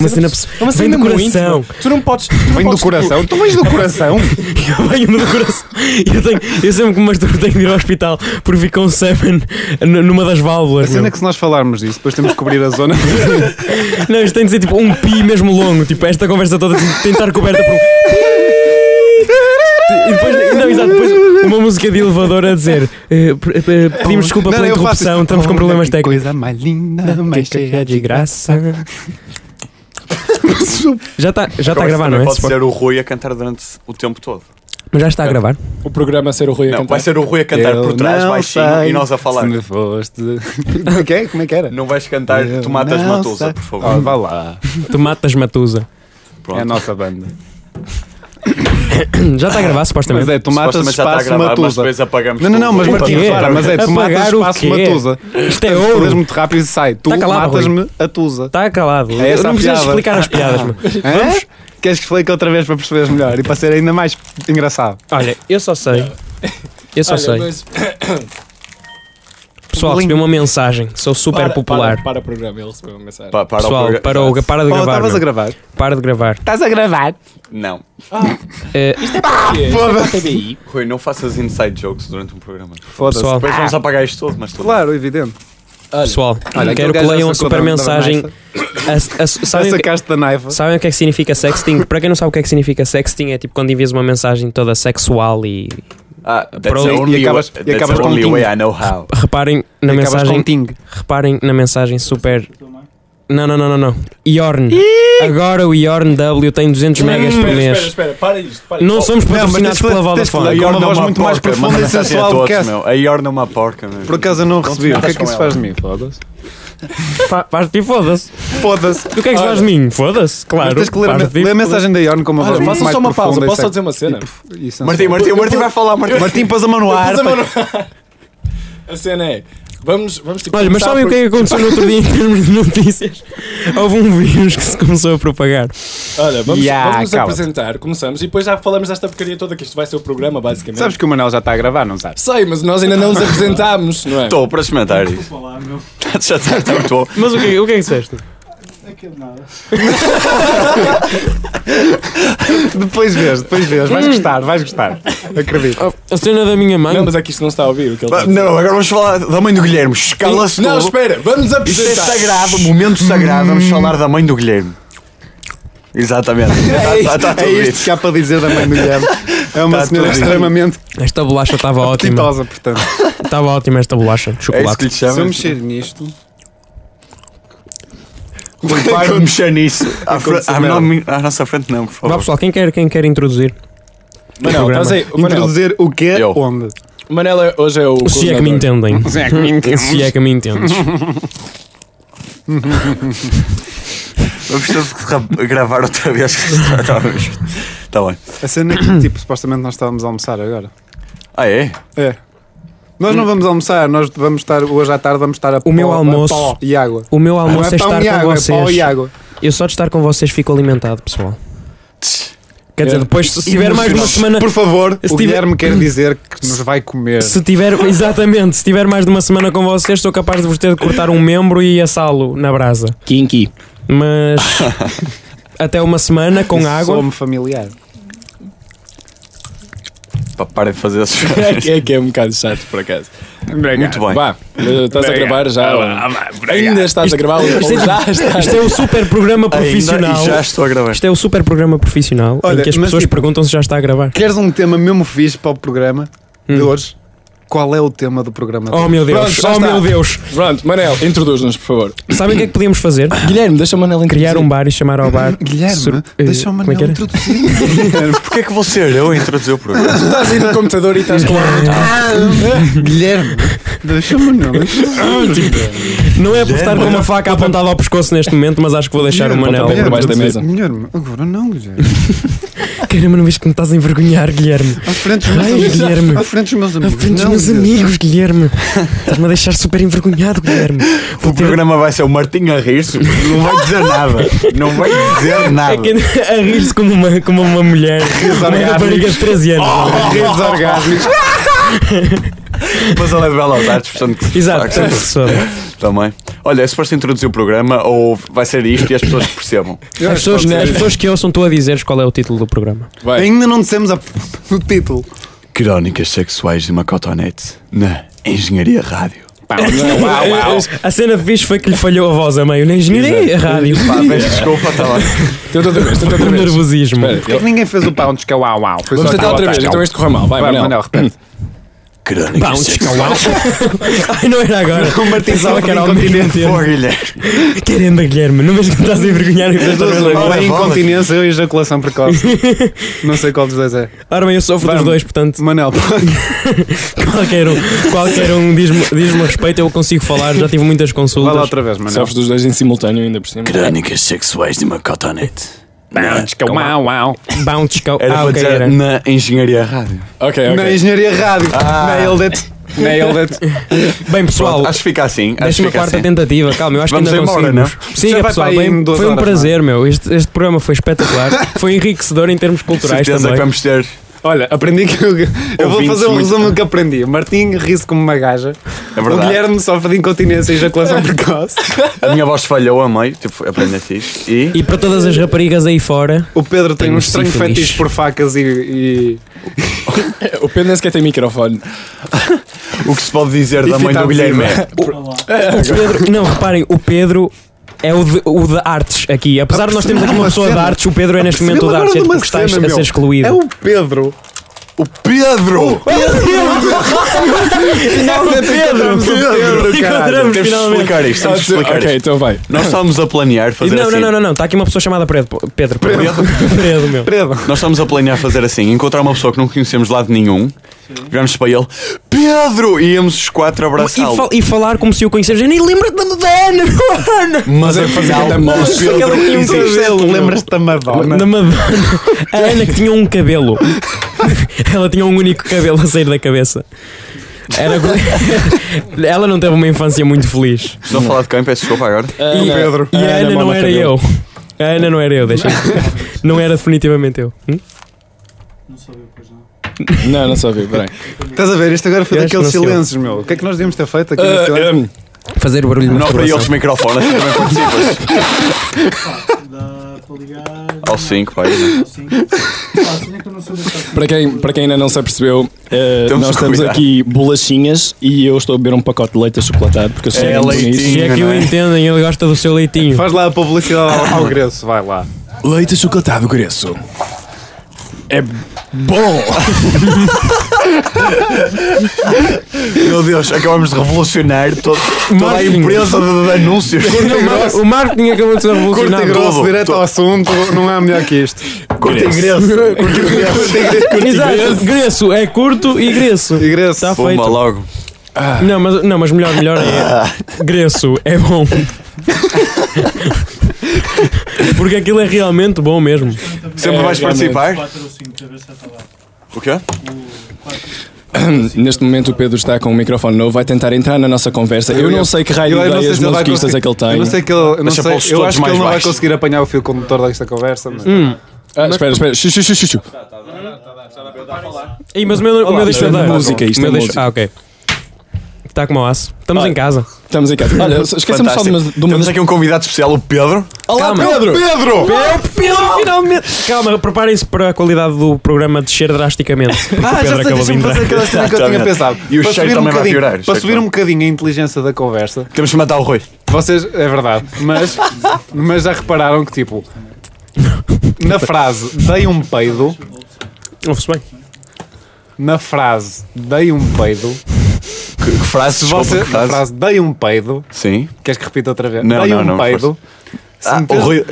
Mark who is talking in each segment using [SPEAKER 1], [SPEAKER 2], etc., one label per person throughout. [SPEAKER 1] Uma cena pessoal.
[SPEAKER 2] É uma cena
[SPEAKER 1] Vem do
[SPEAKER 2] mesmo
[SPEAKER 1] coração.
[SPEAKER 2] íntima. Tu não podes. tu não
[SPEAKER 3] Vem do
[SPEAKER 2] podes-
[SPEAKER 3] coração. Tu vens do coração.
[SPEAKER 1] Eu venho-me do coração. Eu, tenho, eu sempre que me masturo tenho de ir ao hospital porque fico com semen n- numa das
[SPEAKER 3] A
[SPEAKER 1] válvulas.
[SPEAKER 3] cena
[SPEAKER 1] meu.
[SPEAKER 3] é que se nós falarmos disso, depois temos que cobrir a zona.
[SPEAKER 1] Não, isto tem de ser tipo um pi mesmo longo. Tipo, esta conversa toda tem de estar coberta por um. pi. E depois, não, exato, depois uma música de elevador a dizer eh, p- eh, pedimos desculpa
[SPEAKER 3] Não,
[SPEAKER 1] pela
[SPEAKER 3] eu faço
[SPEAKER 1] interrupção,
[SPEAKER 3] isto.
[SPEAKER 1] estamos com problemas
[SPEAKER 3] Que
[SPEAKER 1] técnicos.
[SPEAKER 3] Coisa mais linda, mais
[SPEAKER 1] Que- que- que é
[SPEAKER 3] cheia
[SPEAKER 1] de
[SPEAKER 3] de graça.
[SPEAKER 1] graça. Já está já tá a gravar, não é?
[SPEAKER 4] Pode ser o Rui a cantar durante o tempo todo.
[SPEAKER 1] Mas já está a gravar.
[SPEAKER 2] O programa a ser o Rui a
[SPEAKER 4] Não,
[SPEAKER 2] cantar.
[SPEAKER 4] vai ser o Rui a cantar
[SPEAKER 3] Eu
[SPEAKER 4] por trás,
[SPEAKER 3] é. não
[SPEAKER 4] baixinho,
[SPEAKER 3] sei
[SPEAKER 4] e nós a falar.
[SPEAKER 3] Se me foste. Como é que é? Como é que era?
[SPEAKER 4] Não vais cantar
[SPEAKER 3] Eu
[SPEAKER 4] Tomatas
[SPEAKER 3] não sei.
[SPEAKER 4] Matusa, por
[SPEAKER 3] Ah,
[SPEAKER 4] favor.
[SPEAKER 3] vá lá.
[SPEAKER 1] Tomate das Matusa.
[SPEAKER 4] Pronto.
[SPEAKER 3] É a nossa banda.
[SPEAKER 1] Já está a gravar,
[SPEAKER 3] Mas
[SPEAKER 1] supostamente.
[SPEAKER 3] é tomatas,
[SPEAKER 4] Supostamente já está a
[SPEAKER 3] espaço,
[SPEAKER 4] gravar, mas
[SPEAKER 3] matusa.
[SPEAKER 4] depois apagamos
[SPEAKER 3] Não, não,
[SPEAKER 4] tudo.
[SPEAKER 3] não, mas
[SPEAKER 4] Opa,
[SPEAKER 3] Martins,
[SPEAKER 1] quê?
[SPEAKER 3] para, mas é tomatas,
[SPEAKER 1] Apagar o
[SPEAKER 3] espaço,
[SPEAKER 1] quê?
[SPEAKER 3] matusa.
[SPEAKER 1] Isto é
[SPEAKER 3] Tu lês
[SPEAKER 1] ouro.
[SPEAKER 3] muito rápido e sai. Tu
[SPEAKER 1] Tá calado, Rui.
[SPEAKER 3] matas-me a tusa.
[SPEAKER 1] Está calado.
[SPEAKER 3] É essa
[SPEAKER 1] não
[SPEAKER 3] a
[SPEAKER 1] precisas
[SPEAKER 3] piada.
[SPEAKER 1] explicar as piadas, meu.
[SPEAKER 3] Hã? Queres que explique outra vez para perceberes melhor e para ser ainda mais engraçado?
[SPEAKER 1] Olha, eu só sei. Eu só
[SPEAKER 2] Olha,
[SPEAKER 1] sei.
[SPEAKER 2] mas-
[SPEAKER 1] Pessoal, recebi uma mensagem. Sou super
[SPEAKER 2] para,
[SPEAKER 1] popular.
[SPEAKER 2] Para, para o programa, ele recebeu uma mensagem.
[SPEAKER 4] Pa- para o
[SPEAKER 1] Pessoal,
[SPEAKER 4] progra-
[SPEAKER 1] para, o, para de
[SPEAKER 3] Oh,
[SPEAKER 1] gravar.
[SPEAKER 3] estavas
[SPEAKER 1] meu.
[SPEAKER 3] a Tá. gravar?
[SPEAKER 1] Para de gravar.
[SPEAKER 3] Estás a gravar?
[SPEAKER 4] Não.
[SPEAKER 1] Eh,
[SPEAKER 2] Que é? Isto é para a TVI.
[SPEAKER 4] Rui, não faças inside jokes durante um programa.
[SPEAKER 3] Foda-se.
[SPEAKER 1] Pessoal.
[SPEAKER 4] Depois vamos apagar isto tudo, mas tudo.
[SPEAKER 3] Claro, evidente.
[SPEAKER 2] Olha,
[SPEAKER 1] pessoal,
[SPEAKER 3] é- Olha,
[SPEAKER 1] quero
[SPEAKER 3] aquele
[SPEAKER 1] que
[SPEAKER 3] gajo
[SPEAKER 1] leiam
[SPEAKER 3] já
[SPEAKER 1] a
[SPEAKER 3] sacou
[SPEAKER 1] super
[SPEAKER 3] da- da
[SPEAKER 1] mensagem.
[SPEAKER 3] naifa.
[SPEAKER 1] A- a-
[SPEAKER 3] Já
[SPEAKER 1] sabem, o que-
[SPEAKER 3] sacaste da naifa.
[SPEAKER 1] sabem o que é que significa sexting? Para quem não sabe o que é que significa sexting, é tipo quando envias uma mensagem toda sexual e.
[SPEAKER 4] Ah, that's
[SPEAKER 1] Pronto.
[SPEAKER 4] the only,
[SPEAKER 3] E acabas-
[SPEAKER 4] way-
[SPEAKER 3] e
[SPEAKER 4] that's
[SPEAKER 3] acabas
[SPEAKER 4] the
[SPEAKER 3] com
[SPEAKER 4] only
[SPEAKER 3] Ting.
[SPEAKER 4] way I know how.
[SPEAKER 1] Reparem na
[SPEAKER 3] Acabas com um
[SPEAKER 1] mensagem.
[SPEAKER 3] Ting.
[SPEAKER 1] Reparem na mensagem super. Não, não, não, não, não. Iorn. Agora o Iorn W tem 200 megas por
[SPEAKER 2] espera, espera,
[SPEAKER 1] mês.
[SPEAKER 2] espera, para isto. Para
[SPEAKER 1] Não
[SPEAKER 2] isto.
[SPEAKER 1] somos
[SPEAKER 3] mas
[SPEAKER 1] patrocinados
[SPEAKER 3] tens que-
[SPEAKER 1] pela
[SPEAKER 3] tens que
[SPEAKER 1] Vodafone.
[SPEAKER 3] ler.
[SPEAKER 4] A
[SPEAKER 3] E uma
[SPEAKER 4] Yorn é
[SPEAKER 3] voz
[SPEAKER 4] uma
[SPEAKER 3] muito mais
[SPEAKER 4] porca,
[SPEAKER 3] profunda
[SPEAKER 4] manda
[SPEAKER 3] e
[SPEAKER 4] mensagem
[SPEAKER 3] sensual
[SPEAKER 4] a
[SPEAKER 3] do
[SPEAKER 4] todos,
[SPEAKER 3] que essa.
[SPEAKER 4] meu. A Yorn é uma porca, meu.
[SPEAKER 3] Por acaso eu não recebi. O que é que
[SPEAKER 4] metas
[SPEAKER 3] isso
[SPEAKER 4] com
[SPEAKER 3] faz de mim? Foda-se.
[SPEAKER 1] Fa- Faz-te e foda-se.
[SPEAKER 3] Foda-se.
[SPEAKER 1] Tu o que é que se faz de mim? Foda-se,
[SPEAKER 3] Mas
[SPEAKER 1] claro.
[SPEAKER 3] tens que ler a,
[SPEAKER 1] Faz-te e
[SPEAKER 3] ler a
[SPEAKER 1] foda-se.
[SPEAKER 3] mensagem da Ion com uma voz
[SPEAKER 2] Olha,
[SPEAKER 3] muito
[SPEAKER 2] façam
[SPEAKER 3] mais
[SPEAKER 2] só uma pausa.
[SPEAKER 3] profunda e
[SPEAKER 2] Posso só
[SPEAKER 3] sexy.
[SPEAKER 2] dizer uma cena?
[SPEAKER 3] E sensual.
[SPEAKER 4] Martim, Martim, o Martim vai falar, Martim.
[SPEAKER 3] Martim, pôs a mão no ar.
[SPEAKER 2] Mas a mano- A cena é. Vamos, vamos tipo.
[SPEAKER 1] Olha, mas
[SPEAKER 2] começar
[SPEAKER 1] sabem o
[SPEAKER 2] por-
[SPEAKER 1] que é que aconteceu no outro dia em termos de notícias? Houve um vírus que se começou a propagar.
[SPEAKER 2] Olha, vamos,
[SPEAKER 3] Ya,
[SPEAKER 2] vamos nos
[SPEAKER 3] cala-te.
[SPEAKER 2] apresentar, começamos e depois já falamos desta porcaria toda, que isto vai ser o programa, basicamente.
[SPEAKER 3] Sabes que o Manel já está a gravar, não sabes?
[SPEAKER 2] Sei, mas nós ainda não nos apresentámos, não é?
[SPEAKER 4] Estou para experimentar isto. Já está, está muito bom.
[SPEAKER 1] Mas o que, o que é que disseste?
[SPEAKER 3] Depois vês, depois vês. Vais gostar, vais gostar. Acredito.
[SPEAKER 1] A cena da minha mãe.
[SPEAKER 2] Não, mas é que isto não está a ouvir o que ele está a
[SPEAKER 4] Mas,
[SPEAKER 2] dizer.
[SPEAKER 4] Não, agora vamos falar da mãe do Guilherme. Escala-se
[SPEAKER 2] Não,
[SPEAKER 4] tudo.
[SPEAKER 2] espera, vamos
[SPEAKER 4] Isto é
[SPEAKER 2] apresentar.
[SPEAKER 4] sagrado, momento sagrado. Vamos falar da mãe do Guilherme. Exatamente. Está tá,
[SPEAKER 3] É
[SPEAKER 4] tudo
[SPEAKER 3] isto
[SPEAKER 4] isso.
[SPEAKER 3] que há para dizer da mãe do Guilherme. É uma senhora
[SPEAKER 4] Tá tudo dito.
[SPEAKER 3] extremamente
[SPEAKER 1] Esta bolacha estava ótima.
[SPEAKER 3] apetitosa, portanto.
[SPEAKER 1] Estava ótima esta bolacha. de
[SPEAKER 4] É isso que
[SPEAKER 1] Chocolate.
[SPEAKER 4] lhe chamam.
[SPEAKER 3] Se eu mexer nisto.
[SPEAKER 4] Para de mexer nisso. À, fr-
[SPEAKER 3] Aconteceu
[SPEAKER 4] à
[SPEAKER 3] merda.
[SPEAKER 4] minha- à nossa frente, não, por
[SPEAKER 1] Vá
[SPEAKER 4] favor.
[SPEAKER 1] pessoal, quem quer, quem quer introduzir?
[SPEAKER 2] Mas não, estás aí. O Manel,
[SPEAKER 3] Introduzir o quê?
[SPEAKER 4] Eu.
[SPEAKER 3] Onde?
[SPEAKER 2] o Manel é- hoje é o.
[SPEAKER 1] Se é que me
[SPEAKER 2] coordenador.
[SPEAKER 1] entendem. Se é que me entendes.
[SPEAKER 4] Vamos ter de gra- gravar outra vez. Está bem. Tá bem.
[SPEAKER 3] A cena é que, tipo, supostamente nós estávamos a almoçar agora.
[SPEAKER 4] Ah, é?
[SPEAKER 3] É. Nós não vamos almoçar, nós vamos estar, hoje à tarde vamos estar a
[SPEAKER 1] Hum. O meu
[SPEAKER 3] pó- a
[SPEAKER 1] almoço-
[SPEAKER 3] pó e água.
[SPEAKER 1] O meu
[SPEAKER 3] Não
[SPEAKER 1] almoço é
[SPEAKER 3] é pão
[SPEAKER 1] estar
[SPEAKER 3] e
[SPEAKER 1] com
[SPEAKER 3] água, é pó e
[SPEAKER 1] vocês.
[SPEAKER 3] água.
[SPEAKER 1] Eu só de estar com vocês fico alimentado, pessoal. Quer dizer,
[SPEAKER 2] É.
[SPEAKER 1] depois, se tiver mais uma
[SPEAKER 3] Emocionante.
[SPEAKER 1] semana.
[SPEAKER 3] Por favor,
[SPEAKER 1] Se
[SPEAKER 3] o
[SPEAKER 1] tiver-
[SPEAKER 3] Guilherme quer dizer que nos vai comer.
[SPEAKER 1] Se tiver, exatamente, se tiver mais de uma semana com vocês, sou capaz de vos ter de cortar um membro e assá-lo na brasa.
[SPEAKER 2] Kinky.
[SPEAKER 1] Mas até uma semana com
[SPEAKER 3] Isso
[SPEAKER 1] água.
[SPEAKER 4] um
[SPEAKER 3] Sou-me familiar.
[SPEAKER 4] Pá, para de fazer esses.
[SPEAKER 2] É que, é que é um bocado chato, por acaso.
[SPEAKER 4] Muito bem.
[SPEAKER 2] Vá, eh, estás a gravar já. Ainda estás a gravar ou
[SPEAKER 1] isto é-
[SPEAKER 2] já estás.
[SPEAKER 1] Isto é o super programa
[SPEAKER 4] Ainda,
[SPEAKER 1] profissional.
[SPEAKER 4] e já estou a gravar.
[SPEAKER 1] Isto é o super programa profissional
[SPEAKER 3] Olha,
[SPEAKER 1] em que as
[SPEAKER 3] mas
[SPEAKER 1] pessoas
[SPEAKER 3] tipo-
[SPEAKER 1] perguntam se já está a gravar.
[SPEAKER 3] Queres um tema mesmo fixe para o programa de
[SPEAKER 1] Hum.
[SPEAKER 3] hoje? Qual é o tema do programa de
[SPEAKER 1] Oh
[SPEAKER 3] hoje?
[SPEAKER 1] meu Deus,
[SPEAKER 2] Pronto, já
[SPEAKER 1] oh
[SPEAKER 2] está.
[SPEAKER 1] meu Deus.
[SPEAKER 2] Pronto, Manel, introduz-nos, por favor.
[SPEAKER 1] Sabem o que é que podíamos fazer?
[SPEAKER 2] Guilherme, deixa o Manel
[SPEAKER 1] Criar um bar e chamar ao bar.
[SPEAKER 3] Guilherme,
[SPEAKER 1] Sur- eh,
[SPEAKER 3] deixa o
[SPEAKER 1] como é
[SPEAKER 3] Manel
[SPEAKER 1] que era?
[SPEAKER 3] introduzir.
[SPEAKER 4] Porquê é que vou ser eu a introduzir o programa?
[SPEAKER 2] Tu estás aí no computador e estás com
[SPEAKER 1] Ah.
[SPEAKER 3] Guilherme, deixa o Manel introduzir.
[SPEAKER 1] Não é por estar com uma faca apontada ao pescoço neste momento, mas acho que vou deixar o
[SPEAKER 3] Guilherme,
[SPEAKER 1] Manel.
[SPEAKER 2] Guilherme, por baixo da
[SPEAKER 3] Guilherme,
[SPEAKER 2] mesa.
[SPEAKER 3] Guilherme, agora não, Guilherme.
[SPEAKER 1] Caramba, não vês que me estás a envergonhar, Guilherme.
[SPEAKER 3] À frente dos meus
[SPEAKER 1] Ai,
[SPEAKER 3] amigos.
[SPEAKER 1] Guilherme.
[SPEAKER 3] À frente dos meus
[SPEAKER 1] À
[SPEAKER 3] amigos.
[SPEAKER 1] frente dos
[SPEAKER 3] Não,
[SPEAKER 1] meus
[SPEAKER 3] Guilherme.
[SPEAKER 1] amigos, Guilherme. Estás-me a deixar super envergonhado, Guilherme.
[SPEAKER 4] O programa vai ser o Martim a rir-se. Não vai dizer nada. Não vai dizer
[SPEAKER 1] É
[SPEAKER 4] nada.
[SPEAKER 1] que a rir-se como uma, como uma mulher. Uma
[SPEAKER 3] orgânicos.
[SPEAKER 1] rapariga de 13 anos.
[SPEAKER 2] Oh!
[SPEAKER 3] Redes orgásmicos.
[SPEAKER 4] Depois ele é belo aos artes, portanto.
[SPEAKER 1] Exato,
[SPEAKER 4] Facto.
[SPEAKER 1] portanto, pessoal.
[SPEAKER 4] Também. Olha, é suposto introduzir o programa ou vai ser isto e as pessoas percebam.
[SPEAKER 2] Eu
[SPEAKER 1] As
[SPEAKER 2] acho que
[SPEAKER 1] pessoas,
[SPEAKER 2] pode
[SPEAKER 1] as
[SPEAKER 2] ser.
[SPEAKER 1] pessoas que ouçam tu a dizeres qual é o título do programa.
[SPEAKER 2] Vai.
[SPEAKER 3] Ainda não dissemos a... o título.
[SPEAKER 4] Crónicas sexuais de uma cotonete na Engenharia Rádio.
[SPEAKER 3] Pá, não,
[SPEAKER 2] Ah,
[SPEAKER 3] uau,
[SPEAKER 2] é,
[SPEAKER 3] uau.
[SPEAKER 1] É, A cena fixe foi que lhe falhou a voz a meio na engenharia rádio.
[SPEAKER 4] Pá, peço desculpa, tá está lá.
[SPEAKER 2] Tenta outra vez, tenta outra
[SPEAKER 1] O
[SPEAKER 2] vez.
[SPEAKER 1] nervosismo.
[SPEAKER 2] Espera,
[SPEAKER 3] Por que ninguém fez o pound que é uau uau? Foi
[SPEAKER 2] Vamos
[SPEAKER 3] só
[SPEAKER 2] tentar outra vez, então este correu mal. Vai,
[SPEAKER 3] Vai,
[SPEAKER 2] Manel.
[SPEAKER 3] Manel, repete.
[SPEAKER 4] Crónicas
[SPEAKER 2] é
[SPEAKER 1] Bounce,
[SPEAKER 4] sexuais.
[SPEAKER 1] um Ai, não era agora.
[SPEAKER 3] O Martim
[SPEAKER 1] Pensava
[SPEAKER 3] Salva
[SPEAKER 1] que era
[SPEAKER 3] tem
[SPEAKER 1] ao mesmo
[SPEAKER 3] continência.
[SPEAKER 1] tempo.
[SPEAKER 4] Pô, Guilherme.
[SPEAKER 1] Caramba, Guilherme, não vês que me estás a envergonhar e
[SPEAKER 3] As
[SPEAKER 1] estás
[SPEAKER 3] duas
[SPEAKER 1] a
[SPEAKER 3] ou
[SPEAKER 4] Ora,
[SPEAKER 3] é
[SPEAKER 4] bolas.
[SPEAKER 3] incontinência ou ejaculação precoce. Não sei qual dos dois é.
[SPEAKER 1] Ora bem, eu sofro dos
[SPEAKER 3] Vamos.
[SPEAKER 1] dois, portanto,
[SPEAKER 3] Manel,
[SPEAKER 1] qualquer um, qualquer um diz-me diz respeito, eu consigo falar, já tive muitas
[SPEAKER 3] vai lá
[SPEAKER 1] consultas.
[SPEAKER 3] outra vez, Manel.
[SPEAKER 2] Sofres dos dois em simultâneo ainda por cima.
[SPEAKER 4] Crónicas sexuais de uma cotonete. Na-
[SPEAKER 3] Pounds que é uau uau.
[SPEAKER 1] Bounce, cow.
[SPEAKER 4] Era
[SPEAKER 1] Ah,
[SPEAKER 4] para
[SPEAKER 1] ok,
[SPEAKER 4] dizer
[SPEAKER 1] era.
[SPEAKER 4] na Engenharia Rádio.
[SPEAKER 2] Ok,
[SPEAKER 3] Na
[SPEAKER 2] ok.
[SPEAKER 3] engenharia rádio.
[SPEAKER 1] Ah.
[SPEAKER 3] Nailed it. Nailed it.
[SPEAKER 1] Bem, pessoal,
[SPEAKER 4] Acho que fica assim. Acho que
[SPEAKER 1] Décima
[SPEAKER 4] fica
[SPEAKER 1] quarta
[SPEAKER 4] assim.
[SPEAKER 1] tentativa, calma, eu acho
[SPEAKER 4] Vamos
[SPEAKER 1] que ainda
[SPEAKER 4] embora,
[SPEAKER 1] conseguimos.
[SPEAKER 3] Já
[SPEAKER 1] Sim,
[SPEAKER 3] vai
[SPEAKER 1] pessoal,
[SPEAKER 3] para aí
[SPEAKER 1] bem-
[SPEAKER 3] em duas
[SPEAKER 1] foi um
[SPEAKER 3] horas,
[SPEAKER 1] prazer, meu. Este, este programa foi espetacular, foi enriquecedor em termos culturais
[SPEAKER 4] Certeza que
[SPEAKER 1] também.
[SPEAKER 4] vamos ter.
[SPEAKER 3] Olha, aprendi que. Eu, eu vou
[SPEAKER 4] Ouvintes
[SPEAKER 3] fazer um
[SPEAKER 4] muito-
[SPEAKER 3] resumo do que aprendi. Martim ri-se como uma gaja.
[SPEAKER 4] É
[SPEAKER 3] O
[SPEAKER 4] verdade.
[SPEAKER 3] Guilherme sofre de incontinência e ejaculação precoce.
[SPEAKER 4] A minha voz falhou a meio, tipo, aprendeste isto. E.
[SPEAKER 1] E para todas as raparigas aí fora,
[SPEAKER 3] O Pedro tem
[SPEAKER 1] Tenho
[SPEAKER 3] um estranho
[SPEAKER 1] sífilis.
[SPEAKER 3] fetiche por facas e. e...
[SPEAKER 2] O Pedro nem sequer tem microfone.
[SPEAKER 4] O que se pode dizer
[SPEAKER 3] E
[SPEAKER 4] da mãe
[SPEAKER 3] fita
[SPEAKER 4] do Guilherme
[SPEAKER 3] adesiva.
[SPEAKER 4] é.
[SPEAKER 1] o Pedro, não, reparem, o Pedro é o de, o de artes aqui. Apesar de nós termos aqui uma pessoa de artes, o Pedro é neste momento o de
[SPEAKER 3] Percebeu
[SPEAKER 1] artes, é
[SPEAKER 3] agora
[SPEAKER 1] tipo
[SPEAKER 3] de
[SPEAKER 1] o
[SPEAKER 3] uma
[SPEAKER 1] que está a
[SPEAKER 3] cena,
[SPEAKER 1] ser
[SPEAKER 3] meu?
[SPEAKER 1] excluído.
[SPEAKER 3] É o Pedro.
[SPEAKER 4] O Pedro!
[SPEAKER 1] É o Pedro!
[SPEAKER 3] Encontramos o Pedro, caralho.
[SPEAKER 1] Encontramos
[SPEAKER 4] Temos de
[SPEAKER 1] finalmente!
[SPEAKER 4] explicar isto, temos de explicar
[SPEAKER 2] ok,
[SPEAKER 4] isto.
[SPEAKER 2] então vai.
[SPEAKER 4] Nós estávamos a planear fazer
[SPEAKER 1] Não,
[SPEAKER 4] assim.
[SPEAKER 1] não, não, não, não, está aqui uma pessoa chamada Pedro. Pedro, Pedro, Pedro meu.
[SPEAKER 3] Pedro.
[SPEAKER 4] Nós estávamos a planear fazer assim, encontrar uma pessoa que não conhecemos de lado nenhum, viramos para ele, Pedro! E íamos os quatro
[SPEAKER 1] E,
[SPEAKER 4] abraçá-lo.
[SPEAKER 1] fal- e falar como se eu conhecesse. Eu nem lembro-te da Madonna, mano!
[SPEAKER 4] Mas afinal,
[SPEAKER 2] é fazer
[SPEAKER 4] o
[SPEAKER 2] aquela-
[SPEAKER 1] aquela-
[SPEAKER 4] Pedro existe.
[SPEAKER 3] Lembras-te da
[SPEAKER 1] Da
[SPEAKER 3] Madonna?
[SPEAKER 1] Madonna. A Ana que tinha um cabelo. Ela tinha um único cabelo a sair da cabeça. Era... go- Ela não teve uma infância muito feliz.
[SPEAKER 4] Estão a falar de quem? Peço desculpa agora.
[SPEAKER 1] E,
[SPEAKER 3] Pedro.
[SPEAKER 1] e a
[SPEAKER 2] Ah,
[SPEAKER 1] Ana,
[SPEAKER 2] Ana
[SPEAKER 1] não
[SPEAKER 2] Mola
[SPEAKER 1] era
[SPEAKER 2] Cabelo.
[SPEAKER 1] eu. A Ana não era eu, deixa Não era definitivamente eu. Hum?
[SPEAKER 2] Não, não só vi, peraí.
[SPEAKER 3] Estás a ver? Isto agora foi
[SPEAKER 1] Eu acho
[SPEAKER 3] daqueles
[SPEAKER 1] que não sei.
[SPEAKER 3] silêncios, meu. O que é que nós devíamos ter feito aqui? neste
[SPEAKER 2] Ah,
[SPEAKER 3] silêncio?
[SPEAKER 2] hum,
[SPEAKER 1] Fazer o barulho de
[SPEAKER 4] Não para eles
[SPEAKER 1] masturbação.
[SPEAKER 4] microfones, também foi simples.
[SPEAKER 5] Dá para ligar.
[SPEAKER 4] Ao 5, pai.
[SPEAKER 5] Ao cinco. Ah, assim é que eu não sou desta-
[SPEAKER 2] para, quem, para quem ainda não se apercebeu, eh,
[SPEAKER 4] Temos
[SPEAKER 2] nós
[SPEAKER 4] de
[SPEAKER 2] estamos
[SPEAKER 4] cuidar.
[SPEAKER 2] aqui bolachinhas e eu estou a beber um pacote de leite achocolatado porque eu sou
[SPEAKER 4] É
[SPEAKER 2] muito
[SPEAKER 4] leitinho.
[SPEAKER 2] nisso.
[SPEAKER 1] Se é que eu
[SPEAKER 4] não é?
[SPEAKER 1] entendo, ele gosta do seu leitinho.
[SPEAKER 3] Faz lá a publicidade ao- ao Gresso, vai lá.
[SPEAKER 2] Leite achocolatado grosso. É bom!
[SPEAKER 4] Meu Deus, acabamos de revolucionar to- toda a
[SPEAKER 1] Marketing.
[SPEAKER 4] empresa de, de anúncios.
[SPEAKER 1] Não, o Mar- O marketing acabou de ser
[SPEAKER 3] Curta e
[SPEAKER 1] revolucionado.
[SPEAKER 3] grosso,
[SPEAKER 4] todo,
[SPEAKER 3] direto
[SPEAKER 4] todo.
[SPEAKER 3] ao assunto, não há melhor que isto.
[SPEAKER 4] Curta ingresso. Curta ingresso.
[SPEAKER 1] Exato, gresso é curto e gresso.
[SPEAKER 3] E Gresso,
[SPEAKER 1] Está
[SPEAKER 4] Pumba
[SPEAKER 1] feito.
[SPEAKER 4] logo.
[SPEAKER 1] Não, mas, não, mas melhor, melhor é. Gresso é bom. Porque aquilo é realmente bom mesmo.
[SPEAKER 4] Sempre
[SPEAKER 2] É,
[SPEAKER 4] vais
[SPEAKER 2] realmente.
[SPEAKER 4] participar?
[SPEAKER 5] quatro ou cinco, para ver se está lá.
[SPEAKER 4] O quê?
[SPEAKER 5] O quatro-
[SPEAKER 2] Neste momento o Pedro está com um microfone novo, vai tentar entrar na nossa conversa. Eu,
[SPEAKER 3] Eu-
[SPEAKER 2] não sei que raio de
[SPEAKER 3] eu não sei
[SPEAKER 2] ideias
[SPEAKER 3] se ele vai
[SPEAKER 2] musicistas é que ele tem.
[SPEAKER 3] Eu não sei que ele. eu Não
[SPEAKER 4] Deixa
[SPEAKER 3] sei,
[SPEAKER 4] pô-los
[SPEAKER 3] eu
[SPEAKER 4] todos
[SPEAKER 3] acho que
[SPEAKER 4] mais
[SPEAKER 3] ele não vai
[SPEAKER 4] baixos.
[SPEAKER 3] conseguir apanhar o fio condutor desta conversa. Mas...
[SPEAKER 2] Ah, espera, espera. Xu, xu, xu, xu, xu.
[SPEAKER 1] Ih, mas o meu, o meu deixa
[SPEAKER 2] isto é
[SPEAKER 1] eu dar.
[SPEAKER 2] música, isto
[SPEAKER 1] O meu
[SPEAKER 2] é
[SPEAKER 1] deixa-
[SPEAKER 2] música.
[SPEAKER 1] Ah, ok. Está como ao aço. Estamos
[SPEAKER 2] Ah.
[SPEAKER 1] em casa.
[SPEAKER 2] Estamos em casa. Olha, esquecemos só de uma,
[SPEAKER 4] Fantástico.
[SPEAKER 2] de uma
[SPEAKER 4] Temos
[SPEAKER 2] das...
[SPEAKER 4] aqui um convidado especial, o Pedro.
[SPEAKER 2] Olá,
[SPEAKER 1] Calma.
[SPEAKER 2] Pedro!
[SPEAKER 4] Pedro!
[SPEAKER 1] Pedro, finalmente! Calma, preparem-se para a qualidade do programa descer drasticamente. Porque o
[SPEAKER 3] Ah, já
[SPEAKER 1] Pedro
[SPEAKER 3] sei,
[SPEAKER 1] acabou de
[SPEAKER 3] deixa-me fazer
[SPEAKER 1] entrar.
[SPEAKER 3] aquela cena que eu tinha
[SPEAKER 4] Exatamente.
[SPEAKER 3] pensado.
[SPEAKER 4] E o
[SPEAKER 3] Para
[SPEAKER 4] cheiro
[SPEAKER 3] subir um
[SPEAKER 4] também vai
[SPEAKER 3] bocadinho-
[SPEAKER 4] piorar,
[SPEAKER 3] Para
[SPEAKER 4] o cheiro
[SPEAKER 3] subir um bocadinho a inteligência da conversa,
[SPEAKER 4] Temos que matar o Rui.
[SPEAKER 3] vocês. É verdade, mas, mas já repararam que, tipo, na frase dei um peido,
[SPEAKER 1] Ouve-se bem.
[SPEAKER 3] na frase dei um peido,
[SPEAKER 4] Que, que frase,
[SPEAKER 3] se
[SPEAKER 4] desculpa,
[SPEAKER 3] você.
[SPEAKER 4] que
[SPEAKER 3] Na
[SPEAKER 4] frase.
[SPEAKER 3] frase dei um peido,
[SPEAKER 4] Sim.
[SPEAKER 3] queres que repita outra vez?
[SPEAKER 4] Não,
[SPEAKER 3] dei
[SPEAKER 4] não,
[SPEAKER 3] um
[SPEAKER 4] não,
[SPEAKER 3] peido. se
[SPEAKER 4] Ah,
[SPEAKER 3] meter-
[SPEAKER 4] o Rui.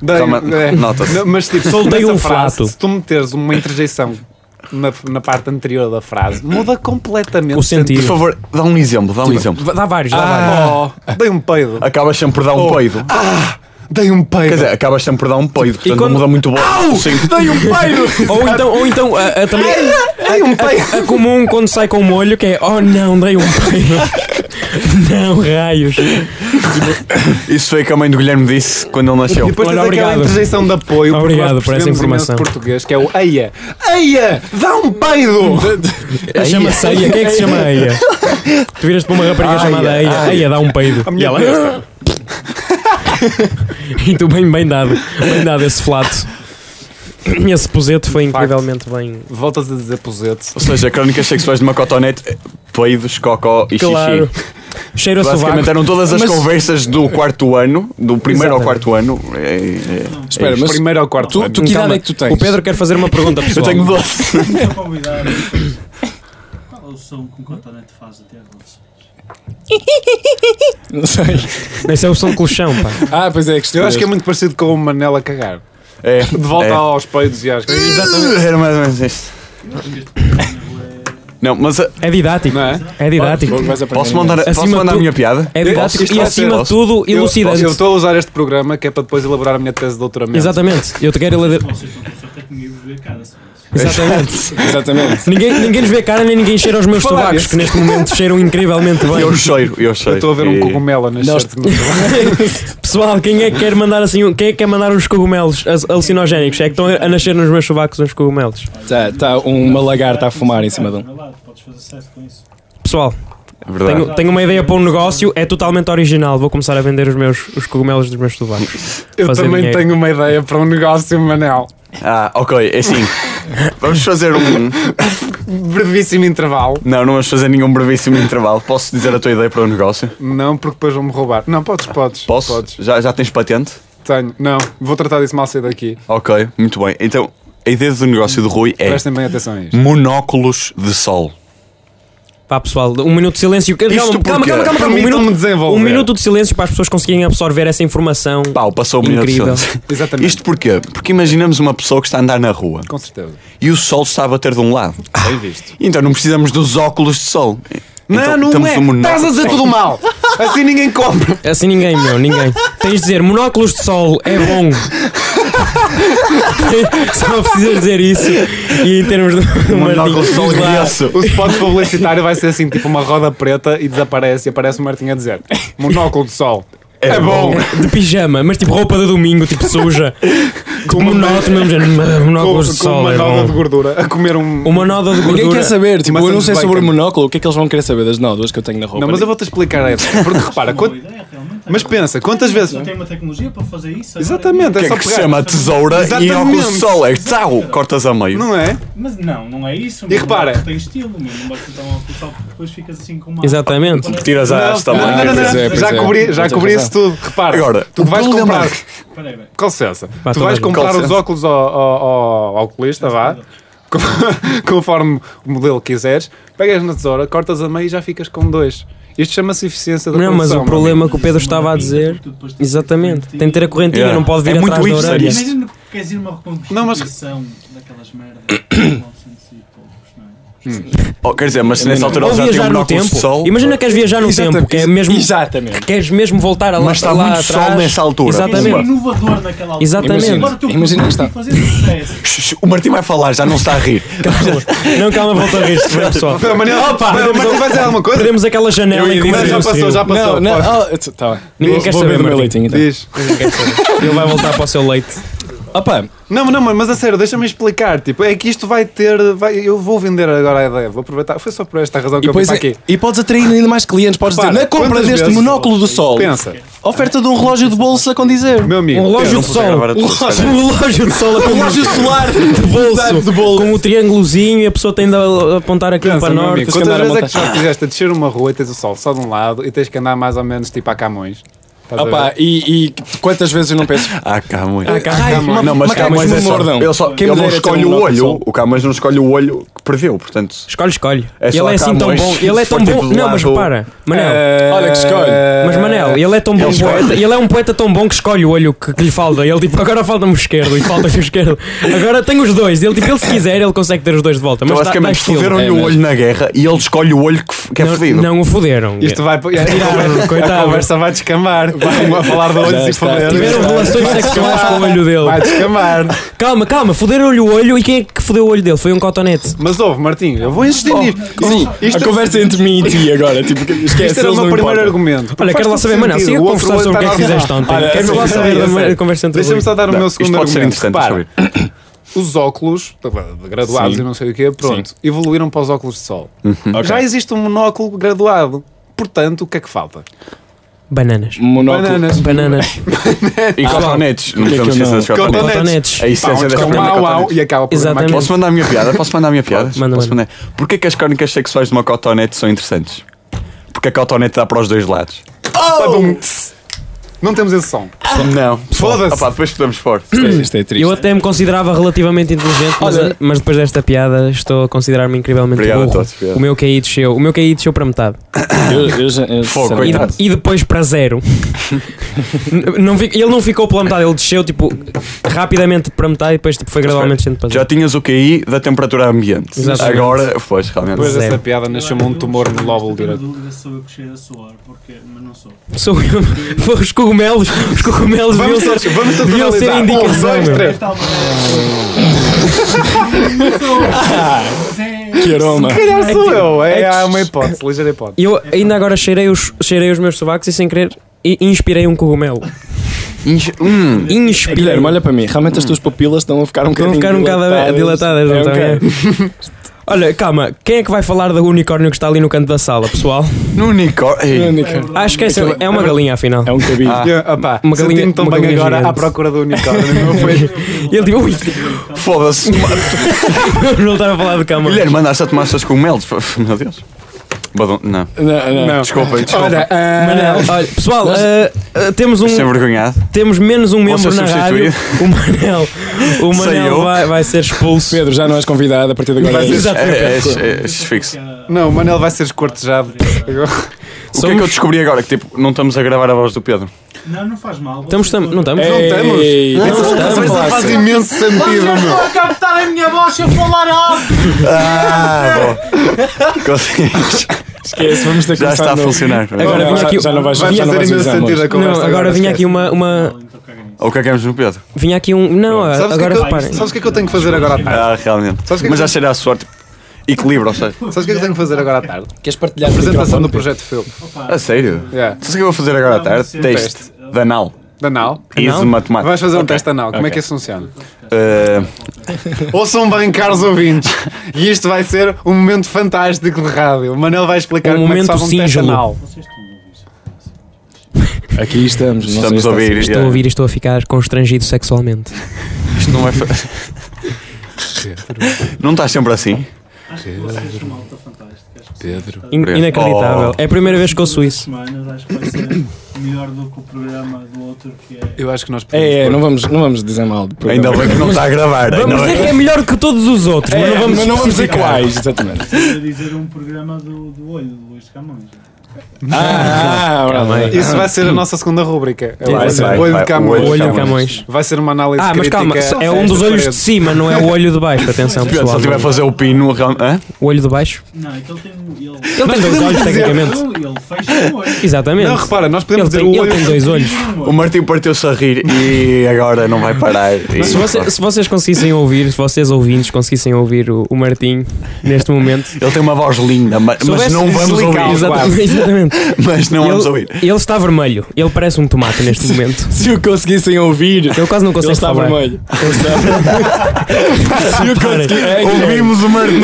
[SPEAKER 3] Dei,
[SPEAKER 4] Calma,
[SPEAKER 3] é.
[SPEAKER 4] nota-se.
[SPEAKER 3] Não, Mas tipo,
[SPEAKER 1] Soltei
[SPEAKER 3] nessa
[SPEAKER 1] um
[SPEAKER 3] frase,
[SPEAKER 1] fato.
[SPEAKER 3] se tu meteres uma interjeição na, na parte anterior da frase, muda completamente
[SPEAKER 1] O
[SPEAKER 4] Por
[SPEAKER 1] sentido.
[SPEAKER 4] favor, dá um exemplo, dá um exemplo.
[SPEAKER 1] Dá vários, dá vários.
[SPEAKER 3] Ah, dei um peido.
[SPEAKER 4] Acabas sempre por dar um peido.
[SPEAKER 3] Dei um peido.
[SPEAKER 4] Quer dizer, acabas sempre por dar um peido, portanto
[SPEAKER 1] quando-
[SPEAKER 4] não muda muito bom.
[SPEAKER 1] Dei um peido! Ou então, ou então a, a também.
[SPEAKER 3] dei um peido.
[SPEAKER 1] A comum quando sai com molho que é oh não, dei um peido. Não, raios.
[SPEAKER 4] Isso foi o que a mãe do Guilherme disse quando ele
[SPEAKER 3] E
[SPEAKER 4] nasceu.
[SPEAKER 3] depois
[SPEAKER 1] Olha,
[SPEAKER 3] tens aquela
[SPEAKER 1] obrigado.
[SPEAKER 3] interjeição de apoio porque
[SPEAKER 1] Obrigado
[SPEAKER 3] nós
[SPEAKER 1] por essa
[SPEAKER 3] percebemos imenso
[SPEAKER 1] informação.
[SPEAKER 3] português que é o Eia. Eia! Dá um peido!
[SPEAKER 1] Chama-se Eia. Quem é que se chama Eia? Tu viras para uma rapariga
[SPEAKER 3] Aia,
[SPEAKER 1] chamada Eia.
[SPEAKER 3] aia.
[SPEAKER 1] Eia dá um peido.
[SPEAKER 3] A minha
[SPEAKER 1] E ela-
[SPEAKER 3] besta.
[SPEAKER 1] E tu bem, bem dado. Bem dado esse flato. Esse poseto foi
[SPEAKER 3] Facto.
[SPEAKER 1] incrivelmente bem.
[SPEAKER 3] Voltas a dizer posete.
[SPEAKER 4] Ou seja, crónicas sexuais de uma cotonete, peidos, cocó e
[SPEAKER 1] Claro.
[SPEAKER 4] xixi.
[SPEAKER 1] Cheiro a
[SPEAKER 4] Basicamente
[SPEAKER 1] sovaco.
[SPEAKER 4] eram todas as
[SPEAKER 1] Mas-
[SPEAKER 4] conversas do quarto ano, do primeiro ao
[SPEAKER 1] Exatamente.
[SPEAKER 4] quarto ano. É- é- é
[SPEAKER 2] Espera,
[SPEAKER 4] isto.
[SPEAKER 2] mas
[SPEAKER 3] Primeiro ao quarto.
[SPEAKER 2] tu,
[SPEAKER 3] ano.
[SPEAKER 2] tu que idade
[SPEAKER 1] um Calma.
[SPEAKER 2] é que tu tens?
[SPEAKER 1] O Pedro quer fazer uma pergunta
[SPEAKER 4] Eu
[SPEAKER 1] pessoal.
[SPEAKER 4] tenho doce.
[SPEAKER 5] Estou convidado. Qual é o som que um cotonete faz até agora?
[SPEAKER 2] Não sei.
[SPEAKER 1] Esse é o som de colchão, pá.
[SPEAKER 2] Ah, pois é, que
[SPEAKER 3] Eu acho que é muito parecido com o Manela cagar.
[SPEAKER 4] É,
[SPEAKER 3] De volta
[SPEAKER 4] é.
[SPEAKER 3] aos peidos e às coisas.
[SPEAKER 4] Era mais ou menos isto. Não, mas uh,
[SPEAKER 1] É didático.
[SPEAKER 3] Não é?
[SPEAKER 1] É didático.
[SPEAKER 4] posso mandar,
[SPEAKER 1] Acima
[SPEAKER 4] posso mandar
[SPEAKER 1] de
[SPEAKER 4] a
[SPEAKER 1] tu-
[SPEAKER 4] minha piada?
[SPEAKER 1] É didático
[SPEAKER 4] Isto
[SPEAKER 1] e,
[SPEAKER 4] vai
[SPEAKER 1] acima
[SPEAKER 4] ser-
[SPEAKER 1] de tudo,
[SPEAKER 3] Eu-
[SPEAKER 1] elucidante.
[SPEAKER 3] Eu estou a usar este programa que é para depois elaborar a minha tese de doutoramento.
[SPEAKER 1] Exatamente. Eu te quero elucidar.
[SPEAKER 5] Vocês estão com sorte é que me ver cada segundo.
[SPEAKER 1] Exatamente.
[SPEAKER 2] Exatamente.
[SPEAKER 1] ninguém, ninguém nos vê a cara nem ninguém cheira aos meus
[SPEAKER 3] Falar
[SPEAKER 1] tabacos,
[SPEAKER 3] nisso.
[SPEAKER 1] que neste momento cheiram incrivelmente bem.
[SPEAKER 4] Eu cheiro, eu cheiro.
[SPEAKER 3] Eu estou a ver
[SPEAKER 4] E-
[SPEAKER 3] um cogumelo nas
[SPEAKER 2] Nós-
[SPEAKER 1] Pessoal, quem é que quer mandar assim um- Quem é que quer mandar uns cogumelos as- alucinogénicos? É que estão a nascer nos meus tabacos uns cogumelos.
[SPEAKER 2] Tá, tá uma lagarta a fumar em cima de um.
[SPEAKER 5] Podes fazer sucesso com isso.
[SPEAKER 1] Pessoal,
[SPEAKER 4] É verdade.
[SPEAKER 1] tenho, tenho uma ideia para um negócio, é totalmente original. Vou começar a vender os meus os cogumelos dos meus tabacos.
[SPEAKER 3] Eu
[SPEAKER 1] Fazer
[SPEAKER 3] também
[SPEAKER 1] dinheiro.
[SPEAKER 3] tenho uma ideia para um negócio, Manel.
[SPEAKER 4] Ah, ok, é assim. Vamos fazer um.
[SPEAKER 3] Brevíssimo intervalo.
[SPEAKER 4] Não, não vamos fazer nenhum brevíssimo intervalo. Posso dizer a tua ideia para o negócio?
[SPEAKER 3] Não, porque depois vão-me roubar. Não, podes, podes.
[SPEAKER 4] Posso?
[SPEAKER 3] Podes.
[SPEAKER 4] Já, já tens patente?
[SPEAKER 3] Tenho. Não, vou tratar disso mal sair daqui.
[SPEAKER 4] Ok, muito bem. Então, a ideia do negócio do Rui é
[SPEAKER 3] Prestem bem atenção a isto.
[SPEAKER 4] monóculos de sol.
[SPEAKER 1] Pá, pessoal, um minuto de silêncio. Calma,
[SPEAKER 4] Isto
[SPEAKER 1] calma, calma,
[SPEAKER 4] porquê?
[SPEAKER 1] calma, calma, Um
[SPEAKER 3] Permitam-me
[SPEAKER 1] minuto,
[SPEAKER 3] desenvolver.
[SPEAKER 1] um minuto de silêncio para as pessoas conseguirem absorver essa informação.
[SPEAKER 4] Pau, passou o minuto de
[SPEAKER 1] Incrível.
[SPEAKER 4] silêncio.
[SPEAKER 3] Exatamente.
[SPEAKER 4] Isto porquê? Porque imaginamos uma pessoa que está a andar na rua
[SPEAKER 3] Com certeza.
[SPEAKER 4] e o sol está a bater de um lado.
[SPEAKER 3] Bem visto.
[SPEAKER 4] Então não precisamos dos óculos de sol. Então,
[SPEAKER 3] não, não
[SPEAKER 4] temos
[SPEAKER 3] é.
[SPEAKER 4] um monóculo-
[SPEAKER 3] Estás a dizer tudo mal. Assim ninguém compra.
[SPEAKER 1] Assim ninguém, meu, ninguém. Tens de dizer monóculos de sol é bom. Só precisas dizer isso. E em termos de um
[SPEAKER 4] Monóculos de sol é
[SPEAKER 1] diz lá,
[SPEAKER 4] grosso.
[SPEAKER 3] O spot publicitário vai ser assim, tipo uma roda preta e desaparece e aparece o Martim a dizer monóculo de sol. É, bom.
[SPEAKER 1] de pijama, mas tipo roupa de domingo, tipo suja. Com
[SPEAKER 3] uma-
[SPEAKER 1] monótono, mesmo género.
[SPEAKER 3] Com,
[SPEAKER 1] Monóculos de
[SPEAKER 3] com
[SPEAKER 1] sol
[SPEAKER 3] uma
[SPEAKER 1] é
[SPEAKER 3] nódoa de
[SPEAKER 1] bom.
[SPEAKER 3] gordura a comer um...
[SPEAKER 1] Uma nódoa de
[SPEAKER 2] Ninguém
[SPEAKER 1] gordura.
[SPEAKER 2] quer saber, tipo,
[SPEAKER 3] Mas
[SPEAKER 2] eu não
[SPEAKER 3] estamos
[SPEAKER 2] sei
[SPEAKER 3] bem,
[SPEAKER 2] sobre o
[SPEAKER 3] cara.
[SPEAKER 2] monóculo, o que é que eles vão querer saber das nódoas que eu tenho na roupa?
[SPEAKER 3] Não, mas eu vou-te explicar a ideia. Porque repara,
[SPEAKER 5] Boa
[SPEAKER 3] quant-
[SPEAKER 5] ideia, realmente.
[SPEAKER 3] mas pensa, quantas vezes...
[SPEAKER 5] Já tem uma tecnologia para fazer isso? agora.
[SPEAKER 3] Exatamente,
[SPEAKER 4] O que
[SPEAKER 3] é
[SPEAKER 4] é
[SPEAKER 3] só
[SPEAKER 4] que se
[SPEAKER 3] pegar.
[SPEAKER 4] chama tesoura
[SPEAKER 3] Exatamente.
[SPEAKER 4] e óculos de sol? É tau, cortas a meio.
[SPEAKER 3] Não é?
[SPEAKER 5] Mas não, não é isso.
[SPEAKER 3] E repara.
[SPEAKER 5] Não tem estilo, meu. Não basta dar um óculos só porque depois ficas assim com uma.
[SPEAKER 1] Exatamente.
[SPEAKER 4] Tiras a haste
[SPEAKER 3] Não,
[SPEAKER 4] também.
[SPEAKER 3] não, não, não,
[SPEAKER 2] Pois é, pois
[SPEAKER 3] Já
[SPEAKER 2] é.
[SPEAKER 3] cobri, já
[SPEAKER 2] Tens
[SPEAKER 3] cobri
[SPEAKER 2] razão.
[SPEAKER 3] isso tudo. Repara,
[SPEAKER 4] Agora,
[SPEAKER 3] tu
[SPEAKER 4] o
[SPEAKER 3] vais
[SPEAKER 4] problema-
[SPEAKER 3] comprar...
[SPEAKER 5] Espera aí, bem.
[SPEAKER 3] Com licença.
[SPEAKER 1] Pá,
[SPEAKER 3] tu
[SPEAKER 1] tá
[SPEAKER 3] vais
[SPEAKER 1] bem.
[SPEAKER 3] comprar
[SPEAKER 4] Com
[SPEAKER 3] os
[SPEAKER 4] licença.
[SPEAKER 3] óculos ao, ao- ao- ao oculista, vá. com- Conforme o modelo que quiseres, pegas na tesoura, cortas a meio e já ficas com dois. Isto chama-se eficiência da
[SPEAKER 1] Não, mas
[SPEAKER 3] produção,
[SPEAKER 1] o
[SPEAKER 3] meu
[SPEAKER 1] problema que o Pedro estava a dizer. Exatamente. Tem de ter a correntinha,
[SPEAKER 4] Yeah.
[SPEAKER 1] não pode vir
[SPEAKER 4] É muito
[SPEAKER 1] atrás da
[SPEAKER 4] hipster
[SPEAKER 1] orelha.
[SPEAKER 4] isto.
[SPEAKER 5] Imagina que queres ir uma reconstrução
[SPEAKER 3] Não,
[SPEAKER 5] não,
[SPEAKER 3] mas-
[SPEAKER 5] daquelas merdas de 1900 e poucos, não é?
[SPEAKER 4] Oh, quer dizer, mas se nessa altura
[SPEAKER 1] Ou
[SPEAKER 4] ele já tem
[SPEAKER 1] viajar
[SPEAKER 4] um
[SPEAKER 1] no
[SPEAKER 4] óculos de
[SPEAKER 1] tempo.
[SPEAKER 4] sol.
[SPEAKER 1] Imagina que queres viajar no
[SPEAKER 2] Exatamente.
[SPEAKER 1] tempo, que é mesmo.
[SPEAKER 2] Exatamente.
[SPEAKER 1] Queres mesmo voltar a lá,
[SPEAKER 4] Mas está
[SPEAKER 1] lá
[SPEAKER 4] muito
[SPEAKER 1] atrás.
[SPEAKER 4] sol nessa altura.
[SPEAKER 5] Queres ser
[SPEAKER 1] Exatamente.
[SPEAKER 5] inovador naquela altura.
[SPEAKER 1] Exatamente.
[SPEAKER 5] Agora o teu
[SPEAKER 2] Imagina que
[SPEAKER 5] produto
[SPEAKER 2] está-
[SPEAKER 5] tem de fazer sucesso. é?
[SPEAKER 4] Shhh, O Martim vai falar, já não está a rir.
[SPEAKER 1] Não, calma, volta a rir pessoal.
[SPEAKER 3] Não, Manel,
[SPEAKER 1] Opa,
[SPEAKER 3] Manel,
[SPEAKER 1] perdemos,
[SPEAKER 3] Martim, vai dizer alguma coisa?
[SPEAKER 1] perdemos aquela janela
[SPEAKER 2] Eu ia
[SPEAKER 1] em que o
[SPEAKER 2] dizer,
[SPEAKER 3] Mas já
[SPEAKER 1] Martim
[SPEAKER 3] passou,
[SPEAKER 1] saiu.
[SPEAKER 3] já
[SPEAKER 2] Não,
[SPEAKER 3] passou.
[SPEAKER 2] não,
[SPEAKER 3] pode.
[SPEAKER 2] ah, t- tá bem.
[SPEAKER 1] Ninguém
[SPEAKER 2] Vou-
[SPEAKER 1] quer
[SPEAKER 2] vou
[SPEAKER 1] saber,
[SPEAKER 2] beber o meu
[SPEAKER 1] Martim.
[SPEAKER 2] leitinho então.
[SPEAKER 3] Diz.
[SPEAKER 1] Ele vai voltar para o seu leite.
[SPEAKER 2] Opa,
[SPEAKER 3] Não, mas não, mas- mas a sério, deixa-me explicar. Tipo, é que isto vai ter. vai- eu vou vender agora a ideia, vou aproveitar. Foi só por esta razão que
[SPEAKER 2] e,
[SPEAKER 3] eu vim
[SPEAKER 1] é,
[SPEAKER 2] depois,
[SPEAKER 3] para aqui.
[SPEAKER 2] e podes atrair ainda mais clientes, podes
[SPEAKER 3] Repara,
[SPEAKER 2] dizer, na compra
[SPEAKER 3] quantas
[SPEAKER 2] deste
[SPEAKER 3] vezes-
[SPEAKER 2] monóculo do sol,
[SPEAKER 3] Pensa,
[SPEAKER 2] oferta de um relógio de bolsa com dizer.
[SPEAKER 3] meu amigo.
[SPEAKER 1] Um relógio
[SPEAKER 4] não
[SPEAKER 1] de
[SPEAKER 4] vou
[SPEAKER 1] sol.
[SPEAKER 4] gravar a tua, se calhar.
[SPEAKER 1] Um relógio de sol.
[SPEAKER 2] Um relógio solar
[SPEAKER 1] de bolso.
[SPEAKER 2] Exato, de bolso.
[SPEAKER 1] Com o triângulozinho e a pessoa tem de a- apontar aquilo
[SPEAKER 3] Pensa,
[SPEAKER 1] para
[SPEAKER 3] meu
[SPEAKER 1] norte.
[SPEAKER 3] amigo,
[SPEAKER 2] tens que
[SPEAKER 3] quantas
[SPEAKER 2] andar a
[SPEAKER 3] vezes é que
[SPEAKER 2] montar.
[SPEAKER 3] já fizeste a descer uma rua e tens o sol só de um lado e tens que andar mais ou menos tipo a Camões? Estás a
[SPEAKER 2] Opa,
[SPEAKER 3] ver?
[SPEAKER 2] e, e quantas vezes eu não penso,
[SPEAKER 4] Ah, Camões.
[SPEAKER 2] Ai, uma-
[SPEAKER 4] Não, mas
[SPEAKER 2] uma
[SPEAKER 4] Camões
[SPEAKER 3] um
[SPEAKER 2] me
[SPEAKER 4] é só.
[SPEAKER 2] mordam.
[SPEAKER 4] Ele, só,
[SPEAKER 2] Quem
[SPEAKER 4] ele
[SPEAKER 2] me
[SPEAKER 4] não
[SPEAKER 2] dera ter
[SPEAKER 4] escolhe
[SPEAKER 2] um
[SPEAKER 4] o
[SPEAKER 2] monóculo de
[SPEAKER 4] olho.
[SPEAKER 2] sol.
[SPEAKER 4] O Camões não escolhe o olho que perdeu, portanto.
[SPEAKER 1] Escolhe, escolhe.
[SPEAKER 4] É só
[SPEAKER 1] ele é assim tão
[SPEAKER 4] Camões.
[SPEAKER 1] bom. Ele é tão
[SPEAKER 4] Partir
[SPEAKER 1] bom.
[SPEAKER 4] do
[SPEAKER 1] Não, mas
[SPEAKER 4] lado-
[SPEAKER 1] repara. Manel.
[SPEAKER 3] É, Eh,
[SPEAKER 2] Olha que escolhe.
[SPEAKER 1] Mas Manel, ele é tão bom
[SPEAKER 4] Ele
[SPEAKER 1] poeta,
[SPEAKER 4] escolhe.
[SPEAKER 1] ele é um poeta tão bom que escolhe o olho que, que lhe falta. Ele tipo, agora falta-me o esquerdo e falta-lhe o esquerdo. Agora tem os dois. Ele tipo, ele se quiser, ele consegue ter os dois de volta. Mas
[SPEAKER 4] Então,
[SPEAKER 1] está tá
[SPEAKER 4] basicamente,
[SPEAKER 1] estilo.
[SPEAKER 4] foderam-lhe
[SPEAKER 2] É
[SPEAKER 4] o
[SPEAKER 2] mesmo.
[SPEAKER 4] olho na guerra e ele escolhe o olho que, f- que é fodido.
[SPEAKER 1] não, não o foderam.
[SPEAKER 3] Isto vai.
[SPEAKER 1] Tiraram,
[SPEAKER 3] A
[SPEAKER 1] coitado.
[SPEAKER 3] conversa vai descambar. Vai a falar de olhos
[SPEAKER 2] Já
[SPEAKER 3] e
[SPEAKER 2] está.
[SPEAKER 3] foder.
[SPEAKER 1] Tiveram relações sexuais com o olho dele.
[SPEAKER 3] Vai descambar.
[SPEAKER 1] Calma, calma, foderam-lhe o olho e quem é que fodeu o olho dele? Foi um cotonete.
[SPEAKER 3] Mas Mas ouve, Martim, eu vou insistir nisso.
[SPEAKER 2] Sim, é-
[SPEAKER 3] isto-
[SPEAKER 2] a conversa entre mim e ti agora, tipo, que- esquece,
[SPEAKER 3] Este era o
[SPEAKER 2] eles
[SPEAKER 3] meu
[SPEAKER 2] não
[SPEAKER 3] primeiro
[SPEAKER 2] importam.
[SPEAKER 3] argumento.
[SPEAKER 1] Olha, quero lá saber, Manel, siga a conversar
[SPEAKER 3] tá
[SPEAKER 1] sobre o que é que fizeste ontem.
[SPEAKER 2] Olha,
[SPEAKER 1] Quero lá
[SPEAKER 2] sim,
[SPEAKER 1] saber
[SPEAKER 2] sim,
[SPEAKER 1] da
[SPEAKER 2] sim.
[SPEAKER 1] ma- conversa entre
[SPEAKER 3] é Deixa-me
[SPEAKER 1] os
[SPEAKER 3] só dar é o meu
[SPEAKER 4] Isto
[SPEAKER 3] segundo
[SPEAKER 4] pode ser
[SPEAKER 3] argumento.
[SPEAKER 4] interessante, deixa eu
[SPEAKER 3] Repara,
[SPEAKER 4] ver.
[SPEAKER 3] os óculos, graduados
[SPEAKER 2] Sim.
[SPEAKER 3] e não sei o quê, pronto, evoluíram para os óculos de sol.
[SPEAKER 1] Uhum.
[SPEAKER 2] Ok.
[SPEAKER 3] Já existe um monóculo graduado. Portanto, o que é que falta?
[SPEAKER 1] Bananas.
[SPEAKER 2] Monóculo.
[SPEAKER 3] Bananas.
[SPEAKER 1] Bananas.
[SPEAKER 4] E cotonetes. Não
[SPEAKER 2] que é
[SPEAKER 4] podemos
[SPEAKER 2] que eu
[SPEAKER 4] esquecer das
[SPEAKER 2] não-
[SPEAKER 4] cotonetes.
[SPEAKER 1] Cotonetes.
[SPEAKER 4] A essência desta
[SPEAKER 3] Pau, é
[SPEAKER 1] é
[SPEAKER 4] primeira
[SPEAKER 3] au, au,
[SPEAKER 4] cotonete.
[SPEAKER 3] um e acaba o programa
[SPEAKER 1] Exatamente.
[SPEAKER 3] aqui.
[SPEAKER 4] Posso mandar a minha piada? Posso mandar a minha piada?
[SPEAKER 1] manda,
[SPEAKER 4] Posso
[SPEAKER 1] manda.
[SPEAKER 4] mandar. Porquê que as crónicas sexuais de uma cotonete são interessantes? Porque a cotonete dá para os dois lados.
[SPEAKER 3] Não temos esse som.
[SPEAKER 4] Não.
[SPEAKER 3] Foda-se.
[SPEAKER 4] Opa, depois podemos pôr.
[SPEAKER 2] Isto é triste.
[SPEAKER 1] Eu até me considerava relativamente inteligente, mas, eh,
[SPEAKER 4] Olha-
[SPEAKER 1] mas depois desta piada estou a considerar-me incrivelmente
[SPEAKER 4] Obrigado a
[SPEAKER 1] burro.
[SPEAKER 4] todos, obrigado.
[SPEAKER 1] o meu QI desceu. O meu QI desceu para metade.
[SPEAKER 2] Eu, eu já. Eu,
[SPEAKER 4] Fogo,
[SPEAKER 1] E,
[SPEAKER 2] sinceramente,
[SPEAKER 4] coitado.
[SPEAKER 1] e depois para zero. N- não fi- ele não ficou pela metade, ele desceu tipo rapidamente para metade e depois tipo, foi gradualmente descendo para
[SPEAKER 4] Já
[SPEAKER 1] zero.
[SPEAKER 4] tinhas o QI da temperatura ambiente.
[SPEAKER 1] Exatamente.
[SPEAKER 4] Agora, pois, realmente.
[SPEAKER 3] Depois
[SPEAKER 1] Zero.
[SPEAKER 3] dessa piada nasceu-me um tumor no lóbulo
[SPEAKER 5] direito.
[SPEAKER 3] direito.
[SPEAKER 5] é dúvida sou eu que cheio a suar, porque, mas não sou.
[SPEAKER 1] Sou eu. Foi Os cogumelos, os cogumelos
[SPEAKER 3] Vamos
[SPEAKER 1] deviam
[SPEAKER 3] todos,
[SPEAKER 1] ser,
[SPEAKER 3] vamos todos
[SPEAKER 1] deviam ser
[SPEAKER 3] analisar. Um,
[SPEAKER 1] indicação.
[SPEAKER 3] dois,
[SPEAKER 1] meu.
[SPEAKER 3] três.
[SPEAKER 5] Tal,
[SPEAKER 2] Que aroma.
[SPEAKER 3] Calhar sou eu. É,
[SPEAKER 1] é que-
[SPEAKER 3] há uma hipótese, ligeira hipótese.
[SPEAKER 1] Eu ainda agora cheirei os, cheirei os meus sovacos e sem querer i- inspirei um cogumelo.
[SPEAKER 4] Inge- Hum.
[SPEAKER 1] Inspirei.
[SPEAKER 2] Guilherme, olha para mim, realmente as tuas papilas estão a ficar um
[SPEAKER 1] Estão a
[SPEAKER 2] bocadinho.
[SPEAKER 1] ficar um bocado dilatadas, não
[SPEAKER 2] É um
[SPEAKER 1] estão? é?
[SPEAKER 2] bocado.
[SPEAKER 1] Olha, calma, quem é que vai falar do unicórnio que está ali no canto da sala, pessoal?
[SPEAKER 2] É
[SPEAKER 4] No
[SPEAKER 2] um
[SPEAKER 4] unicórnio.
[SPEAKER 2] unicórnio.
[SPEAKER 1] Acho que essa é uma galinha, afinal.
[SPEAKER 2] É um cabinho.
[SPEAKER 4] Ah.
[SPEAKER 3] Eu, opá,
[SPEAKER 1] Uma galinha-
[SPEAKER 3] senti-me tão
[SPEAKER 1] uma
[SPEAKER 3] bem
[SPEAKER 1] galinha
[SPEAKER 3] agora
[SPEAKER 1] gigante.
[SPEAKER 3] à procura do unicórnio. Não foi?
[SPEAKER 1] Ele tipo, ui,
[SPEAKER 4] Foda-se.
[SPEAKER 1] não estava a falar de cama.
[SPEAKER 4] Guilherme, mandaste a tomar estas com mel. Meu Deus. Badum. Não.
[SPEAKER 2] Não, não. eh,
[SPEAKER 3] Não.
[SPEAKER 4] Desculpem, desculpem.
[SPEAKER 3] Ora, ah,
[SPEAKER 1] Manel, olha, pessoal, ah, ah, temos, um,
[SPEAKER 4] Sem vergonhado.
[SPEAKER 1] temos menos um membro
[SPEAKER 4] é ser
[SPEAKER 1] na rádio. O Manel, o Manel
[SPEAKER 4] Saiu.
[SPEAKER 1] vai, vai ser expulso.
[SPEAKER 2] Pedro, já não és convidado a partir de agora.
[SPEAKER 1] Vai ser-
[SPEAKER 2] és-
[SPEAKER 1] Exato,
[SPEAKER 4] É, é, é,
[SPEAKER 1] Pedro.
[SPEAKER 4] é, é fixo.
[SPEAKER 3] não, o Manel vai ser escortejado.
[SPEAKER 4] O que é que eu descobri agora? Que tipo, não estamos a gravar a voz do Pedro.
[SPEAKER 5] Não, não faz mal.
[SPEAKER 1] Então Estamos, tam- não estamos?
[SPEAKER 2] Ei,
[SPEAKER 3] estamos.
[SPEAKER 2] não
[SPEAKER 1] estamos.
[SPEAKER 2] estamos.
[SPEAKER 3] Mas isso faz imenso sentido,
[SPEAKER 5] Eu
[SPEAKER 3] meu.
[SPEAKER 5] estou a captar a minha voz a falar alto.
[SPEAKER 4] Ah, bom. Consegues.
[SPEAKER 2] Esquece, vamos ter que
[SPEAKER 4] Já
[SPEAKER 2] começar
[SPEAKER 4] está a
[SPEAKER 2] de novo.
[SPEAKER 4] funcionar.
[SPEAKER 1] Agora
[SPEAKER 2] Não,
[SPEAKER 1] vinha
[SPEAKER 2] já-
[SPEAKER 1] aqui-
[SPEAKER 2] Já não vais
[SPEAKER 3] Vai
[SPEAKER 2] já não
[SPEAKER 3] fazer
[SPEAKER 2] vais
[SPEAKER 3] imenso
[SPEAKER 2] usar mais.
[SPEAKER 3] sentido a
[SPEAKER 1] Não,
[SPEAKER 3] conversa.
[SPEAKER 1] agora vinha aqui uma, uma.
[SPEAKER 5] Então caga nisso.
[SPEAKER 4] Ou o que é que é mesmo, Pedro?
[SPEAKER 1] Vinha aqui um. Não,
[SPEAKER 3] Sabes o que é
[SPEAKER 1] agora
[SPEAKER 3] que eu-
[SPEAKER 1] reparem.
[SPEAKER 3] Sabes o que é que eu tenho que fazer agora à tarde?
[SPEAKER 4] Ah, realmente.
[SPEAKER 3] Sabes o que é que
[SPEAKER 4] Mas já
[SPEAKER 3] eu-
[SPEAKER 4] cheira a sorte. Equilíbrio, ou seja.
[SPEAKER 3] Sabes o que é que eu tenho que fazer agora à tarde?
[SPEAKER 2] Queres partilhar
[SPEAKER 3] Apresentação do projeto Phil.
[SPEAKER 4] A sério?
[SPEAKER 3] Yeah.
[SPEAKER 4] Sabes o que eu vou fazer agora à tarde?
[SPEAKER 5] Um
[SPEAKER 4] Teste de anal.
[SPEAKER 3] Da Now.
[SPEAKER 4] E de matemática.
[SPEAKER 3] Vais fazer um teste anal. Como é que isso funciona?
[SPEAKER 4] Eh,
[SPEAKER 3] Ouçam bem, caros ouvintes. E isto vai ser um momento fantástico de rádio. O Manel vai explicar
[SPEAKER 1] Um
[SPEAKER 3] como é que se
[SPEAKER 1] momento
[SPEAKER 3] faz um teste
[SPEAKER 1] síngulo.
[SPEAKER 3] anal.
[SPEAKER 5] Vocês estão a ouvir isso?
[SPEAKER 2] Aqui estamos. não sei
[SPEAKER 4] Estamos
[SPEAKER 2] se
[SPEAKER 4] a
[SPEAKER 2] está
[SPEAKER 4] ouvir.
[SPEAKER 1] Estou a
[SPEAKER 4] yeah.
[SPEAKER 1] ouvir e estou a ficar constrangido sexualmente.
[SPEAKER 4] Isto não é. fa- não estás sempre assim?
[SPEAKER 5] Acho que vocês são uma alta fantástica. Acho que
[SPEAKER 2] Pedro.
[SPEAKER 1] In-
[SPEAKER 4] Obrigado.
[SPEAKER 1] inacreditável.
[SPEAKER 4] Oh.
[SPEAKER 1] É a primeira vez que eu
[SPEAKER 5] são
[SPEAKER 1] sou
[SPEAKER 5] duas
[SPEAKER 1] isso.
[SPEAKER 5] semanas, acho que vai ser melhor do que o programa do outro que é.
[SPEAKER 3] Eu acho que nós
[SPEAKER 2] É, é, não vamos, não vamos dizer mal. do
[SPEAKER 4] Ainda
[SPEAKER 2] programa.
[SPEAKER 4] bem que não está a gravar.
[SPEAKER 1] Vamos
[SPEAKER 4] ainda bem.
[SPEAKER 1] dizer que é melhor que todos os outros, mas não vamos
[SPEAKER 2] É, Mas não vamos dizer
[SPEAKER 1] especificar.
[SPEAKER 2] quais, exatamente.
[SPEAKER 5] Quer dizer um programa do, do olho do Luís de Camões. é?
[SPEAKER 2] Ah,
[SPEAKER 1] Calma aí.
[SPEAKER 3] Isso vai ser a nossa segunda rúbrica. Eu
[SPEAKER 1] Vai,
[SPEAKER 3] acho.
[SPEAKER 4] vai,
[SPEAKER 3] olho
[SPEAKER 4] vai.
[SPEAKER 3] de Camões.
[SPEAKER 1] O olho de
[SPEAKER 4] Camões.
[SPEAKER 1] Camões.
[SPEAKER 3] Vai ser uma análise
[SPEAKER 1] Ah, mas
[SPEAKER 3] crítica.
[SPEAKER 1] calma, só- é um dos
[SPEAKER 3] desta
[SPEAKER 1] olhos de
[SPEAKER 3] parede.
[SPEAKER 1] cima, não é o olho de baixo. Atenção,
[SPEAKER 4] Se
[SPEAKER 1] pessoal.
[SPEAKER 4] ele tiver a fazer o pino, realmente. Hã?
[SPEAKER 1] O olho de baixo.
[SPEAKER 5] Não, é que ele tem. Ele,
[SPEAKER 1] Ele tem dois
[SPEAKER 3] podemos
[SPEAKER 1] olhos,
[SPEAKER 3] dizer-
[SPEAKER 1] tecnicamente.
[SPEAKER 5] Não, ele fecha o olho.
[SPEAKER 1] Exatamente.
[SPEAKER 3] Não, repara, nós podemos
[SPEAKER 1] Ele
[SPEAKER 3] dizer
[SPEAKER 1] tem,
[SPEAKER 3] o
[SPEAKER 1] ele
[SPEAKER 3] olho.
[SPEAKER 1] tem dois olhos.
[SPEAKER 4] O Martim partiu-se a rir e agora não vai parar. E-
[SPEAKER 1] Se, você- se vocês conseguissem ouvir, se vocês ouvintes conseguissem ouvir o, o Martim neste momento.
[SPEAKER 4] Ele tem uma voz linda, ma- mas,
[SPEAKER 1] se houvesse-
[SPEAKER 4] não vamos
[SPEAKER 1] Exatamente, Exatamente.
[SPEAKER 4] ouvir.
[SPEAKER 1] exatamente.
[SPEAKER 4] Mas não vamos ouvir.
[SPEAKER 1] Ele, ele está vermelho. Ele parece um tomate neste momento.
[SPEAKER 2] Se o conseguissem ouvir,
[SPEAKER 1] Eu quase não
[SPEAKER 2] ele
[SPEAKER 1] consigo
[SPEAKER 2] está
[SPEAKER 1] falar.
[SPEAKER 2] vermelho. Ele está Se o consegui- é, Guilherme.
[SPEAKER 4] Ouvimos o Martim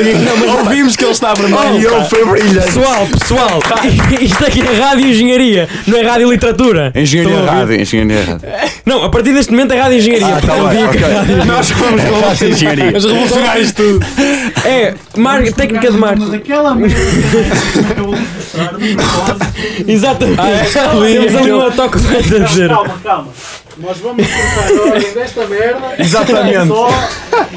[SPEAKER 2] Ouvimos que ele está
[SPEAKER 4] e
[SPEAKER 2] vermelho.
[SPEAKER 4] ele foi brilhante.
[SPEAKER 1] Pessoal, pessoal, isto aqui é rádio engenharia, não é rádio literatura.
[SPEAKER 4] Engenharia
[SPEAKER 1] Estão a ouvir?
[SPEAKER 4] errada, engenharia errada.
[SPEAKER 1] Não, a partir deste momento é rádio engenharia.
[SPEAKER 4] Ah, tá
[SPEAKER 1] Portanto,
[SPEAKER 4] bem,
[SPEAKER 1] diga que
[SPEAKER 4] ok.
[SPEAKER 1] é rádio-
[SPEAKER 3] Nós vamos assim.
[SPEAKER 4] Faça engenharia.
[SPEAKER 2] Mas revolucionar isto tudo.
[SPEAKER 1] É, mar- técnica de
[SPEAKER 5] Marco.
[SPEAKER 1] marketing.
[SPEAKER 5] Daquela merda que acabou de mostrar, não pode.
[SPEAKER 1] Exatamente. Temos ali uma toca para dizer.
[SPEAKER 5] Calma, calma. Nós vamos cortar a ordem desta merda.
[SPEAKER 4] Exatamente.
[SPEAKER 5] Só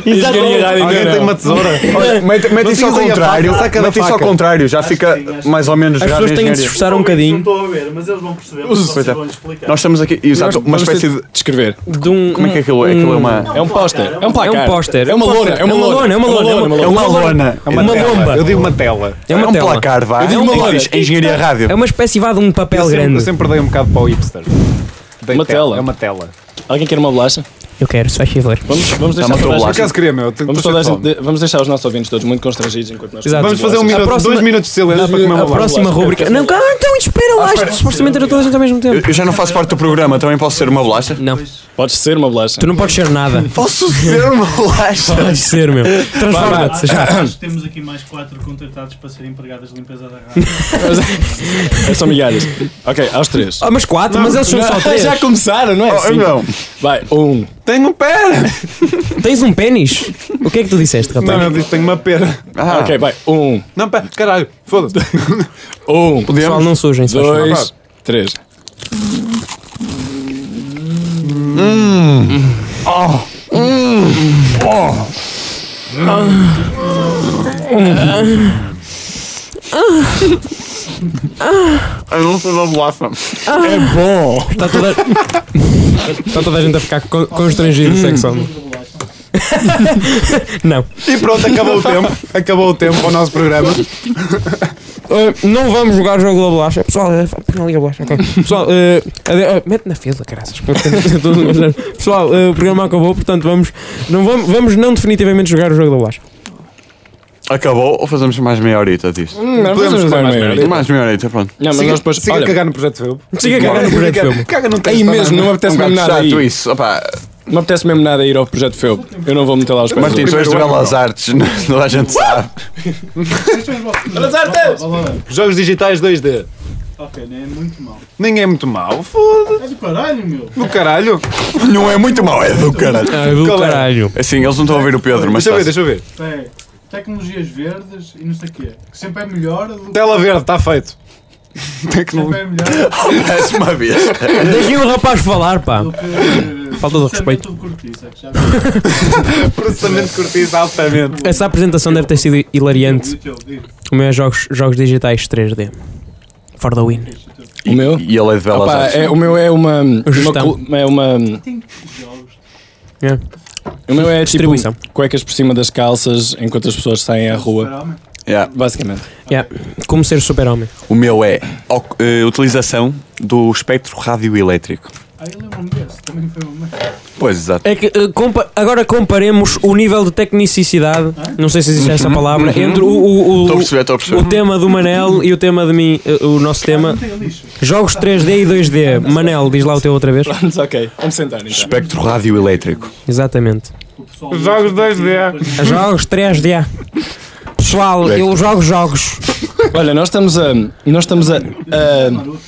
[SPEAKER 1] Exatamente.
[SPEAKER 2] Engenharia errada
[SPEAKER 3] Alguém
[SPEAKER 2] ainda
[SPEAKER 3] tem
[SPEAKER 2] não.
[SPEAKER 3] uma tesoura?
[SPEAKER 4] Olha, mete, mete
[SPEAKER 3] Não
[SPEAKER 4] isso ao
[SPEAKER 3] tinhas aí a
[SPEAKER 4] contrário.
[SPEAKER 3] faca, saca da
[SPEAKER 4] Mete isso ao
[SPEAKER 3] faca.
[SPEAKER 4] contrário, já fica
[SPEAKER 5] sim, acho
[SPEAKER 4] mais ou menos
[SPEAKER 1] As
[SPEAKER 4] já
[SPEAKER 1] pessoas
[SPEAKER 4] na
[SPEAKER 1] têm de se
[SPEAKER 4] engenharia.
[SPEAKER 1] esforçar um
[SPEAKER 5] Não
[SPEAKER 1] bocadinho
[SPEAKER 5] estou a ver, mas eles vão perceber. mas
[SPEAKER 4] Pois é.
[SPEAKER 5] Vocês vão explicar.
[SPEAKER 4] Nós estamos aqui, exato, uma
[SPEAKER 2] Vamos ter
[SPEAKER 4] espécie de.
[SPEAKER 2] de descrever.
[SPEAKER 1] de um.
[SPEAKER 4] Como é que é aquilo? é? Aquilo é uma.
[SPEAKER 2] É um póster. É um
[SPEAKER 1] É
[SPEAKER 2] placar.
[SPEAKER 1] um póster.
[SPEAKER 2] É uma lona.
[SPEAKER 1] póster,
[SPEAKER 2] É uma lona.
[SPEAKER 1] É uma lona. É uma
[SPEAKER 4] É uma lona.
[SPEAKER 1] É uma
[SPEAKER 3] tela.
[SPEAKER 1] lomba.
[SPEAKER 3] Eu digo uma tela.
[SPEAKER 1] É
[SPEAKER 4] É
[SPEAKER 1] uma
[SPEAKER 4] um
[SPEAKER 1] tela.
[SPEAKER 4] placar, vá.
[SPEAKER 2] Eu digo uma
[SPEAKER 4] Em que
[SPEAKER 2] lona.
[SPEAKER 4] diz Engenharia rádio.
[SPEAKER 1] É uma espécie vá de um
[SPEAKER 3] Eu
[SPEAKER 1] papel
[SPEAKER 3] sempre, eu
[SPEAKER 1] grande.
[SPEAKER 3] sempre dei um bocado para o hipster. Dei
[SPEAKER 2] Uma tela.
[SPEAKER 3] É uma tela.
[SPEAKER 2] Alguém quer uma bolacha?
[SPEAKER 1] Eu quero, se faz favor.
[SPEAKER 2] Vamos, vamos
[SPEAKER 4] Tá-me
[SPEAKER 2] deixar
[SPEAKER 4] a
[SPEAKER 2] toda a
[SPEAKER 3] Por
[SPEAKER 4] Olá.
[SPEAKER 2] gente-
[SPEAKER 3] acaso queria, meu. Tô-
[SPEAKER 2] Vamos,
[SPEAKER 3] tô
[SPEAKER 2] toda a
[SPEAKER 3] cheio de
[SPEAKER 2] gente, de- vamos deixar os nossos ouvintes todos muito constrangidos enquanto nós
[SPEAKER 1] Exato.
[SPEAKER 3] Vamos fazer um
[SPEAKER 1] A
[SPEAKER 3] minuto,
[SPEAKER 1] próxima-
[SPEAKER 3] dois minutos de silêncio para comer
[SPEAKER 1] A
[SPEAKER 3] uma bola.
[SPEAKER 1] próxima rubrica. Não, calma, então espera lá, isto supostamente era toda a gente ao mesmo
[SPEAKER 4] Eu,
[SPEAKER 1] tempo.
[SPEAKER 4] eu já não faço parte do programa, também posso ser uma bolacha?
[SPEAKER 1] Não,
[SPEAKER 2] falar. Podes ser uma bolacha.
[SPEAKER 1] tu não podes ser nada.
[SPEAKER 4] Posso ser uma bolacha?
[SPEAKER 1] Podes ser, meu. Transforma-te já.
[SPEAKER 5] Ah, Acho que temos aqui mais quatro contratados para serem empregadas de limpeza da rádio.
[SPEAKER 2] São milhares. Ok, aos três.
[SPEAKER 1] Ah, mas quatro, mas eles são só três.
[SPEAKER 2] Já começaram, não é? assim?
[SPEAKER 4] não.
[SPEAKER 2] Vai, um.
[SPEAKER 3] Tenho um pera!
[SPEAKER 1] Tens um pênis? O que é que tu disseste,
[SPEAKER 3] Não,
[SPEAKER 1] rapaz?
[SPEAKER 3] eu disse tenho uma pera.
[SPEAKER 4] Ah,
[SPEAKER 2] Ok, vai. Um,
[SPEAKER 3] Não, pera, caralho, foda-se.
[SPEAKER 2] um,
[SPEAKER 1] Pessoal, não sujem, se faz favor.
[SPEAKER 2] dois, três.
[SPEAKER 4] eu não sou uma bolacha.
[SPEAKER 2] É bom.
[SPEAKER 1] Está Tá toda... Está Tá toda a gente a ficar con- constrangido sexualmente. Não.
[SPEAKER 3] E pronto, acabou o tempo. Acabou o tempo para o nosso programa.
[SPEAKER 1] Uh, não vamos jogar jogo da bolacha. Pessoal, uh, não liga a bolacha. ok. Pessoal, uh, ade- uh, mete na fila, caraças. Pessoal, uh, o programa acabou, portanto vamos não, vamos, vamos não definitivamente jogar o jogo da bolacha.
[SPEAKER 4] Acabou ou fazemos mais meia horita disto?
[SPEAKER 2] Não,
[SPEAKER 3] Podemos
[SPEAKER 2] mas
[SPEAKER 3] fazer mais
[SPEAKER 2] mais
[SPEAKER 3] meia
[SPEAKER 2] meia.
[SPEAKER 4] Mais meia horita, pronto.
[SPEAKER 2] Não, mas
[SPEAKER 3] Siga,
[SPEAKER 2] nós depois.
[SPEAKER 3] siga a
[SPEAKER 2] Olha,
[SPEAKER 3] cagar no projeto de filme.
[SPEAKER 1] Siga a cagar no projeto de
[SPEAKER 3] Caga-
[SPEAKER 1] filme.
[SPEAKER 3] Caga tá não tem
[SPEAKER 2] aí mesmo, não me
[SPEAKER 4] É um
[SPEAKER 2] apetece
[SPEAKER 4] bocado
[SPEAKER 2] mesmo nada.
[SPEAKER 4] chato
[SPEAKER 2] aí.
[SPEAKER 4] isso. Opa,
[SPEAKER 2] Não me apetece mesmo nada ir ao projeto de filme. Eu não vou meter lá os pés.
[SPEAKER 4] Martim, tu és de
[SPEAKER 3] primeiro
[SPEAKER 4] Belas Artes, não- é? toda a gente sabe.
[SPEAKER 3] Jogos digitais 2D.
[SPEAKER 5] Ok, não é muito mal.
[SPEAKER 3] Ninguém é muito mau. Foda-se.
[SPEAKER 5] É do caralho, meu.
[SPEAKER 3] Do caralho.
[SPEAKER 4] Não é muito mau, é do caralho.
[SPEAKER 1] Ah, do
[SPEAKER 3] Qual era?
[SPEAKER 1] caralho.
[SPEAKER 4] Assim, eles não estão a ouvir o Pedro, mas
[SPEAKER 3] Deixa eu ver,
[SPEAKER 4] está-se.
[SPEAKER 3] deixa eu ver.
[SPEAKER 5] É tecnologias verdes e não sei o quê. Que sempre é melhor do que
[SPEAKER 3] Tela verde, está feito.
[SPEAKER 5] sempre
[SPEAKER 3] Tecnologia.
[SPEAKER 5] é melhor
[SPEAKER 4] Mais uma vez.
[SPEAKER 1] Deixem o rapaz falar, pá.
[SPEAKER 5] do que
[SPEAKER 1] Falta de respeito.
[SPEAKER 5] processamento de cortiça, é que já-
[SPEAKER 3] Processamento de cortiça altamente.
[SPEAKER 1] Essa apresentação deve ter sido hilariante.
[SPEAKER 5] Diz, teu, diz,
[SPEAKER 1] O meu é jogos, jogos digitais 3D. For the win.
[SPEAKER 5] diz, teu.
[SPEAKER 2] O meu?
[SPEAKER 4] E ele é de Belas
[SPEAKER 2] Opa,
[SPEAKER 4] Artes.
[SPEAKER 2] é, o meu é uma. uma
[SPEAKER 1] Gestão.
[SPEAKER 2] col- é uma.
[SPEAKER 5] Tem jogos.
[SPEAKER 2] O meu é tipo
[SPEAKER 1] Distribuição.
[SPEAKER 2] cuecas por cima das calças enquanto as pessoas saem à rua.
[SPEAKER 5] Super-homem.
[SPEAKER 4] Yeah.
[SPEAKER 2] Basicamente.
[SPEAKER 1] Yeah. Como ser super-homem.
[SPEAKER 4] O meu é oc- eh, utilização do espectro radioelétrico.
[SPEAKER 5] Ah, eu lembro-me desse. Também foi uma.
[SPEAKER 4] Pois, exato.
[SPEAKER 1] É que, eh, compa- agora comparemos o nível de tecnicidade, não sei se existe essa palavra, entre o, o- o-
[SPEAKER 4] Estou Uhum. a perceber, estou a
[SPEAKER 1] o
[SPEAKER 4] perceber.
[SPEAKER 1] tema do Manel e o tema de mim, eh, o nosso tema.
[SPEAKER 5] Não tem um lixo.
[SPEAKER 1] Jogos 3D e 2D. Manel, diz lá o teu outra vez.
[SPEAKER 2] Pronto, ok. Vamos sentar então.
[SPEAKER 4] Espectro radioelétrico.
[SPEAKER 1] Exatamente.
[SPEAKER 5] O pessoal lixa
[SPEAKER 3] Jogos
[SPEAKER 5] tudo
[SPEAKER 3] 2D.
[SPEAKER 5] depois-
[SPEAKER 1] Jogos 3D. Pessoal,
[SPEAKER 4] Bem.
[SPEAKER 1] eu jogo jogos.
[SPEAKER 2] Olha, nós estamos a. Nós estamos a. a,
[SPEAKER 5] Naruto.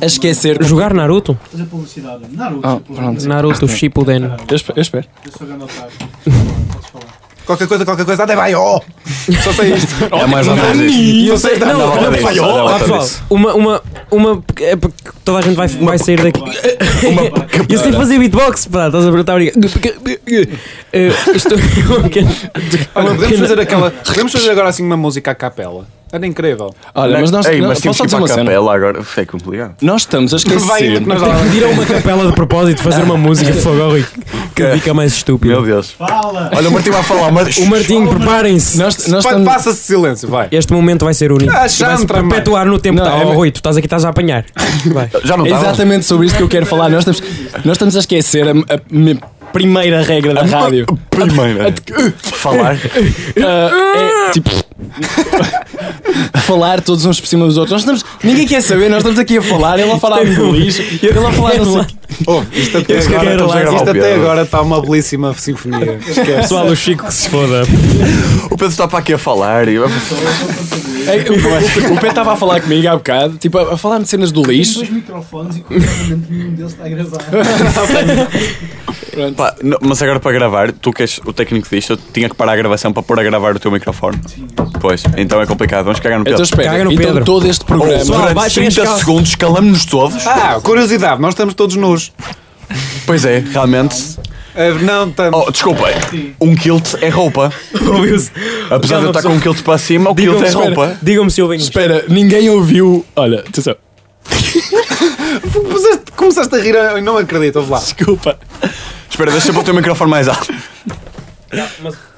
[SPEAKER 2] a esquecer.
[SPEAKER 1] Jogar Naruto?
[SPEAKER 5] Fazer publicidade. Naruto.
[SPEAKER 2] Ah,
[SPEAKER 5] publicidade.
[SPEAKER 2] pronto.
[SPEAKER 1] Naruto Shippuden.
[SPEAKER 2] Eu espe- eu espero.
[SPEAKER 5] Eu sou grande otário. Posso falar.
[SPEAKER 3] Qualquer coisa, qualquer coisa, até vai, ó! Só sei isto.
[SPEAKER 4] É mais ou menos isto.
[SPEAKER 1] Eu sei,
[SPEAKER 4] dá uma
[SPEAKER 1] não,
[SPEAKER 4] volta
[SPEAKER 1] não,
[SPEAKER 4] disso, dá uma
[SPEAKER 1] pessoal,
[SPEAKER 4] volta
[SPEAKER 1] ah, pessoal,
[SPEAKER 4] disso.
[SPEAKER 1] uma, uma, uma, é porque toda a gente vai, vai sair daqui. Eu sei fazer beatbox, pá, estás a perguntar Isto é um pequeno- uma
[SPEAKER 3] Olha, podemos
[SPEAKER 1] pequena-
[SPEAKER 3] fazer aquela. Podemos fazer agora assim uma música à capela. Era incrível.
[SPEAKER 2] Olha, mas nós.
[SPEAKER 4] tá- Ei,
[SPEAKER 2] não-
[SPEAKER 4] mas temos
[SPEAKER 2] posso
[SPEAKER 4] que ir
[SPEAKER 2] dizer
[SPEAKER 4] para a
[SPEAKER 2] uma cena?
[SPEAKER 4] capela agora. Foi complicado.
[SPEAKER 2] Nós estamos a
[SPEAKER 3] Vai
[SPEAKER 2] esquecer.
[SPEAKER 3] indo que nós
[SPEAKER 1] Tem que pedir a uma capela de propósito fazer uma música de fogo ao Rico, que fica mais
[SPEAKER 4] Meu
[SPEAKER 1] estúpido.
[SPEAKER 4] Deus.
[SPEAKER 5] Fala!
[SPEAKER 4] Olha, o Martim vai falar, mas.
[SPEAKER 1] O Martinho, preparem-se.
[SPEAKER 2] Nós, nós
[SPEAKER 3] Pa-
[SPEAKER 2] estamos.
[SPEAKER 3] Passa-se silêncio, vai.
[SPEAKER 1] Este momento vai ser único.
[SPEAKER 3] Ah,
[SPEAKER 1] Vai se
[SPEAKER 3] chantra, mano.
[SPEAKER 1] perpetuar no tempo.
[SPEAKER 2] Não,
[SPEAKER 1] Tá,
[SPEAKER 2] é-
[SPEAKER 1] oh, Rui, tu estás aqui, estás a apanhar. Vai.
[SPEAKER 4] Já não
[SPEAKER 2] É
[SPEAKER 4] estava?
[SPEAKER 2] exatamente sobre isso que eu quero falar. Nós estamos, nós estamos a esquecer a, a mi- primeira regra da rádio.
[SPEAKER 4] Primeira. Falar.
[SPEAKER 2] Ah, é tipo. falar todos uns por cima dos outros. Nós estamos, ninguém quer saber, nós estamos aqui a falar. Ele a falar do lixo, ele a falar não sei-
[SPEAKER 3] Isto até
[SPEAKER 1] Eu quero
[SPEAKER 3] agora,
[SPEAKER 1] lá,
[SPEAKER 3] isto
[SPEAKER 4] isto
[SPEAKER 3] até
[SPEAKER 4] é-
[SPEAKER 3] agora está uma belíssima sinfonia. Esquece.
[SPEAKER 1] Pessoal, o Chico que se foda.
[SPEAKER 4] é- O Pedro está para aqui a falar. E...
[SPEAKER 2] É, o, o Pedro estava a falar comigo há bocado, tipo, a, a falar-me de cenas do
[SPEAKER 5] Tem
[SPEAKER 2] lixo.
[SPEAKER 5] dois microfones e curiosamente nenhum deles está a gravar.
[SPEAKER 4] Pá, não, mas agora para gravar, tu que és o técnico disto, eu tinha que parar a gravação para pôr a gravar o teu microfone. Pois, então é complicado. Vamos cagar no Pedro.
[SPEAKER 2] Então espera,
[SPEAKER 1] Caga no
[SPEAKER 2] então
[SPEAKER 1] Pedro.
[SPEAKER 2] todo este
[SPEAKER 4] Oh,
[SPEAKER 2] programa.
[SPEAKER 1] Pessoal,
[SPEAKER 4] durante
[SPEAKER 1] baixem as
[SPEAKER 4] 30
[SPEAKER 1] calças.
[SPEAKER 4] segundos calamos-nos todos.
[SPEAKER 3] Ah, curiosidade, nós estamos todos nus.
[SPEAKER 4] Pois é, realmente.
[SPEAKER 3] Ah, não, estamos.
[SPEAKER 4] Oh, desculpa, um kilt é roupa.
[SPEAKER 1] Ouviu-se?
[SPEAKER 4] Apesar de eu estar com um kilt para cima, o kilt
[SPEAKER 1] Digam-me
[SPEAKER 4] é
[SPEAKER 1] espera,
[SPEAKER 4] roupa.
[SPEAKER 1] Digam-me se ouvem isto.
[SPEAKER 2] Espera, ninguém ouviu. Olha, atenção,
[SPEAKER 3] Puseste- começaste a rir, eu não acredito, ouve lá.
[SPEAKER 2] desculpa.
[SPEAKER 4] Espera, deixa para o teu microfone mais alto.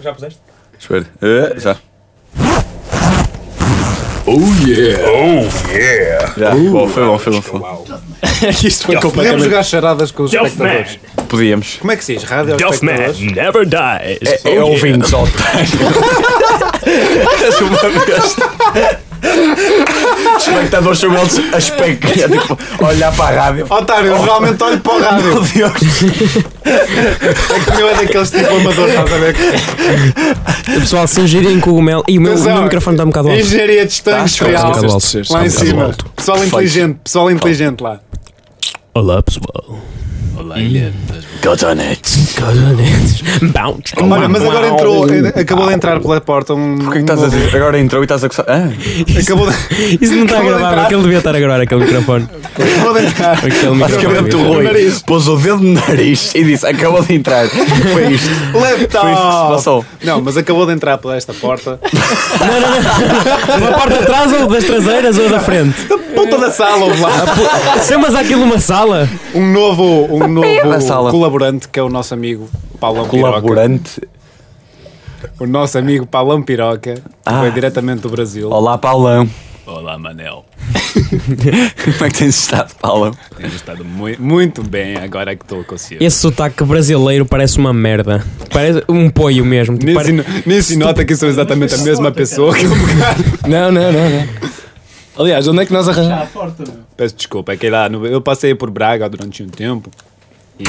[SPEAKER 1] Já puseste?
[SPEAKER 4] Espera, eh, já.
[SPEAKER 2] Oh,
[SPEAKER 4] Já, bom, foi bom, foi bom. Foi. bom.
[SPEAKER 2] É Isto foi
[SPEAKER 3] Podemos
[SPEAKER 2] completamente.
[SPEAKER 3] jogar charadas com os espectadores.
[SPEAKER 4] Podíamos.
[SPEAKER 3] Como é que se diz? Rádio aos espectadores?
[SPEAKER 6] Duffman never dies.
[SPEAKER 4] É, é ouvindo só. És uma besta. Espectadores são eles a espec... a, tipo, olhar para a rádio.
[SPEAKER 3] Otário, eu realmente olho para o rádio.
[SPEAKER 4] Meu Deus.
[SPEAKER 3] É que o meu é daqueles tipo amadores, estás a ver?
[SPEAKER 1] Pessoal, se ingerirem cogumelo. E o meu, o
[SPEAKER 3] Atenção.
[SPEAKER 1] meu microfone está um bocado alto.
[SPEAKER 3] Engenharia de gestão
[SPEAKER 4] Tá,
[SPEAKER 3] industrial.
[SPEAKER 4] está um
[SPEAKER 2] bocado alto.
[SPEAKER 3] Lá em
[SPEAKER 2] Está um bocado
[SPEAKER 3] cima.
[SPEAKER 2] alto.
[SPEAKER 3] Pessoal inteligente, pessoal inteligente lá.
[SPEAKER 6] Olá, pessoal.
[SPEAKER 4] Cotonetes.
[SPEAKER 1] Bounce.
[SPEAKER 3] Olha, mas agora entrou, eh, acabou de entrar pela porta um.
[SPEAKER 4] O Ah, que é que estás a dizer? Agora entrou e estás a coçar. Ah,
[SPEAKER 3] Acabou de,
[SPEAKER 1] Isso não está
[SPEAKER 3] Acabou de
[SPEAKER 1] agradável.
[SPEAKER 3] entrar.
[SPEAKER 1] Aquele devia estar a gravar aquele microfone.
[SPEAKER 3] acabou de entrar.
[SPEAKER 1] Aquele
[SPEAKER 4] basicamente o
[SPEAKER 1] microfone.
[SPEAKER 3] No
[SPEAKER 4] Rui
[SPEAKER 3] nariz.
[SPEAKER 4] pôs o dedo no nariz e disse: Acabou de entrar. Foi isto. Foi isto que se
[SPEAKER 3] Laptop!
[SPEAKER 4] passou.
[SPEAKER 3] Não, mas acabou de entrar pela esta porta.
[SPEAKER 1] Da parte de trás ou das traseiras ou da frente?
[SPEAKER 3] Puta da sala, houve lá.
[SPEAKER 1] Chamas aquilo uma sala?
[SPEAKER 3] Um novo, um
[SPEAKER 4] da
[SPEAKER 3] novo
[SPEAKER 4] sala.
[SPEAKER 3] colaborante que é o nosso amigo Paulão Piroca.
[SPEAKER 4] Colaborante.
[SPEAKER 3] O nosso amigo Paulão Piroca, que
[SPEAKER 4] Ah.
[SPEAKER 3] foi diretamente do Brasil.
[SPEAKER 4] Olá, Paulão.
[SPEAKER 6] Olá, Manel.
[SPEAKER 4] Como é que tens estado, Paulão?
[SPEAKER 6] Tenho estado muito.
[SPEAKER 3] Mui- Muito bem, agora é que estou consigo.
[SPEAKER 1] Esse sotaque brasileiro parece uma merda. Parece um poio mesmo.
[SPEAKER 3] Nem
[SPEAKER 1] Pare-
[SPEAKER 3] se, nem se nota que são exatamente a mesma pessoa que eu bocado.
[SPEAKER 2] Não, não, não, não. Aliás, onde é que nós
[SPEAKER 5] Já
[SPEAKER 2] arranjamos?
[SPEAKER 5] à porta, meu.
[SPEAKER 3] Peço desculpa, é que lá, no- eu passei por Braga durante um tempo. E,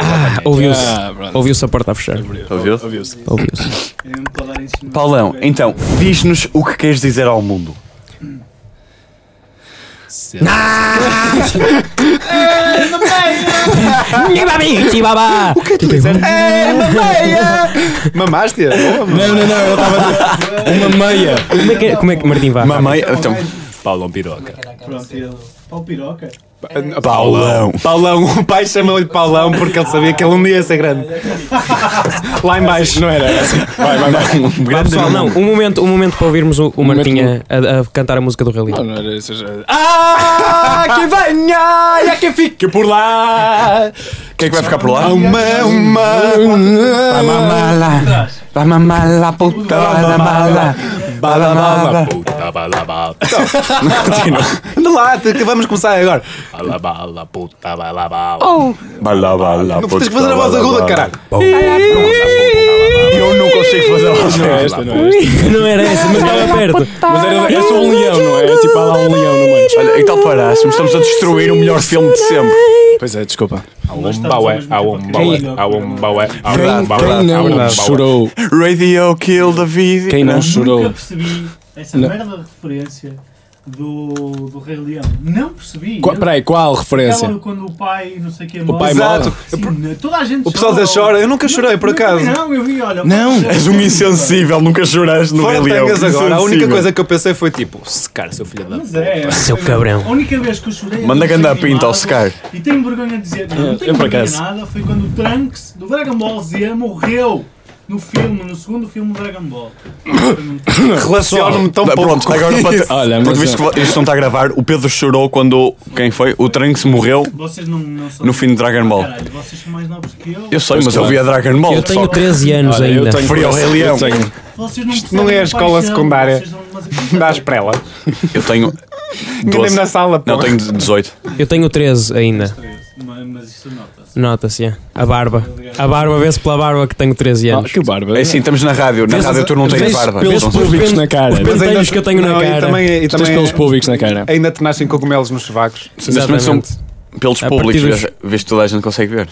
[SPEAKER 1] Ah, Ouviu-se.
[SPEAKER 2] Ah, pronto.
[SPEAKER 1] Ouviu-se a porta a fechar.
[SPEAKER 4] Ouviu?
[SPEAKER 2] Ouviu-se.
[SPEAKER 1] Ouviu-se.
[SPEAKER 5] Eu não estou a dar insinuações.
[SPEAKER 4] Paulão, então, diz-nos o que queres dizer ao mundo.
[SPEAKER 1] O que tu
[SPEAKER 3] Mamaste-a? Boa, mano.
[SPEAKER 2] Não, não, não, eu estava a dizer. Uma meia.
[SPEAKER 1] Como é que, como é que Martim vai?
[SPEAKER 4] Mamãe. Então,
[SPEAKER 3] Paulão Piroca.
[SPEAKER 5] Pronto, ele. Pau piroca.
[SPEAKER 4] Paulão.
[SPEAKER 3] Paulão, o pai chama-lhe Paulão porque ele sabia que ele um dia ia ser grande. Lá em baixo, não é? era? Vai, vai, vai.
[SPEAKER 1] Ah, pessoal, não, um momento, um momento para ouvirmos o, o Martim a,
[SPEAKER 2] momento.
[SPEAKER 1] a- a cantar a música do Realito.
[SPEAKER 2] Não, não era isso. já- Ah, que venha e a que fique por lá.
[SPEAKER 4] Quem é que vai ficar por lá?
[SPEAKER 3] Uma, uma.
[SPEAKER 4] Mamala. Vai mamala, puta, vai mamala.
[SPEAKER 2] Balabala, puta, balabala.
[SPEAKER 3] Anda lá, te- que vamos começar agora.
[SPEAKER 2] Balabala, puta, balabala.
[SPEAKER 4] Balabala,
[SPEAKER 3] Não tens que fazer a voz aguda, caralho.
[SPEAKER 4] Eu não consigo fazer a voz
[SPEAKER 2] Não é esta, não é esta.
[SPEAKER 1] Não era essa, mas estava perto.
[SPEAKER 2] Mas era, é só um leão, não é? É tipo, há lá um leão no meio.
[SPEAKER 4] Olha, então paraste, estamos a destruir o melhor filme de sempre.
[SPEAKER 2] Pois é, desculpa.
[SPEAKER 3] Aumbaué,
[SPEAKER 5] tipo, é
[SPEAKER 3] aumbaué, aumbaué,
[SPEAKER 2] Quem, quem não chorou?
[SPEAKER 4] Radio Kill the Video.
[SPEAKER 2] Quem não
[SPEAKER 5] Nunca
[SPEAKER 2] chorou?
[SPEAKER 5] percebi essa
[SPEAKER 2] Não.
[SPEAKER 5] merda de referência do, do Rei Leão. Não percebi.
[SPEAKER 2] Qual,
[SPEAKER 5] Eu-
[SPEAKER 2] peraí, qual referência?
[SPEAKER 5] Aquela quando o pai, não sei o que,
[SPEAKER 2] É assim. pai
[SPEAKER 3] Exato.
[SPEAKER 2] morre.
[SPEAKER 5] Sim, né? toda a gente
[SPEAKER 3] O pessoal já chora. Eu nunca chorei, por acaso.
[SPEAKER 5] Não, eu vi, olha.
[SPEAKER 2] Não,
[SPEAKER 5] pode ser.
[SPEAKER 4] És um insensível, nunca choraste no
[SPEAKER 3] Fora
[SPEAKER 4] Rei Leão.
[SPEAKER 3] tangas agora, a única
[SPEAKER 4] Insensível.
[SPEAKER 3] coisa que eu pensei foi tipo, se cara, seu filho da.
[SPEAKER 5] Mas é.
[SPEAKER 1] Seu cabrão.
[SPEAKER 5] A única vez que eu chorei. é
[SPEAKER 4] Manda
[SPEAKER 5] eu
[SPEAKER 4] ganda
[SPEAKER 5] fui
[SPEAKER 4] pinta ao
[SPEAKER 5] animado
[SPEAKER 4] Scar.
[SPEAKER 5] E tenho vergonha de dizer, não, não tenho
[SPEAKER 2] eu por
[SPEAKER 5] vergonha de
[SPEAKER 2] acaso.
[SPEAKER 5] nada, foi quando o Trunks do Dragon Ball Z morreu no filme, no segundo filme do Dragon Ball.
[SPEAKER 3] Relaciono-me é tão
[SPEAKER 4] Tá,
[SPEAKER 3] pouco.
[SPEAKER 4] Pronto, agora para te...
[SPEAKER 2] Olha,
[SPEAKER 4] porque
[SPEAKER 2] mas, é-
[SPEAKER 4] visto que isto não está a gravar, o Pedro chorou quando. Quem foi? O Trunks morreu
[SPEAKER 5] Vocês não, não são. assim.
[SPEAKER 4] no fim de Dragon Ball.
[SPEAKER 5] Caralho, vocês são mais novos que eu.
[SPEAKER 4] Eu sei,
[SPEAKER 2] Mas
[SPEAKER 4] mas eu vi a Dragon Ball.
[SPEAKER 1] Eu tenho
[SPEAKER 4] pessoal.
[SPEAKER 1] 13 anos
[SPEAKER 2] Olha,
[SPEAKER 1] ainda.
[SPEAKER 2] eu tenho
[SPEAKER 4] Fui ao Rei Leão.
[SPEAKER 2] eu tenho-
[SPEAKER 5] Vocês não
[SPEAKER 3] Isto não
[SPEAKER 5] percebem
[SPEAKER 3] é a escola
[SPEAKER 5] paixão,
[SPEAKER 3] secundária.
[SPEAKER 5] vocês não- é mas-
[SPEAKER 3] Dás para ela.
[SPEAKER 4] Eu tenho.
[SPEAKER 3] Enganei-me
[SPEAKER 4] 12.
[SPEAKER 3] na sala, pô.
[SPEAKER 4] Não, tenho 18.
[SPEAKER 1] Eu tenho 13 ainda.
[SPEAKER 5] Mas mas isso nota-se.
[SPEAKER 1] Nota-se, é. a barba. A barba, vê-se pela barba que tenho 13
[SPEAKER 2] Ah,
[SPEAKER 1] anos.
[SPEAKER 2] que barba.
[SPEAKER 4] É assim, estamos na rádio. Na rádio tu não tens
[SPEAKER 2] Tens
[SPEAKER 4] barba.
[SPEAKER 2] pelos
[SPEAKER 4] Não sei.
[SPEAKER 2] públicos na cara.
[SPEAKER 1] Os
[SPEAKER 2] Tens
[SPEAKER 1] pentelhos
[SPEAKER 3] ainda-
[SPEAKER 1] que eu tenho na
[SPEAKER 3] não, e
[SPEAKER 1] cara.
[SPEAKER 3] também- e também-
[SPEAKER 2] pelos públicos na cara.
[SPEAKER 3] Ainda te nascem cogumelos nos chavacos.
[SPEAKER 4] Neste momento é são
[SPEAKER 1] Exatamente.
[SPEAKER 4] pelos
[SPEAKER 1] A partir
[SPEAKER 4] públicos,
[SPEAKER 1] dos-
[SPEAKER 4] vês- vês que toda a gente consegue ver.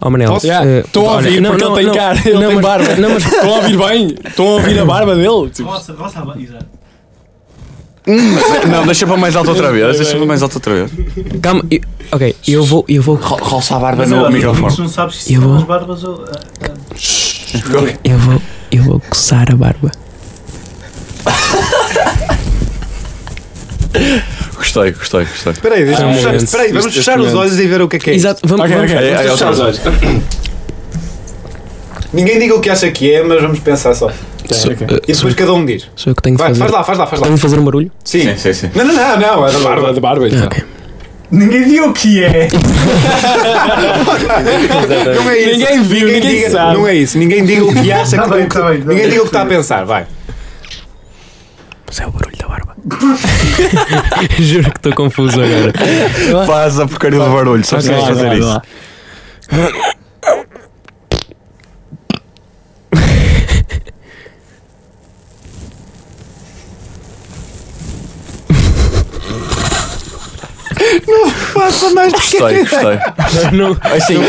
[SPEAKER 1] Oh Manel,
[SPEAKER 3] Posso?
[SPEAKER 1] eh,
[SPEAKER 2] Estou a
[SPEAKER 1] olha,
[SPEAKER 2] ouvir porque ele tem cara, ele tem
[SPEAKER 1] mas-
[SPEAKER 2] barba.
[SPEAKER 1] Não, mas
[SPEAKER 2] Estão a ouvir bem? Estão a ouvir a barba dele? Tipo,
[SPEAKER 5] Roça, roça, a ba- exato.
[SPEAKER 4] Não, deixa para mais alto outra vez. Deixa para mais alto outra vez.
[SPEAKER 1] calma, eu- ok, eu vou, eu vou,
[SPEAKER 4] Roça a barba
[SPEAKER 5] Mas
[SPEAKER 2] é
[SPEAKER 5] eu-
[SPEAKER 4] no
[SPEAKER 5] mas
[SPEAKER 4] microfone.
[SPEAKER 5] não sabes se
[SPEAKER 1] Eu
[SPEAKER 5] são
[SPEAKER 1] vou-
[SPEAKER 5] as barbas ou. ah, ah,
[SPEAKER 1] eu vou, eu vou coçar a barba.
[SPEAKER 4] Gostei, gostei, gostei.
[SPEAKER 3] Espera aí, deixa-me
[SPEAKER 1] Ah,
[SPEAKER 3] fechar-
[SPEAKER 1] gente,
[SPEAKER 3] espera aí, vamos
[SPEAKER 2] isto é
[SPEAKER 3] fechar os
[SPEAKER 2] excelente.
[SPEAKER 3] olhos e ver o que é que é. isto.
[SPEAKER 1] Exato, vamos,
[SPEAKER 2] Ok,
[SPEAKER 1] vamos.
[SPEAKER 2] ok.
[SPEAKER 4] É, é,
[SPEAKER 3] Fechar os
[SPEAKER 4] outra vez.
[SPEAKER 3] olhos. Ninguém diga o que acha que é, mas vamos pensar só. E depois cada um diz.
[SPEAKER 1] Sou eu que tenho que
[SPEAKER 3] Vai,
[SPEAKER 1] fazer.
[SPEAKER 3] faz lá, faz lá, faz lá.
[SPEAKER 1] Tenho de fazer um barulho?
[SPEAKER 3] Sim.
[SPEAKER 4] Sim, sim, sim.
[SPEAKER 3] Não, não, não, não, é da
[SPEAKER 2] Barba
[SPEAKER 3] barba.
[SPEAKER 2] de barba. então.
[SPEAKER 5] Ninguém viu o que é!
[SPEAKER 3] Não é isso.
[SPEAKER 2] Ninguém viu, ninguém
[SPEAKER 3] diga-
[SPEAKER 2] sabe.
[SPEAKER 3] Não é isso, ninguém diga o que acha
[SPEAKER 5] Tá
[SPEAKER 3] que.
[SPEAKER 5] bem, tá bem, tá
[SPEAKER 3] ninguém
[SPEAKER 5] bem.
[SPEAKER 3] diga o que está a pensar, vai.
[SPEAKER 1] Mas é o barulho da barba. Juro que estou confuso agora.
[SPEAKER 4] Faz a porcaria do barulho, só
[SPEAKER 1] Ok,
[SPEAKER 4] precisas
[SPEAKER 1] vai,
[SPEAKER 4] fazer isso. Gostei, gostei.
[SPEAKER 1] Não,
[SPEAKER 4] Assim, eu,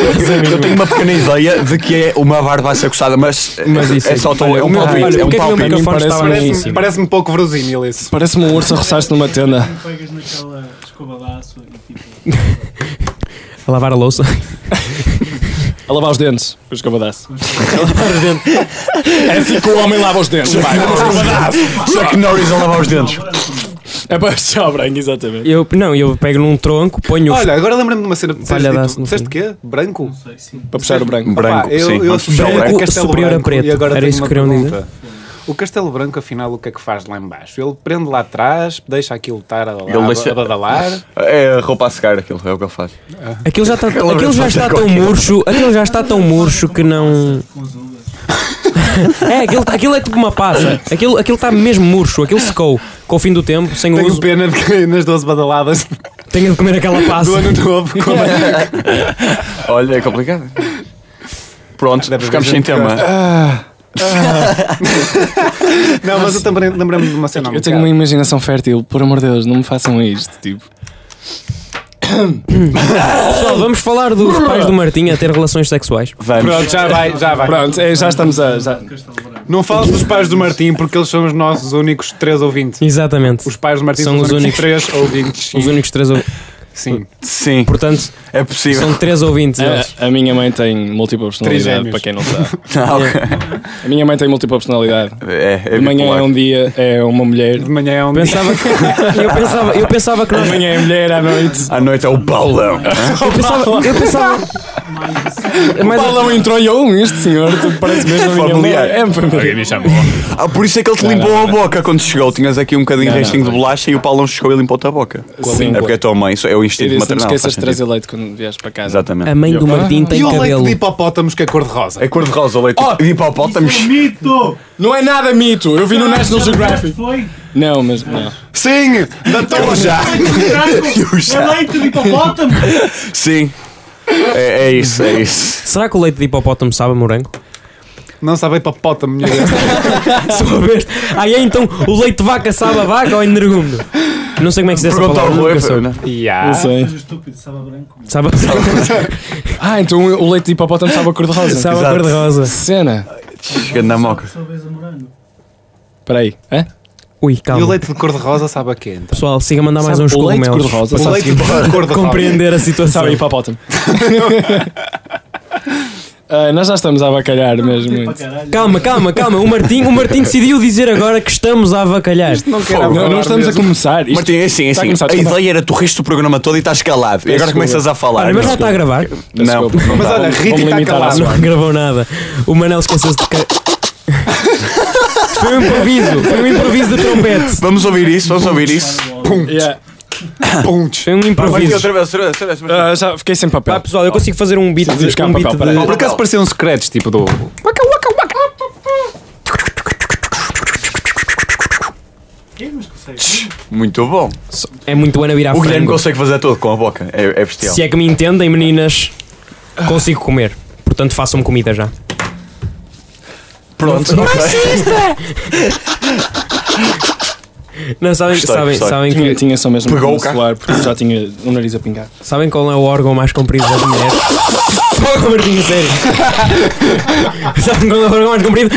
[SPEAKER 4] eu tenho uma pequena ideia de que é uma barba a ser coçada, mas,
[SPEAKER 1] Mas isso
[SPEAKER 4] é
[SPEAKER 1] aí.
[SPEAKER 4] só tão,
[SPEAKER 1] Olha,
[SPEAKER 4] é
[SPEAKER 1] o
[SPEAKER 4] um
[SPEAKER 1] meu-
[SPEAKER 4] palpite,
[SPEAKER 1] olha,
[SPEAKER 4] é
[SPEAKER 1] o
[SPEAKER 4] um
[SPEAKER 1] que é que o meu
[SPEAKER 4] palpite.
[SPEAKER 1] microfone
[SPEAKER 2] parece-
[SPEAKER 1] estava ali em
[SPEAKER 3] Parece-me
[SPEAKER 1] cima?
[SPEAKER 3] parece-me pouco verosímil isso.
[SPEAKER 2] Parece-me um urso a
[SPEAKER 5] é.
[SPEAKER 2] roçar-se numa tenda.
[SPEAKER 5] Pegas naquela escova de aço e tipo.
[SPEAKER 1] A lavar a louça.
[SPEAKER 2] A lavar os dentes. Com escovadaço. É assim que o homem lava os dentes. Vai, com escovadaço.
[SPEAKER 4] Chuck Norris a lavar os dentes.
[SPEAKER 5] Agora sim.
[SPEAKER 2] É para deixar branco, exatamente.
[SPEAKER 1] Eu, não, eu pego num tronco, ponho.
[SPEAKER 3] Olha, agora lembrei-me de uma cena.
[SPEAKER 1] Palhadaço
[SPEAKER 3] Disseste tipo,
[SPEAKER 1] no
[SPEAKER 3] disseste quê? Branco?
[SPEAKER 5] Não sei, sim.
[SPEAKER 2] Para puxar o branco.
[SPEAKER 4] Branco,
[SPEAKER 3] Pá, eu,
[SPEAKER 4] sim.
[SPEAKER 3] Eu
[SPEAKER 4] vamos puxar o
[SPEAKER 3] associei
[SPEAKER 4] branco.
[SPEAKER 3] o Castelo
[SPEAKER 1] superior a
[SPEAKER 3] Branco
[SPEAKER 1] preto.
[SPEAKER 3] E agora
[SPEAKER 1] Era
[SPEAKER 3] tenho
[SPEAKER 1] isso
[SPEAKER 3] uma
[SPEAKER 1] que queriam dizer?
[SPEAKER 3] pergunta. O Castelo Branco, afinal, o que é que faz lá em baixo? Ele prende lá atrás, deixa aquilo estar a,
[SPEAKER 4] Ele
[SPEAKER 3] a-
[SPEAKER 4] deixa-
[SPEAKER 3] a badalar.
[SPEAKER 4] É a roupa a secar, aquilo, é o que ele faz.
[SPEAKER 1] Aquilo já está, aquilo já
[SPEAKER 4] fazer
[SPEAKER 1] está tão
[SPEAKER 4] qualquer-
[SPEAKER 1] murcho, aquilo já está tão murcho que não.
[SPEAKER 5] Com as uvas.
[SPEAKER 1] É, aquilo, tá- aquilo é tipo uma passa. Aquilo, aquilo está mesmo murcho, aquilo secou com o fim do tempo, sem o
[SPEAKER 3] Tenho
[SPEAKER 1] uso.
[SPEAKER 3] pena de que nas 12 badaladas
[SPEAKER 1] Tenho de comer aquela passa.
[SPEAKER 3] do ano novo. como é que-
[SPEAKER 4] Olha, é complicado. Pronto,
[SPEAKER 3] Deve haver
[SPEAKER 4] ficamos sem
[SPEAKER 3] gente que
[SPEAKER 4] tema.
[SPEAKER 3] Não, mas eu também lembrei-me de uma cena. há um
[SPEAKER 2] Eu tenho uma
[SPEAKER 3] bocado.
[SPEAKER 2] imaginação fértil, por amor de Deus, não me façam isto, tipo.
[SPEAKER 1] Pessoal, vamos falar dos pais do Martim a ter relações sexuais.
[SPEAKER 4] Vamos.
[SPEAKER 3] Pronto, já vai, já vai.
[SPEAKER 2] Pronto, é, já estamos a. Já...
[SPEAKER 3] Não fales dos pais do Martim, porque eles são os nossos únicos três ouvintes.
[SPEAKER 1] Exatamente.
[SPEAKER 3] Os pais do Martim
[SPEAKER 1] São
[SPEAKER 3] são,
[SPEAKER 1] os
[SPEAKER 3] os
[SPEAKER 1] únicos-
[SPEAKER 3] únicos três ouvintes.
[SPEAKER 1] Os
[SPEAKER 3] Sim.
[SPEAKER 1] únicos três ouvintes.
[SPEAKER 3] Sim.
[SPEAKER 4] Sim,
[SPEAKER 1] Portanto,
[SPEAKER 4] é possível.
[SPEAKER 1] são três ouvintes. eles.
[SPEAKER 2] É, A, a minha mãe tem múltipla personalidade,
[SPEAKER 3] Trigêmeos.
[SPEAKER 2] para quem não sabe.
[SPEAKER 4] Ah, ok.
[SPEAKER 2] A minha mãe tem múltipla personalidade.
[SPEAKER 4] É, é
[SPEAKER 2] De manhã
[SPEAKER 4] bipolar.
[SPEAKER 2] é um dia, é uma mulher.
[SPEAKER 3] De manhã é um
[SPEAKER 1] Pensava que, eu, pensava, eu pensava que
[SPEAKER 2] De
[SPEAKER 1] nós.
[SPEAKER 2] manhã é mulher, à noite.
[SPEAKER 4] À noite é o Paulão.
[SPEAKER 1] Eu pensava. Eu pensava
[SPEAKER 2] Mas
[SPEAKER 1] mas-
[SPEAKER 2] o Paulão entrou e eu, "Hum, este senhor, tu parece mesmo a minha
[SPEAKER 4] É Familiar.
[SPEAKER 2] mulher. É familiar.
[SPEAKER 6] me chamou.
[SPEAKER 4] Ah, por isso é que ele te limpou a boca quando chegou. Tinhas aqui um bocadinho de restinho de bolacha e o Paulão chegou e limpou-te a boca.
[SPEAKER 2] Sim.
[SPEAKER 4] É porque é a tua mãe, isso é o
[SPEAKER 2] E
[SPEAKER 4] instinto
[SPEAKER 2] disse, não
[SPEAKER 4] maternal.
[SPEAKER 2] esqueças
[SPEAKER 4] faz
[SPEAKER 2] de trazer
[SPEAKER 4] sentido.
[SPEAKER 2] leite quando vieres para casa.
[SPEAKER 4] Exatamente.
[SPEAKER 1] a mãe do Martim tem
[SPEAKER 3] E o leite
[SPEAKER 1] cabelo.
[SPEAKER 3] de hipopótamos que é cor-de-rosa?
[SPEAKER 4] É cor-de-rosa o leite.
[SPEAKER 2] Oh!
[SPEAKER 4] de
[SPEAKER 5] Isso é
[SPEAKER 4] hipopótamos.
[SPEAKER 5] um mito!
[SPEAKER 2] Não é nada mito, eu vi no National Geographic.
[SPEAKER 5] é Foi?
[SPEAKER 2] Não, mas não. um
[SPEAKER 3] Sim! Da toa já!
[SPEAKER 5] É leite de hipopótamo!
[SPEAKER 4] Sim. É, é isso, é isso.
[SPEAKER 1] Será que o leite de hipopótamo sabe a morango?
[SPEAKER 3] Não sabe hipopótamo, minha Deus.
[SPEAKER 1] Sua vez. Aí é então o leite de vaca sabe a vaca ou energúmeno? Não sei como é que se diz essa
[SPEAKER 4] Pergunta ao
[SPEAKER 1] palavra.
[SPEAKER 4] Rui.
[SPEAKER 1] nunca soube.
[SPEAKER 4] né?
[SPEAKER 3] Ya.
[SPEAKER 2] Não sei.
[SPEAKER 5] Seja estúpido, sabe a branco.
[SPEAKER 1] Sabe a,
[SPEAKER 2] Ah, então o leite de hipopótamo estava cor-de-rosa.
[SPEAKER 1] sabe a
[SPEAKER 4] Exato.
[SPEAKER 1] cor de rosa.
[SPEAKER 2] Cena.
[SPEAKER 4] Chega na moca.
[SPEAKER 5] Talvez a morango.
[SPEAKER 2] Espera aí. Hã?
[SPEAKER 1] Ui,
[SPEAKER 3] E o
[SPEAKER 1] calma.
[SPEAKER 3] leite de cor-de-rosa sabe a quê? Então?
[SPEAKER 1] Pessoal, siga a mandar mais
[SPEAKER 2] Sabe
[SPEAKER 1] uns
[SPEAKER 2] o leite de
[SPEAKER 1] cogumelos.
[SPEAKER 2] cor-de-rosa?
[SPEAKER 3] O
[SPEAKER 2] Sabe
[SPEAKER 3] leite de cor-de-rosa.
[SPEAKER 1] Compreender a situação.
[SPEAKER 2] Sabe hipopótamo. Ah, nós já estamos a bacalhar mesmo
[SPEAKER 5] Tipo para
[SPEAKER 2] muito.
[SPEAKER 5] caralho.
[SPEAKER 1] Calma, calma, calma. O Martim, o Martim decidiu dizer agora que estamos a avacalhar.
[SPEAKER 3] Não quero
[SPEAKER 4] Fogo.
[SPEAKER 2] Não,
[SPEAKER 3] falar
[SPEAKER 2] não estamos a
[SPEAKER 3] mesmo.
[SPEAKER 2] começar. Isto-
[SPEAKER 4] Martim, é assim, é
[SPEAKER 2] Está a
[SPEAKER 4] assim.
[SPEAKER 2] começar,
[SPEAKER 4] A
[SPEAKER 2] desculpa.
[SPEAKER 4] ideia era tu riste o programa todo e estás calado. E agora
[SPEAKER 2] Desculpa.
[SPEAKER 4] começas a falar.
[SPEAKER 1] Olha, mas já está a gravar. Ah,
[SPEAKER 4] Não,
[SPEAKER 2] Desculpa.
[SPEAKER 4] não
[SPEAKER 3] Mas
[SPEAKER 4] é
[SPEAKER 3] olha,
[SPEAKER 4] está.
[SPEAKER 3] a
[SPEAKER 2] Vamos
[SPEAKER 3] Rita está
[SPEAKER 2] limitar a
[SPEAKER 3] calada.
[SPEAKER 1] Não gravou nada. O Manel esqueceu-se de. ca- Foi um improviso. Foi um improviso de trompete.
[SPEAKER 4] Vamos ouvir isso, vamos ouvir isso.
[SPEAKER 3] Pum,
[SPEAKER 2] Yeah.
[SPEAKER 3] punch.
[SPEAKER 1] Foi um
[SPEAKER 4] Martim,
[SPEAKER 1] improviso.
[SPEAKER 4] Ah, outra vez, outra vez, outra vez.
[SPEAKER 2] Ah, já fiquei sem papel.
[SPEAKER 1] Pá, pessoal, eu consigo fazer um beat
[SPEAKER 2] Preciso
[SPEAKER 1] de.
[SPEAKER 2] buscar
[SPEAKER 1] Um beat
[SPEAKER 2] papel, peraí.
[SPEAKER 1] de...
[SPEAKER 3] Por acaso pareciam secretos, tipo do.
[SPEAKER 5] Quem é nos consegue?
[SPEAKER 4] Muito bom.
[SPEAKER 1] É muito Ana virar
[SPEAKER 4] O Guilherme
[SPEAKER 1] frango.
[SPEAKER 4] consegue fazer tudo com a boca. É, é bestial.
[SPEAKER 1] Se é que me entendem, meninas,
[SPEAKER 4] Ah.
[SPEAKER 1] consigo comer. Portanto, façam comida já.
[SPEAKER 4] Pronto, ok.
[SPEAKER 1] Não, sabem,
[SPEAKER 4] Gostei,
[SPEAKER 1] sabem,
[SPEAKER 4] gostei.
[SPEAKER 1] sabem,
[SPEAKER 2] Tinha,
[SPEAKER 1] que,
[SPEAKER 2] tinha só mesmo
[SPEAKER 4] Pegou
[SPEAKER 2] no
[SPEAKER 4] o carro.
[SPEAKER 2] celular porque já tinha o nariz a pingar.
[SPEAKER 1] sabem qual é o órgão mais comprido da mulher? Porra, Martinho, sério. sabem qual é o órgão mais comprido?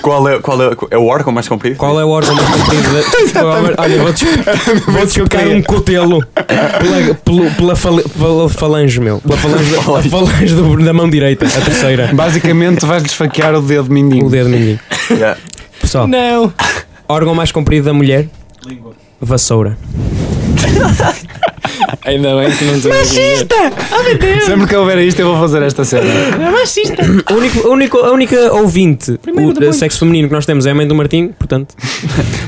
[SPEAKER 4] Qual é, qual é, é o órgão mais comprido?
[SPEAKER 1] Qual é o órgão mais comprido da... Qual é o- Olha, vou-te vou explicar um cutelo pela, pelo- pela, fal- pela falange, meu. Pela falange, da, a falange do- da mão direita, a terceira.
[SPEAKER 3] Basicamente vais-lhe esfaquear o dedo
[SPEAKER 1] O
[SPEAKER 3] mindinho.
[SPEAKER 1] dedo mindinho.
[SPEAKER 4] Yeah.
[SPEAKER 1] Pessoal,
[SPEAKER 2] Não!
[SPEAKER 1] órgão mais comprido da mulher?
[SPEAKER 5] Língua.
[SPEAKER 1] Vassoura.
[SPEAKER 2] Ainda bem que não temos.
[SPEAKER 3] Sempre que houver isto, eu vou fazer esta cena.
[SPEAKER 1] O único, o único- a única ouvinte o- de sexo feminino que nós temos é a mãe do Martim, portanto.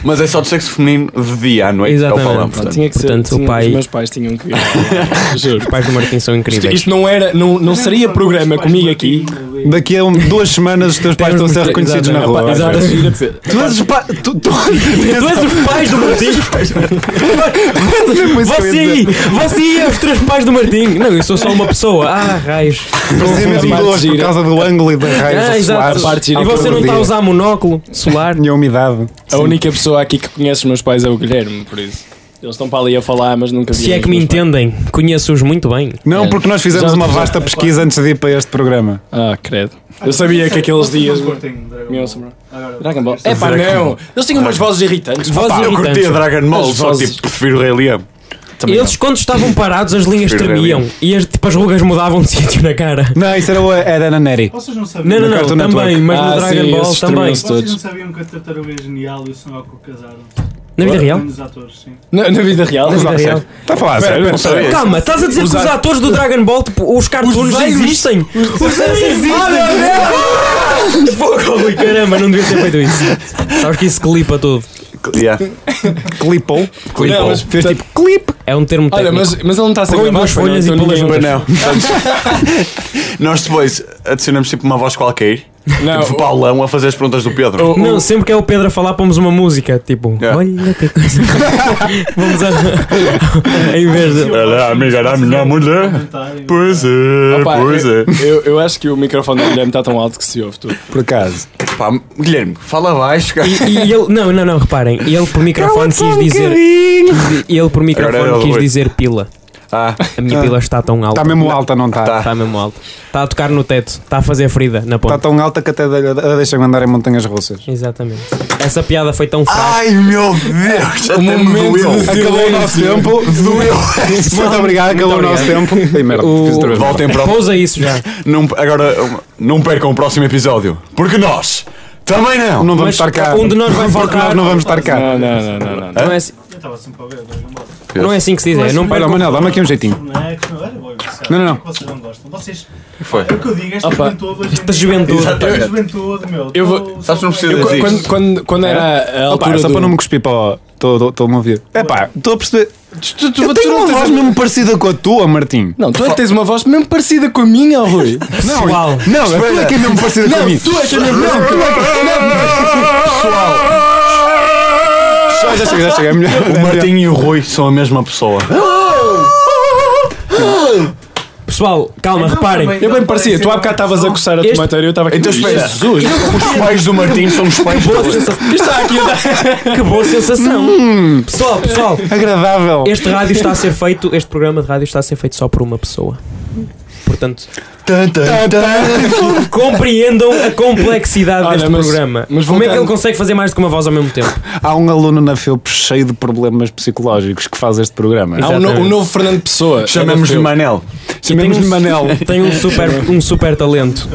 [SPEAKER 4] Mas é só de sexo feminino de dia à noite que é o
[SPEAKER 1] Exatamente.
[SPEAKER 4] falamos.
[SPEAKER 2] Pá,
[SPEAKER 4] portanto.
[SPEAKER 2] tinha que ser.
[SPEAKER 1] Portanto, o
[SPEAKER 2] tinha-
[SPEAKER 1] pai-
[SPEAKER 2] Os meus pais tinham que ir. Juro.
[SPEAKER 1] Os pais do Martim são
[SPEAKER 2] Isto,
[SPEAKER 1] incríveis.
[SPEAKER 2] isto não era, não, não seria programa comigo aqui.
[SPEAKER 3] Daqui a um- duas semanas, os teus pais estão a ser
[SPEAKER 1] Temos
[SPEAKER 3] reconhecidos na rua.
[SPEAKER 2] Exato.
[SPEAKER 3] Tu és os pais. Tu, tu...
[SPEAKER 1] Tu és os pais do Martim? Você aí! Você aí é os três pais do Martim! Não, eu sou só uma pessoa. Ah, raios.
[SPEAKER 3] Parecia mesmo
[SPEAKER 2] parte
[SPEAKER 3] duas por
[SPEAKER 2] gira.
[SPEAKER 3] causa do ângulo e da
[SPEAKER 1] Ah,
[SPEAKER 3] raio
[SPEAKER 1] exato.
[SPEAKER 2] a parte
[SPEAKER 1] E
[SPEAKER 2] gira
[SPEAKER 1] você
[SPEAKER 3] do
[SPEAKER 1] não está a
[SPEAKER 3] dia.
[SPEAKER 1] usar monóculo solar?
[SPEAKER 3] e a umidade.
[SPEAKER 2] A única pessoa aqui que conhece os meus pais é o Guilherme, por isso. Eles estão para ali a falar, mas nunca vi.
[SPEAKER 1] Se é que me entendem, conheço-os muito bem.
[SPEAKER 3] Não,
[SPEAKER 2] É.
[SPEAKER 3] porque nós fizemos
[SPEAKER 2] Já-
[SPEAKER 3] uma
[SPEAKER 2] já-
[SPEAKER 3] vasta pesquisa antes de ir para este programa.
[SPEAKER 2] Ah, credo. Eu sabia que aqueles dias. Dragon Ball. É pá, não! Eles tinham umas vozes irritantes.
[SPEAKER 1] Vozes
[SPEAKER 4] Pá, eu
[SPEAKER 1] irritantes.
[SPEAKER 4] curtia Dragon Ball,
[SPEAKER 2] As
[SPEAKER 4] só
[SPEAKER 2] vozes-
[SPEAKER 4] tipo, prefiro o Rei Leão.
[SPEAKER 2] Também
[SPEAKER 1] Eles, quando estavam parados, as linhas
[SPEAKER 4] Prefiro
[SPEAKER 1] tremiam e as, tipo, as rugas mudavam de sítio na cara.
[SPEAKER 3] Não, isso era o era na Neri.
[SPEAKER 5] Vocês não
[SPEAKER 1] Não,
[SPEAKER 5] sabiam.
[SPEAKER 1] não,
[SPEAKER 3] No
[SPEAKER 1] não,
[SPEAKER 3] Cartoon
[SPEAKER 1] também,
[SPEAKER 3] Network.
[SPEAKER 1] mas no
[SPEAKER 2] Ah,
[SPEAKER 1] Dragon
[SPEAKER 2] sim,
[SPEAKER 1] Ball
[SPEAKER 2] esses
[SPEAKER 1] também.
[SPEAKER 2] tremem-se.
[SPEAKER 5] Vocês não
[SPEAKER 2] todos.
[SPEAKER 5] sabiam que a tartaruga é genial e o Sonoco casaram?
[SPEAKER 1] Na
[SPEAKER 6] É
[SPEAKER 1] vida real?
[SPEAKER 5] Os atores, sim.
[SPEAKER 2] não. Na, na vida real,
[SPEAKER 1] Na vida
[SPEAKER 2] não
[SPEAKER 1] real.
[SPEAKER 3] Está Tá a falar a sério?
[SPEAKER 4] Não sabia.
[SPEAKER 1] Calma, estás a dizer que É. os atores do Dragon Ball, tipo, os cartoons
[SPEAKER 2] velhos-
[SPEAKER 1] existem? Os velhos existem! Fogo, Rui, caramba, não devia ter feito isso. Sabes que isso clipa tudo.
[SPEAKER 4] Yeah.
[SPEAKER 3] Clipou.
[SPEAKER 2] Não, mas fez tipo clipe.
[SPEAKER 1] É um termo
[SPEAKER 2] Olha,
[SPEAKER 1] técnico.
[SPEAKER 2] mas, mas ele não está a ser
[SPEAKER 1] Põe
[SPEAKER 2] gravado.
[SPEAKER 1] duas
[SPEAKER 2] foi,
[SPEAKER 1] folhas
[SPEAKER 2] não,
[SPEAKER 1] e
[SPEAKER 2] então
[SPEAKER 1] põe
[SPEAKER 2] ninguém-
[SPEAKER 4] Mas não. Portanto, Nós depois adicionamos tipo uma voz qualquer,
[SPEAKER 2] Não,
[SPEAKER 4] tipo Paulão, a fazer as perguntas do Pedro.
[SPEAKER 2] o- o-
[SPEAKER 1] Não, sempre que é o Pedro a falar, pomos uma música. Tipo,
[SPEAKER 4] É.
[SPEAKER 1] olha que coisa. Vamos a. em vez de.
[SPEAKER 4] Ela é amiga da minha mulher.
[SPEAKER 5] Comentário.
[SPEAKER 4] Pois é,
[SPEAKER 2] Opa,
[SPEAKER 4] pois é.
[SPEAKER 2] eu, eu, eu acho que o microfone do Guilherme está tão alto que se ouve tudo.
[SPEAKER 3] Por acaso.
[SPEAKER 4] Pá, Guilherme, fala baixo, cara.
[SPEAKER 1] E, e ele, não, não, não, reparem, ele por microfone quis dizer. quis di- Ele por
[SPEAKER 4] Agora era
[SPEAKER 1] microfone
[SPEAKER 4] o
[SPEAKER 1] quis
[SPEAKER 4] Rui.
[SPEAKER 1] dizer pila.
[SPEAKER 4] Ah,
[SPEAKER 1] A minha pila está tão alta.
[SPEAKER 3] Está mesmo alta, não está?
[SPEAKER 4] Tá.
[SPEAKER 3] Está
[SPEAKER 1] Está mesmo alta. Está a tocar no teto, está a fazer ferida na ponta.
[SPEAKER 3] Tá tão alta que até a deixam andar em montanhas russas.
[SPEAKER 1] Exatamente. Essa piada foi tão fraca.
[SPEAKER 4] ai meu Deus, já
[SPEAKER 2] O
[SPEAKER 4] até me
[SPEAKER 2] momento
[SPEAKER 4] doeu.
[SPEAKER 2] de-
[SPEAKER 3] Acabou o nosso tempo. Doeu. Muito obrigado, acabou o nosso tempo. Ei, merda, fiz outra vez.
[SPEAKER 4] Voltem para o.
[SPEAKER 1] Pousa isso já.
[SPEAKER 4] Não, agora, um, não percam o próximo episódio, porque nós também não.
[SPEAKER 3] Não
[SPEAKER 1] Mas
[SPEAKER 3] vamos estar cá.
[SPEAKER 1] um de nós vai
[SPEAKER 3] Porque nós
[SPEAKER 1] faltar.
[SPEAKER 3] não vamos estar cá.
[SPEAKER 2] Não, não, não, não. não, não.
[SPEAKER 1] Não é, assim-
[SPEAKER 5] Eu estava sempre a ver Dragon Ball.
[SPEAKER 1] não é assim que se diz, é. Não
[SPEAKER 3] Olha,
[SPEAKER 1] percam-
[SPEAKER 3] Manel, dá-me aqui um jeitinho.
[SPEAKER 5] Não é que não era bom.
[SPEAKER 3] Não, não, não.
[SPEAKER 5] Vocês não gostam. Vocês.
[SPEAKER 4] Foi.
[SPEAKER 5] É o que eu digo, esta
[SPEAKER 2] Opa.
[SPEAKER 5] juventude. hoje em
[SPEAKER 1] Esta
[SPEAKER 5] dia-
[SPEAKER 1] juventude.
[SPEAKER 5] Esta
[SPEAKER 4] Exatamente.
[SPEAKER 5] juventude, meu.
[SPEAKER 2] Eu vou-
[SPEAKER 5] Tô-
[SPEAKER 4] Sabes, não
[SPEAKER 5] tô-
[SPEAKER 4] precisa
[SPEAKER 2] Eu,
[SPEAKER 4] dizer
[SPEAKER 2] quando, quando, quando era a altura
[SPEAKER 3] Opa, só
[SPEAKER 2] do...
[SPEAKER 3] para não me cuspir para o. Estou-me a ouvir. É pá, estou a perceber.
[SPEAKER 2] Tu, tu,
[SPEAKER 3] Eu tenho uma voz mesmo parecida com a tua, Martim.
[SPEAKER 2] Não, tu é que tens uma voz mesmo parecida com a minha, Rui.
[SPEAKER 1] Pessoal.
[SPEAKER 3] Não, a tua é que é mesmo parecida com a minha.
[SPEAKER 2] tu é que é mesmo.
[SPEAKER 4] é assim
[SPEAKER 3] Já já chega, já chega. É melhor.
[SPEAKER 4] O Martim e o Rui são a mesma pessoa.
[SPEAKER 1] Pessoal, calma, reparem.
[SPEAKER 2] Eu bem parecia, tu há bocado estavas a coçar a
[SPEAKER 1] Este-
[SPEAKER 2] tua matéria eu estava aqui.
[SPEAKER 4] Então, espera,
[SPEAKER 2] Jesus!
[SPEAKER 4] os pais do Martim são os pais
[SPEAKER 1] Boa
[SPEAKER 4] do
[SPEAKER 1] sensação. Está aqui a dar- Que boa sensação. Pessoal, pessoal.
[SPEAKER 3] Agradável.
[SPEAKER 1] Este rádio está a ser feito, este programa de rádio está a ser feito só por uma pessoa. Portanto, compreendam a complexidade
[SPEAKER 2] Olha,
[SPEAKER 1] deste
[SPEAKER 2] mas-
[SPEAKER 1] programa.
[SPEAKER 2] mas
[SPEAKER 1] Como é que
[SPEAKER 2] voltando-
[SPEAKER 1] ele consegue fazer mais do que uma voz ao mesmo tempo?
[SPEAKER 3] Há um aluno na FEUP cheio de problemas psicológicos que faz este programa.
[SPEAKER 2] Há um, no- um novo Fernando Pessoa.
[SPEAKER 4] Chamamos-lhe Manel.
[SPEAKER 3] Chamemos-lhe
[SPEAKER 1] tem um-
[SPEAKER 3] Manel.
[SPEAKER 1] Tem um super, um super talento.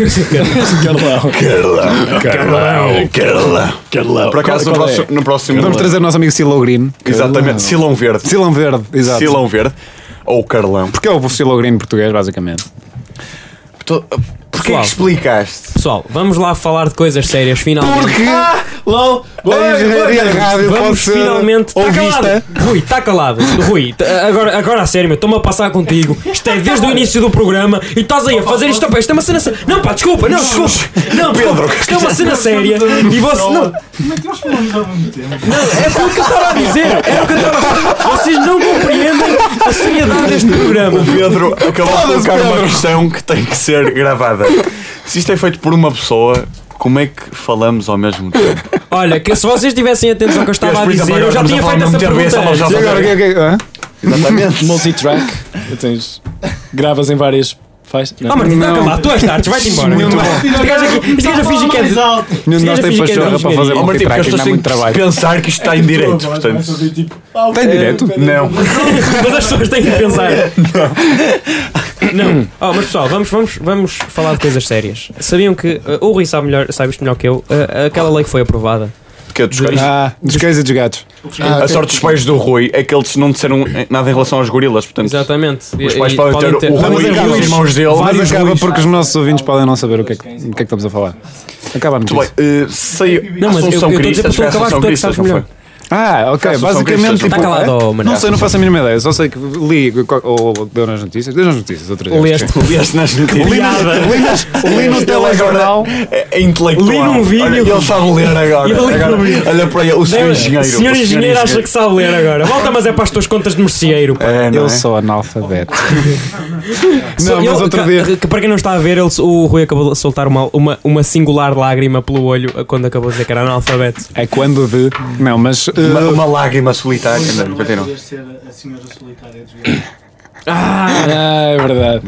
[SPEAKER 2] Carlão.
[SPEAKER 4] Carlão, Carlão, Carlão.
[SPEAKER 2] Carlão.
[SPEAKER 4] Por acaso, no
[SPEAKER 2] Qual- qual é?
[SPEAKER 4] próximo- no próximo.
[SPEAKER 3] Vamos trazer o nosso amigo Silogrino.
[SPEAKER 4] Exatamente, Silão Verde.
[SPEAKER 3] Silão Verde, exato.
[SPEAKER 4] Silão Verde ou Carlão.
[SPEAKER 3] Porque é o Silogrino português, basicamente.
[SPEAKER 4] Porquê que
[SPEAKER 1] Pessoal.
[SPEAKER 4] explicaste?
[SPEAKER 1] Pessoal, vamos lá falar de coisas sérias finalmente.
[SPEAKER 3] Porque
[SPEAKER 2] LOL!
[SPEAKER 3] a engenharia de rádio pode
[SPEAKER 1] Vamos
[SPEAKER 3] ser
[SPEAKER 1] finalmente. Tá
[SPEAKER 3] ouvista.
[SPEAKER 1] calado. Rui, está calado. Rui, t- agora, agora a sério, meu, estou-me a passar contigo. Isto é desde o início do programa e estás aí a fazer isto. Isto é uma cena séria. Não, pá, desculpa, não, desculpa. Não, Pedro, isto é uma cena séria. E você. Não,
[SPEAKER 5] Como é que nós falamos ao mesmo tempo?
[SPEAKER 1] é o que eu estava a dizer. Era o que eu estava a dizer. Vocês não compreendem a seriedade deste programa.
[SPEAKER 4] O Pedro acabou de colocar uma questão que tem que ser gravada. Se isto é feito por uma pessoa, como é que falamos ao mesmo tempo?
[SPEAKER 1] Olha, que se vocês estivessem atentos ao que eu estava a
[SPEAKER 4] Por exemplo,
[SPEAKER 1] dizer, eu já
[SPEAKER 4] agora
[SPEAKER 1] tinha
[SPEAKER 4] estamos
[SPEAKER 1] feito
[SPEAKER 4] a
[SPEAKER 1] essa
[SPEAKER 4] falar muito
[SPEAKER 1] pergunta.
[SPEAKER 4] bem,
[SPEAKER 1] antes.
[SPEAKER 4] só
[SPEAKER 3] E agora, o que é que. hã?
[SPEAKER 4] Exatamente.
[SPEAKER 2] Multitrack. Tens. Gravas em várias faixas.
[SPEAKER 1] Ah, Martim, está calado. Tu és tarde, vai-te embora.
[SPEAKER 3] Muito bom.
[SPEAKER 1] Este gajo aqui- este gajo a fingir que é.
[SPEAKER 5] Mais alto.
[SPEAKER 3] Nenhum de nós
[SPEAKER 1] Esteja física
[SPEAKER 3] tem
[SPEAKER 1] da
[SPEAKER 3] pachorra para fazer
[SPEAKER 1] engenharia.
[SPEAKER 4] Ó, Martim, porque as
[SPEAKER 3] multitrack,
[SPEAKER 4] pessoas
[SPEAKER 3] dá muito
[SPEAKER 4] têm que
[SPEAKER 3] trabalho.
[SPEAKER 4] pensar que isto está em direito, portanto.
[SPEAKER 3] Tem direto?
[SPEAKER 4] Não.
[SPEAKER 1] Mas as pessoas têm que pensar. Não. Oh, mas pessoal, vamos, vamos, vamos uh, falar de coisas sérias. Sabiam que. eh, o Rui sabe, melhor, sabe isto melhor que eu. eh, aquela lei que foi aprovada.
[SPEAKER 4] que é dos cães.
[SPEAKER 3] Ah, dos cães e dos gatos.
[SPEAKER 4] a sorte dos pais do Rui é que eles não disseram nada em relação aos gorilas, portanto.
[SPEAKER 1] Exatamente.
[SPEAKER 4] Os pais podem ter, o
[SPEAKER 3] Mas
[SPEAKER 4] Rui e
[SPEAKER 3] acaba-
[SPEAKER 4] os irmãos dele.
[SPEAKER 3] Mas
[SPEAKER 4] Vários
[SPEAKER 3] acaba
[SPEAKER 4] Ruis.
[SPEAKER 3] porque os nossos ouvintes podem não saber o que é que, o que, é que estamos a falar. Acaba-nos
[SPEAKER 4] Muito
[SPEAKER 3] isso.
[SPEAKER 4] bem, eh, saiu.
[SPEAKER 1] Não, mas eu-
[SPEAKER 4] Assunção
[SPEAKER 1] eu tô a dizer
[SPEAKER 4] Cristas,
[SPEAKER 1] para tu
[SPEAKER 4] foi Assunção
[SPEAKER 1] acabar, tu é que
[SPEAKER 4] Cristas,
[SPEAKER 1] sabes
[SPEAKER 4] não foi?
[SPEAKER 1] melhor.
[SPEAKER 3] Ah, ok.
[SPEAKER 4] Façam São
[SPEAKER 3] Basicamente,
[SPEAKER 4] Cristas,
[SPEAKER 3] tipo,
[SPEAKER 4] Tá
[SPEAKER 1] calado,
[SPEAKER 3] é?
[SPEAKER 1] ó, Manel.
[SPEAKER 3] Não sei, não faço a mínima ideia. Só sei que li ou deu nas notícias. Deu nas notícias outra vez.
[SPEAKER 1] Leste.
[SPEAKER 4] Aliás, nas notícias.
[SPEAKER 3] é. Li no
[SPEAKER 4] Ele é
[SPEAKER 3] telejornal.
[SPEAKER 4] agora É, é intelectual.
[SPEAKER 1] Li num vídeo.
[SPEAKER 4] Olha, ele sabe ler agora.
[SPEAKER 1] Eu li num
[SPEAKER 4] Agora,
[SPEAKER 1] vídeo.
[SPEAKER 4] Olha para ele, o senhor
[SPEAKER 1] Deve-
[SPEAKER 4] engenheiro.
[SPEAKER 1] senhor
[SPEAKER 4] o
[SPEAKER 1] engenheiro acha que sabe ler agora. Volta, mas é para as tuas contas de merceeiro. pá.
[SPEAKER 4] É, não
[SPEAKER 3] Eu
[SPEAKER 4] é?
[SPEAKER 3] sou analfabeto. Não,
[SPEAKER 1] Ele-
[SPEAKER 3] mas outro
[SPEAKER 1] que-
[SPEAKER 3] dia.
[SPEAKER 1] que para quem não está a ver, ele- o Rui acabou de soltar uma, uma, uma singular lágrima pelo olho uh, quando acabou de dizer que era analfabeto.
[SPEAKER 3] É quando de. Não, mas. uh,
[SPEAKER 4] Uma, uma lágrima solitária. Ah, Não,
[SPEAKER 5] Em
[SPEAKER 4] continua.
[SPEAKER 5] vez de ser a- a senhora solitária dos gatos.
[SPEAKER 3] Ah, é verdade.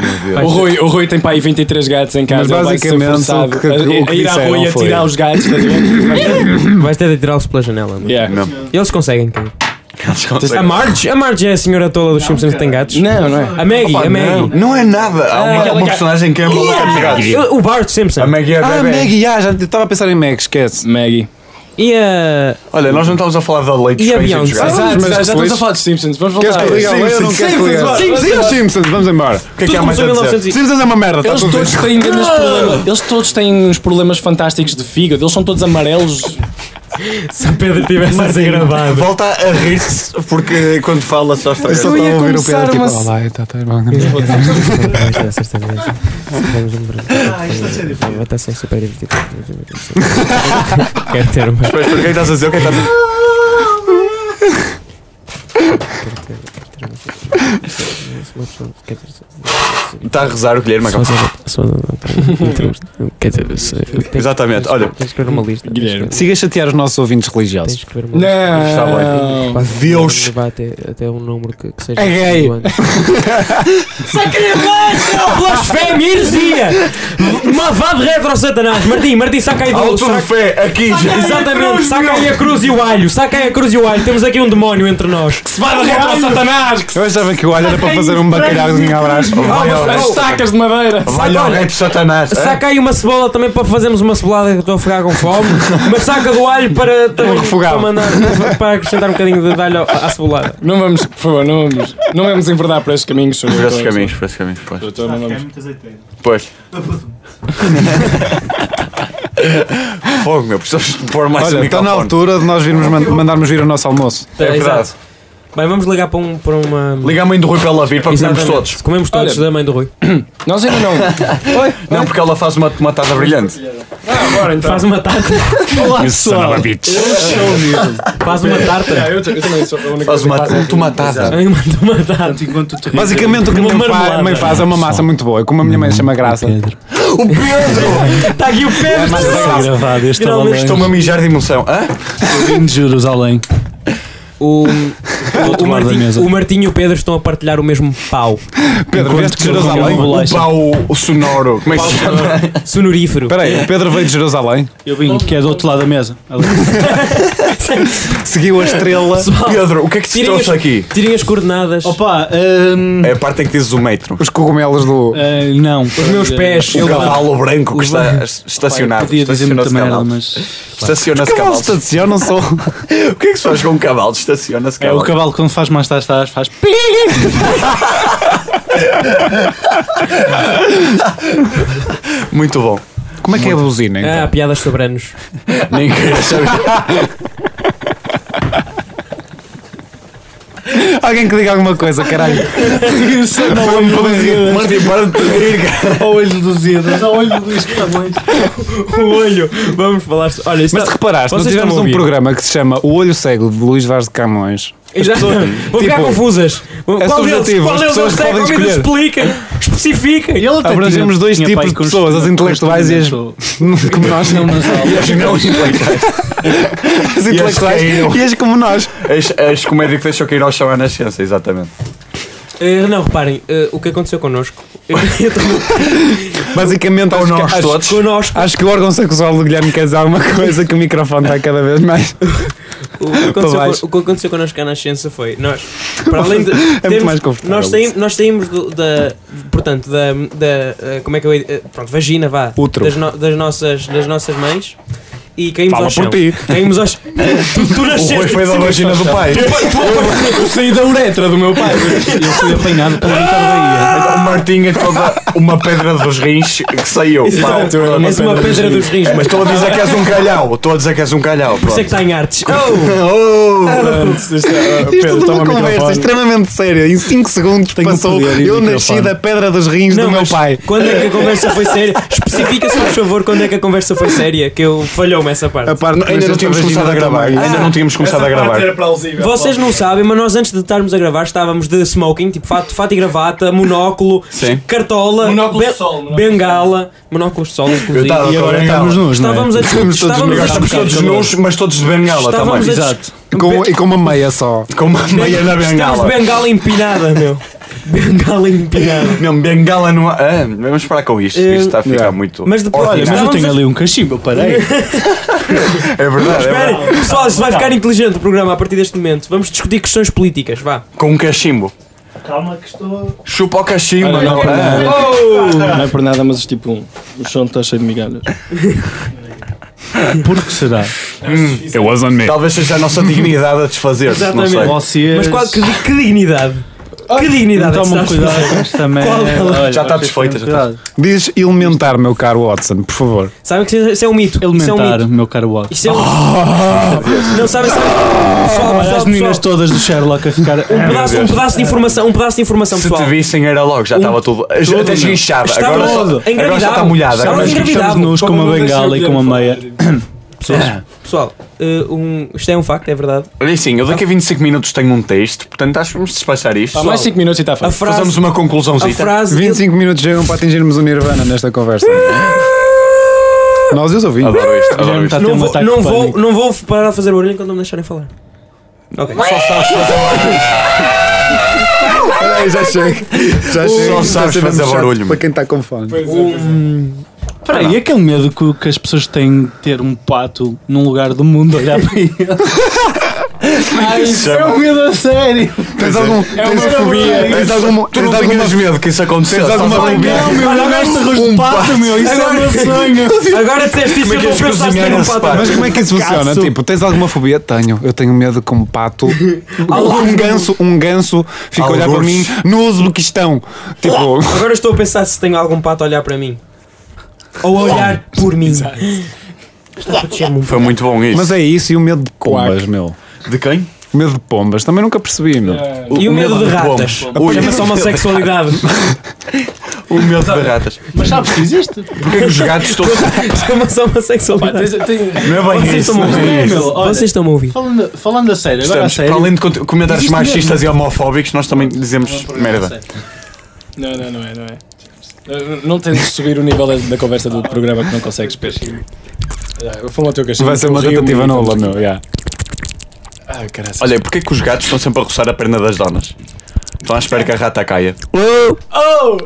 [SPEAKER 2] O Rui, o Rui tem para aí 23 gatos em casa.
[SPEAKER 3] Mas
[SPEAKER 2] ele vai ser
[SPEAKER 3] basicamente,
[SPEAKER 2] forçado
[SPEAKER 3] o que-
[SPEAKER 2] a-
[SPEAKER 3] o que
[SPEAKER 2] a ir à
[SPEAKER 3] disseram
[SPEAKER 2] rua e a
[SPEAKER 3] foi-
[SPEAKER 2] tirar os gatos. estás a ver?
[SPEAKER 1] Vais ter de tirá-los pela janela. mano.
[SPEAKER 2] Yeah.
[SPEAKER 4] Não.
[SPEAKER 1] Eles conseguem. cara.
[SPEAKER 4] Eles
[SPEAKER 1] A
[SPEAKER 4] conseguem.
[SPEAKER 1] Marge? A Marge é a senhora tola dos Simpsons que tem gatos?
[SPEAKER 2] Não, não é.
[SPEAKER 1] A Maggie,
[SPEAKER 4] Opa,
[SPEAKER 1] a
[SPEAKER 4] não,
[SPEAKER 1] Maggie.
[SPEAKER 4] não é nada.
[SPEAKER 1] Ah,
[SPEAKER 4] Há uma,
[SPEAKER 2] aquela
[SPEAKER 4] uma
[SPEAKER 2] que-
[SPEAKER 4] personagem que é maluca de gatos.
[SPEAKER 1] O Bart Simpson.
[SPEAKER 4] A Maggie é
[SPEAKER 3] Ah,
[SPEAKER 4] bebê.
[SPEAKER 3] Maggie, ah, já estava a pensar em Meg, esquece.
[SPEAKER 2] Maggie.
[SPEAKER 1] E a.
[SPEAKER 4] Olha, nós não estamos a falar da leite
[SPEAKER 1] E
[SPEAKER 4] dos
[SPEAKER 1] a
[SPEAKER 4] cães e dos
[SPEAKER 1] Beyoncé?
[SPEAKER 4] gatos.
[SPEAKER 3] Ah,
[SPEAKER 2] Exato,
[SPEAKER 3] mas
[SPEAKER 2] já, já estamos
[SPEAKER 3] depois-
[SPEAKER 2] a falar dos Simpsons. Vamos
[SPEAKER 3] Queres
[SPEAKER 2] voltar.
[SPEAKER 3] que eu liga
[SPEAKER 4] Simpsons,
[SPEAKER 3] Eu não quero que liga.
[SPEAKER 1] Simpsons,
[SPEAKER 3] Ah, Simpsons, Simpsons, vamos embora.
[SPEAKER 4] O que é que há
[SPEAKER 1] Tudo
[SPEAKER 4] mais a
[SPEAKER 1] começou em
[SPEAKER 4] dizer?
[SPEAKER 1] 1900 e-
[SPEAKER 3] Simpsons é uma merda.
[SPEAKER 2] Eles
[SPEAKER 3] tá tudo
[SPEAKER 2] todos
[SPEAKER 3] bem.
[SPEAKER 2] têm grandes problemas. Eles todos têm uns problemas fantásticos de fígado. Eles são todos amarelos.
[SPEAKER 1] Se o Pedro tivesse a ser gravado.
[SPEAKER 4] Volta a rir-se porque quando fala só está
[SPEAKER 3] Eu só
[SPEAKER 2] Eu ia
[SPEAKER 3] estava a ouvir o
[SPEAKER 2] começar
[SPEAKER 3] Pedro tipo.
[SPEAKER 2] uma-
[SPEAKER 3] Olá, tá tudo bem.
[SPEAKER 5] Ah, isto está a ser difícil.
[SPEAKER 1] Vai estar sempre super divertido. Quero ter uma.
[SPEAKER 4] Mas por que estás a dizer o que é que estás a dizer? Está a rezar o Guilherme agora.
[SPEAKER 1] Quer dizer, se-
[SPEAKER 4] Exatamente, olha.
[SPEAKER 1] Tens de escrever uma lista.
[SPEAKER 2] Guilherme.
[SPEAKER 3] Siga a chatear os nossos ouvintes
[SPEAKER 1] Tens de
[SPEAKER 3] religiosos.
[SPEAKER 1] escrever uma lista.
[SPEAKER 4] Está
[SPEAKER 2] Não.
[SPEAKER 4] bem.
[SPEAKER 1] Pá,
[SPEAKER 4] Deus.
[SPEAKER 1] vai Até, até um número que, que seja.
[SPEAKER 2] É gay.
[SPEAKER 1] Sacrilégio! Blasfémia, heresia! Mavado retro Satanás! Martim, Martim, saca aí do.
[SPEAKER 4] Alto de
[SPEAKER 1] Saca,
[SPEAKER 4] fé, aqui é já.
[SPEAKER 1] exatamente, saca aí a cruz e o alho! Saca aí a cruz e o alho! Temos aqui um demónio entre nós!
[SPEAKER 2] Se vai de reto ao Satanás! que se-
[SPEAKER 3] Eu achava que o alho era para fazer um bacalhau de minha abraço.
[SPEAKER 4] Vai ao
[SPEAKER 2] As
[SPEAKER 4] resto-
[SPEAKER 2] estacas de madeira!
[SPEAKER 4] vai ao
[SPEAKER 1] olha.
[SPEAKER 4] reto de Satanás. é?
[SPEAKER 1] Saca aí uma cebola também para fazermos uma cebolada que eu estou a ficar com fome, mas saca do alho para, também,
[SPEAKER 3] refogado.
[SPEAKER 1] para, mandar, para acrescentar um bocadinho de alho à à cebolada.
[SPEAKER 2] Não vamos, por favor, não vamos. Não vamos enverdar por esses caminhos. senhor
[SPEAKER 4] Por esses
[SPEAKER 2] doutor.
[SPEAKER 4] caminhos, por esses caminhos. pois.
[SPEAKER 2] Doutor, Então,
[SPEAKER 5] Está a
[SPEAKER 2] não
[SPEAKER 5] ficar
[SPEAKER 2] vamos.
[SPEAKER 5] é muito azeiteiro.
[SPEAKER 4] Pois. Fogo, meu, precisamos de pôr mais um
[SPEAKER 3] Olha, está na
[SPEAKER 4] microfone.
[SPEAKER 3] altura de nós virmos man- mandarmos vir o nosso almoço.
[SPEAKER 4] É verdade.
[SPEAKER 1] Bem, vamos ligar para, um, para uma.
[SPEAKER 4] Liga a mãe do Rui para ela vir para comermos
[SPEAKER 1] Exatamente.
[SPEAKER 4] todos.
[SPEAKER 1] Comemos todos
[SPEAKER 2] Olha.
[SPEAKER 1] da mãe do Rui.
[SPEAKER 2] Nós ainda não. Oi?
[SPEAKER 4] Não, porque ela faz uma tomatada brilhante.
[SPEAKER 2] Agora então.
[SPEAKER 1] Faz uma tarta.
[SPEAKER 2] Olá, pessoal.
[SPEAKER 1] Faz uma tarta.
[SPEAKER 2] Eu, eu também sou a única
[SPEAKER 4] Faz
[SPEAKER 2] coisa
[SPEAKER 4] uma
[SPEAKER 2] que faz é-
[SPEAKER 4] tomatada.
[SPEAKER 1] Ai, manda uma tarta.
[SPEAKER 5] Portanto, enquanto tu te rires,
[SPEAKER 3] Basicamente, o que a minha fa-
[SPEAKER 1] marmelada.
[SPEAKER 3] mãe faz é uma massa muito boa. E como a minha mãe se chama Graça.
[SPEAKER 4] O Pedro!
[SPEAKER 1] Está Tá
[SPEAKER 3] é
[SPEAKER 1] aqui o Pedro.
[SPEAKER 6] Gravado, este
[SPEAKER 1] Finalmente
[SPEAKER 6] além.
[SPEAKER 4] Estou-me a mijar de emoção. Hã?
[SPEAKER 6] Vindo juros além.
[SPEAKER 1] O, o,
[SPEAKER 6] lado da
[SPEAKER 1] Martinho,
[SPEAKER 6] mesa.
[SPEAKER 1] o Martinho e o Pedro estão a partilhar o mesmo pau.
[SPEAKER 3] Pedro, vieste de
[SPEAKER 1] um
[SPEAKER 3] Jerusalém.
[SPEAKER 4] O pau o sonoro. Como é que se chama?
[SPEAKER 1] Sonorífero.
[SPEAKER 3] Espera aí, o Pedro veio de Jerusalém,
[SPEAKER 6] Eu vim, que é do outro lado da mesa. Ali.
[SPEAKER 3] seguiu a estrela.
[SPEAKER 1] Pessoal,
[SPEAKER 4] Pedro, o que é que te
[SPEAKER 1] Tirem
[SPEAKER 4] trouxe
[SPEAKER 1] as-
[SPEAKER 4] aqui?
[SPEAKER 1] tirem as coordenadas.
[SPEAKER 6] Opa,
[SPEAKER 4] É a parte em que dizes o metro.
[SPEAKER 3] Os cogumelos
[SPEAKER 5] É.
[SPEAKER 3] do.
[SPEAKER 6] não.
[SPEAKER 1] Os meus
[SPEAKER 3] um
[SPEAKER 1] pés.
[SPEAKER 4] O
[SPEAKER 1] Eu-
[SPEAKER 4] cavalo branco que está estacionado.
[SPEAKER 6] Podia dizer muita
[SPEAKER 4] Estaciona-se
[SPEAKER 6] merda,
[SPEAKER 4] cavalo.
[SPEAKER 6] mas.
[SPEAKER 4] Estaciona-se
[SPEAKER 3] Cavalos
[SPEAKER 4] cavalo.
[SPEAKER 3] estacionam só.
[SPEAKER 4] O que é que se faz com um cavalo? Estaciona-se
[SPEAKER 6] É o
[SPEAKER 4] cavalo.
[SPEAKER 6] cavalo quando faz mais tarde, tarde, faz.
[SPEAKER 4] Muito bom.
[SPEAKER 3] Como é que é a buzina? então?
[SPEAKER 1] Ah, piadas sobre anos.
[SPEAKER 4] Nem queria saber.
[SPEAKER 3] Alguém que diga alguma coisa, caralho.
[SPEAKER 4] Martim, para de te rir, cara.
[SPEAKER 5] ao olho dos idos, ao olho dos cabões.
[SPEAKER 1] O olho. Vamos falar. so- Olha, isto
[SPEAKER 3] Mas se reparaste, nós
[SPEAKER 1] Vocês
[SPEAKER 3] tivemos
[SPEAKER 1] estão a
[SPEAKER 3] um
[SPEAKER 1] ouvir?
[SPEAKER 3] programa que se chama O Olho Cego de Luís Vaz de Camões.
[SPEAKER 1] Exato. Vão ficar
[SPEAKER 3] Tipo,
[SPEAKER 1] confusas.
[SPEAKER 3] é
[SPEAKER 1] qual deles,
[SPEAKER 3] subjetivo,
[SPEAKER 1] qual
[SPEAKER 3] as
[SPEAKER 1] deles
[SPEAKER 3] pessoas
[SPEAKER 1] eles têm?
[SPEAKER 3] podem é
[SPEAKER 1] Como eles expliquem? Especifiquem.
[SPEAKER 4] Tá,
[SPEAKER 6] Ele
[SPEAKER 3] Abrangemos dois tipos de pessoas, as intelectuais e as. como nós.
[SPEAKER 6] Não, mas
[SPEAKER 4] E é as não intelectuais.
[SPEAKER 3] As intelectuais
[SPEAKER 4] caíram.
[SPEAKER 3] e as como nós.
[SPEAKER 4] As- As comédias que deixam cair ao chão à nascença, exatamente.
[SPEAKER 1] Eh, não, reparem, eh, o que aconteceu connosco. Eu, eu tô-
[SPEAKER 3] Basicamente, acho
[SPEAKER 4] nós
[SPEAKER 3] que, acho,
[SPEAKER 4] todos.
[SPEAKER 1] connosco.
[SPEAKER 3] acho que o órgão sexual do Guilherme quer dizer alguma coisa que o microfone está cada vez mais.
[SPEAKER 1] O que, aconteceu,
[SPEAKER 3] baixo. É
[SPEAKER 1] con- o que aconteceu connosco à Nascença foi nós, para além de.
[SPEAKER 3] muito mais confortável
[SPEAKER 1] Nós, saí- nós saímos do- da. Portanto, da. da eh, como é que eu. ia- eh, Pronto, vagina, vá.
[SPEAKER 3] Útero.
[SPEAKER 1] Das, no- das nossas, das nossas mães e caímos
[SPEAKER 3] Fala
[SPEAKER 1] ao chão.
[SPEAKER 3] por ti.
[SPEAKER 1] Caímos aos... Tu, tu
[SPEAKER 4] O Rui
[SPEAKER 1] nasceste...
[SPEAKER 4] foi da vagina do pai.
[SPEAKER 1] Eu saí da uretra do meu pai.
[SPEAKER 5] Eu fui apanhado pela encardaia.
[SPEAKER 4] O Martim é toda uma pedra dos rins que saiu. Pá,
[SPEAKER 1] Exato, és uma pedra dos rins,
[SPEAKER 4] Mas
[SPEAKER 1] mas
[SPEAKER 4] estou a dizer que és um calhau. Estou a dizer que és um calhau.
[SPEAKER 1] por isso é que
[SPEAKER 4] pronto.
[SPEAKER 1] está em artes.
[SPEAKER 4] Oh,
[SPEAKER 2] Ah, é,
[SPEAKER 3] Isto é- de uma conversa extremamente séria. Em 5 segundos
[SPEAKER 5] Tenho um
[SPEAKER 3] passou.
[SPEAKER 5] poder e um
[SPEAKER 3] eu nasci
[SPEAKER 5] microfone.
[SPEAKER 3] da pedra dos rins do meu
[SPEAKER 1] mas
[SPEAKER 3] pai.
[SPEAKER 1] Quando é que a conversa foi séria? Especifica-se, por favor, quando é que a conversa foi séria, que eu falhou-me essa parte.
[SPEAKER 3] A parte
[SPEAKER 4] Ainda não tínhamos começado a gravar. Ainda não tínhamos começado a gravar.
[SPEAKER 1] Vocês não sabem, mas nós antes de estarmos a gravar estávamos de smoking, tipo fato, fato e gravata, monóculo,
[SPEAKER 7] Sim.
[SPEAKER 1] cartola,
[SPEAKER 8] Monóculo de
[SPEAKER 1] be-
[SPEAKER 8] sol, monóculo
[SPEAKER 1] bengala, monóculos de sol, inclusive.
[SPEAKER 4] tava-
[SPEAKER 5] E agora
[SPEAKER 4] Então,
[SPEAKER 5] estamos nus, não é?
[SPEAKER 1] Estávamos a
[SPEAKER 4] Estamos todos
[SPEAKER 1] estávamos
[SPEAKER 4] nus.
[SPEAKER 1] a-
[SPEAKER 4] Estamos todos nus, mas todos de bengala também.
[SPEAKER 1] Estávamos a-
[SPEAKER 5] Exato.
[SPEAKER 4] um
[SPEAKER 3] Com, e com uma meia só.
[SPEAKER 4] Com uma meia na
[SPEAKER 1] Estávamos de
[SPEAKER 4] bengala.
[SPEAKER 1] bengala empinada, meu. Bengala empinada.
[SPEAKER 4] É, Não, bengala não há. Ah, vamos parar com isto.
[SPEAKER 1] Eh,
[SPEAKER 4] Isto está a ficar
[SPEAKER 3] yeah.
[SPEAKER 4] muito.
[SPEAKER 1] Mas depois.
[SPEAKER 5] Olha,
[SPEAKER 4] Ah,
[SPEAKER 5] mas eu
[SPEAKER 1] estávamos
[SPEAKER 5] tenho
[SPEAKER 1] a-
[SPEAKER 5] ali um cachimbo, eu parei.
[SPEAKER 4] É verdade, é verdade.
[SPEAKER 1] Espera, pessoal, isto vai ficar inteligente o programa a partir deste momento. Vamos discutir questões políticas, vá.
[SPEAKER 4] Com um cachimbo.
[SPEAKER 8] Calma que estou.
[SPEAKER 4] Chupa o cachimbo.
[SPEAKER 2] Olha,
[SPEAKER 4] não,
[SPEAKER 2] não, é
[SPEAKER 4] ah.
[SPEAKER 2] Não é por nada, mas tipo, o chão está cheio de migalhas.
[SPEAKER 5] Por que será?
[SPEAKER 3] It wasn't me.
[SPEAKER 4] Talvez seja a nossa dignidade a desfazer-se. Não sei.
[SPEAKER 1] Exatamente.
[SPEAKER 5] Vocês.
[SPEAKER 1] Mas qual, que, que dignidade! Que dignidade! é que
[SPEAKER 5] Tomam
[SPEAKER 1] estás-
[SPEAKER 5] cuidado com esta
[SPEAKER 1] Qual-
[SPEAKER 5] merda.
[SPEAKER 4] Já está desfeita, já tá. está.
[SPEAKER 3] Dizes elementar, meu caro Watson, por favor.
[SPEAKER 1] Sabem que isso é um mito. Isso é um
[SPEAKER 5] Elementar,
[SPEAKER 1] mito.
[SPEAKER 5] meu caro Watson.
[SPEAKER 1] Isto é um... Não sabem, sabem. Pessoal,
[SPEAKER 5] Ah! Olha as
[SPEAKER 1] pessoal,
[SPEAKER 5] meninas
[SPEAKER 1] pessoal.
[SPEAKER 5] todas do Sherlock a ficar.
[SPEAKER 1] Um pedaço, um pedaço de informação, um pedaço de informação,
[SPEAKER 4] Se
[SPEAKER 1] pessoal. um,
[SPEAKER 4] te vissem era logo, já estava tudo. já- Até esguinchada. Agora, só-
[SPEAKER 1] Estava
[SPEAKER 4] agora já está
[SPEAKER 1] engravidado.
[SPEAKER 4] molhada.
[SPEAKER 1] Estava
[SPEAKER 4] Agora-
[SPEAKER 1] engravidado.
[SPEAKER 5] Estamos nus com uma
[SPEAKER 2] Como não
[SPEAKER 5] bengala
[SPEAKER 2] deixei
[SPEAKER 5] e
[SPEAKER 2] o
[SPEAKER 5] com uma meia.
[SPEAKER 2] Guilherme
[SPEAKER 5] Ah.
[SPEAKER 1] Pessoal, eh, um... isto é um facto, é verdade.
[SPEAKER 4] Olha sim, eu daqui a 25 minutos tenho um texto, portanto acho que vamos despachar isto.
[SPEAKER 2] Há mais 5 minutos e está
[SPEAKER 1] A
[SPEAKER 2] feito.
[SPEAKER 1] frase.
[SPEAKER 4] Fazemos uma
[SPEAKER 1] A
[SPEAKER 4] conclusãozinha.
[SPEAKER 1] frase.
[SPEAKER 3] 25 minutos chegam para atingirmos o Nirvana nesta conversa. Nós e os ouvintes.
[SPEAKER 4] Adoro isto,
[SPEAKER 5] Já
[SPEAKER 4] adoro
[SPEAKER 5] não
[SPEAKER 4] isto.
[SPEAKER 5] está a ter
[SPEAKER 1] Ah! Não
[SPEAKER 5] um
[SPEAKER 1] vou,
[SPEAKER 5] ataque
[SPEAKER 1] não,
[SPEAKER 5] de
[SPEAKER 1] vou,
[SPEAKER 5] pânico.
[SPEAKER 1] não vou parar de fazer barulho enquanto não me deixarem falar. Ok.
[SPEAKER 3] Peraí, já chego. Já chego. Já
[SPEAKER 4] Só sabes
[SPEAKER 3] sabemos
[SPEAKER 4] fazer
[SPEAKER 3] chato
[SPEAKER 4] barulho,
[SPEAKER 3] Para
[SPEAKER 4] meu.
[SPEAKER 3] quem está com fome.
[SPEAKER 5] é. Espera aí, aquele medo que, que as pessoas têm de ter um pato num lugar do mundo a olhar para ele. Ai, isso é um medo a sério.
[SPEAKER 3] Tens algum. É uma fobia. Tens algum.
[SPEAKER 4] Tu
[SPEAKER 3] Tens
[SPEAKER 4] não
[SPEAKER 3] alguma.
[SPEAKER 4] tenhas medo que isso acontecesse.
[SPEAKER 3] Tens alguma
[SPEAKER 4] Estás a
[SPEAKER 3] fobia?
[SPEAKER 4] brincar?
[SPEAKER 5] meu, olha este arroz de pato, meu, isso é o meu sonho.
[SPEAKER 1] Agora disseste isso,
[SPEAKER 4] Como é
[SPEAKER 1] eu vou
[SPEAKER 4] que
[SPEAKER 1] pensar se
[SPEAKER 4] as
[SPEAKER 1] tenho um
[SPEAKER 4] cozinheiras
[SPEAKER 1] pato.
[SPEAKER 4] separam?
[SPEAKER 3] Mas como é que isso funciona?
[SPEAKER 5] Caço.
[SPEAKER 3] Tipo, tens alguma fobia? Tenho. Eu tenho medo que um pato. um ganso, um ganso fica a olhar para mim
[SPEAKER 4] Algures.
[SPEAKER 3] no Uzbequistão. Tipo.
[SPEAKER 1] Agora estou a pensar se tenho algum pato a olhar para mim. Ou a olhar por mim.
[SPEAKER 4] Foi muito bom isso.
[SPEAKER 3] Mas é isso e o medo de pombas, meu.
[SPEAKER 4] de quem?
[SPEAKER 3] O medo de pombas também nunca percebi, meu.
[SPEAKER 1] E o medo de ratas. é
[SPEAKER 4] Ui.
[SPEAKER 1] Chama-se homossexualidade.
[SPEAKER 4] O medo de ratas.
[SPEAKER 5] Mas sabes que existe?
[SPEAKER 4] Porquê que os gatos todos.
[SPEAKER 1] Chama-se homossexualidade.
[SPEAKER 4] Não é bem
[SPEAKER 1] Vocês
[SPEAKER 4] isso.
[SPEAKER 1] estão a
[SPEAKER 4] não é
[SPEAKER 1] ouvir.
[SPEAKER 4] isso.
[SPEAKER 5] meu, olha.
[SPEAKER 1] Vocês estão a ouvir.
[SPEAKER 5] Falando, falando a sério, agora
[SPEAKER 4] Estamos,
[SPEAKER 5] a
[SPEAKER 4] para
[SPEAKER 5] sério.
[SPEAKER 4] além de cont- comentários machistas e homofóbicos, nós também dizemos merda.
[SPEAKER 2] Não, não, não é, não é. Não, não tentes subir o nível da, da conversa do programa que não consegues peixe. Fala o teu cachorro.
[SPEAKER 3] Vai ser uma tentativa nula, meu. yeah.
[SPEAKER 2] Ah, caralho.
[SPEAKER 4] Olha, porquê que os gatos estão sempre a roçar a perna das donas? Estão à espera que a rata caia. Oh!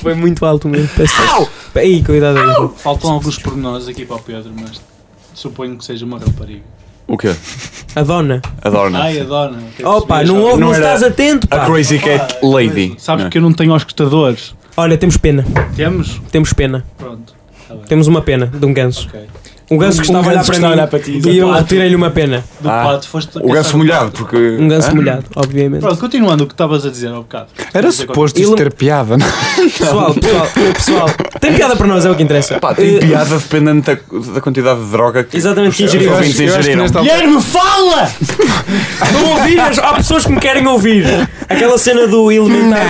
[SPEAKER 1] Foi muito alto mesmo. Peço desculpa. Aí, cuidado aí.
[SPEAKER 5] Faltam alguns pormenores aqui para o Pedro, mas suponho que seja uma rapariga.
[SPEAKER 4] O quê?
[SPEAKER 1] A dona.
[SPEAKER 4] A dona.
[SPEAKER 5] Ai, adoro. quero
[SPEAKER 1] Opa,
[SPEAKER 5] perceber
[SPEAKER 1] não
[SPEAKER 5] já.
[SPEAKER 1] ouve,
[SPEAKER 4] não
[SPEAKER 1] não
[SPEAKER 4] era-
[SPEAKER 1] estás atento,
[SPEAKER 4] A
[SPEAKER 1] pá.
[SPEAKER 4] Crazy Cat Lady.
[SPEAKER 5] Sabes
[SPEAKER 4] Não é?
[SPEAKER 5] que eu não tenho aos escutadores.
[SPEAKER 1] Olha, temos pena.
[SPEAKER 5] Temos?
[SPEAKER 1] Temos pena.
[SPEAKER 5] Pronto. tá bem.
[SPEAKER 1] Temos uma pena de um ganso.
[SPEAKER 5] Ok.
[SPEAKER 1] Um ganso que
[SPEAKER 2] Um
[SPEAKER 1] estava a olhar
[SPEAKER 2] ganso
[SPEAKER 1] para
[SPEAKER 2] que está a
[SPEAKER 1] mim
[SPEAKER 2] olhar para ti,
[SPEAKER 1] e eu
[SPEAKER 5] exato.
[SPEAKER 1] retirei-lhe uma pena.
[SPEAKER 5] Do
[SPEAKER 4] Ah,
[SPEAKER 5] pato foste
[SPEAKER 4] O ganso molhado, porque.
[SPEAKER 1] Um ganso
[SPEAKER 4] Hã?
[SPEAKER 1] molhado, obviamente.
[SPEAKER 5] Pronto, continuando o que estavas a dizer ao bocado.
[SPEAKER 3] Era suposto isto
[SPEAKER 1] Ele-
[SPEAKER 3] ter piada, não? é?
[SPEAKER 1] Pessoal, pessoal, pessoal. Tem piada para nós, é o que interessa.
[SPEAKER 4] Pá, tem
[SPEAKER 1] Eh,
[SPEAKER 4] piada dependente da, da quantidade de droga que.
[SPEAKER 1] Exatamente, que
[SPEAKER 4] Os
[SPEAKER 1] ingeriu.
[SPEAKER 4] ouvintes
[SPEAKER 3] Eu acho que
[SPEAKER 4] ingeriram.
[SPEAKER 3] nesta altura-
[SPEAKER 5] Guilherme, fala!
[SPEAKER 1] Estão a ouvir? As- Há pessoas que me querem ouvir. Aquela cena do elementar.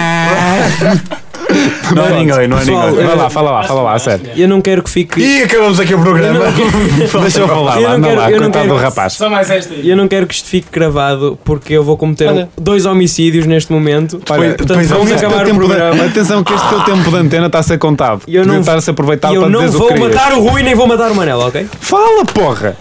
[SPEAKER 4] Não é ninguém, não é
[SPEAKER 1] Pessoal,
[SPEAKER 4] ninguém.
[SPEAKER 3] Vai lá, fala lá, fala lá, a sério.
[SPEAKER 1] Eu não quero que fique.
[SPEAKER 4] E acabamos aqui o programa.
[SPEAKER 3] Deixa eu falar
[SPEAKER 1] Eu
[SPEAKER 3] lá,
[SPEAKER 1] não
[SPEAKER 3] anda
[SPEAKER 1] quero-
[SPEAKER 3] lá,
[SPEAKER 1] eu não
[SPEAKER 3] coitado
[SPEAKER 1] quero- um
[SPEAKER 3] do rapaz.
[SPEAKER 2] Só mais esta aí.
[SPEAKER 1] Eu não quero que isto fique gravado porque eu vou cometer
[SPEAKER 2] Olha.
[SPEAKER 1] dois homicídios neste momento.
[SPEAKER 3] Olha,
[SPEAKER 1] portanto, vamos
[SPEAKER 3] Este
[SPEAKER 1] acabar
[SPEAKER 3] teu
[SPEAKER 1] o
[SPEAKER 3] tempo de-
[SPEAKER 1] programa.
[SPEAKER 3] Atenção que este teu tempo de antena está a ser contado.
[SPEAKER 1] E eu não-
[SPEAKER 3] Devia estar a ser aproveitado
[SPEAKER 1] E eu
[SPEAKER 3] para
[SPEAKER 1] não
[SPEAKER 3] dizer o
[SPEAKER 1] vou
[SPEAKER 3] que querias.
[SPEAKER 1] matar Hum. o Rui nem vou matar o Manel, ok?
[SPEAKER 3] Fala, porra!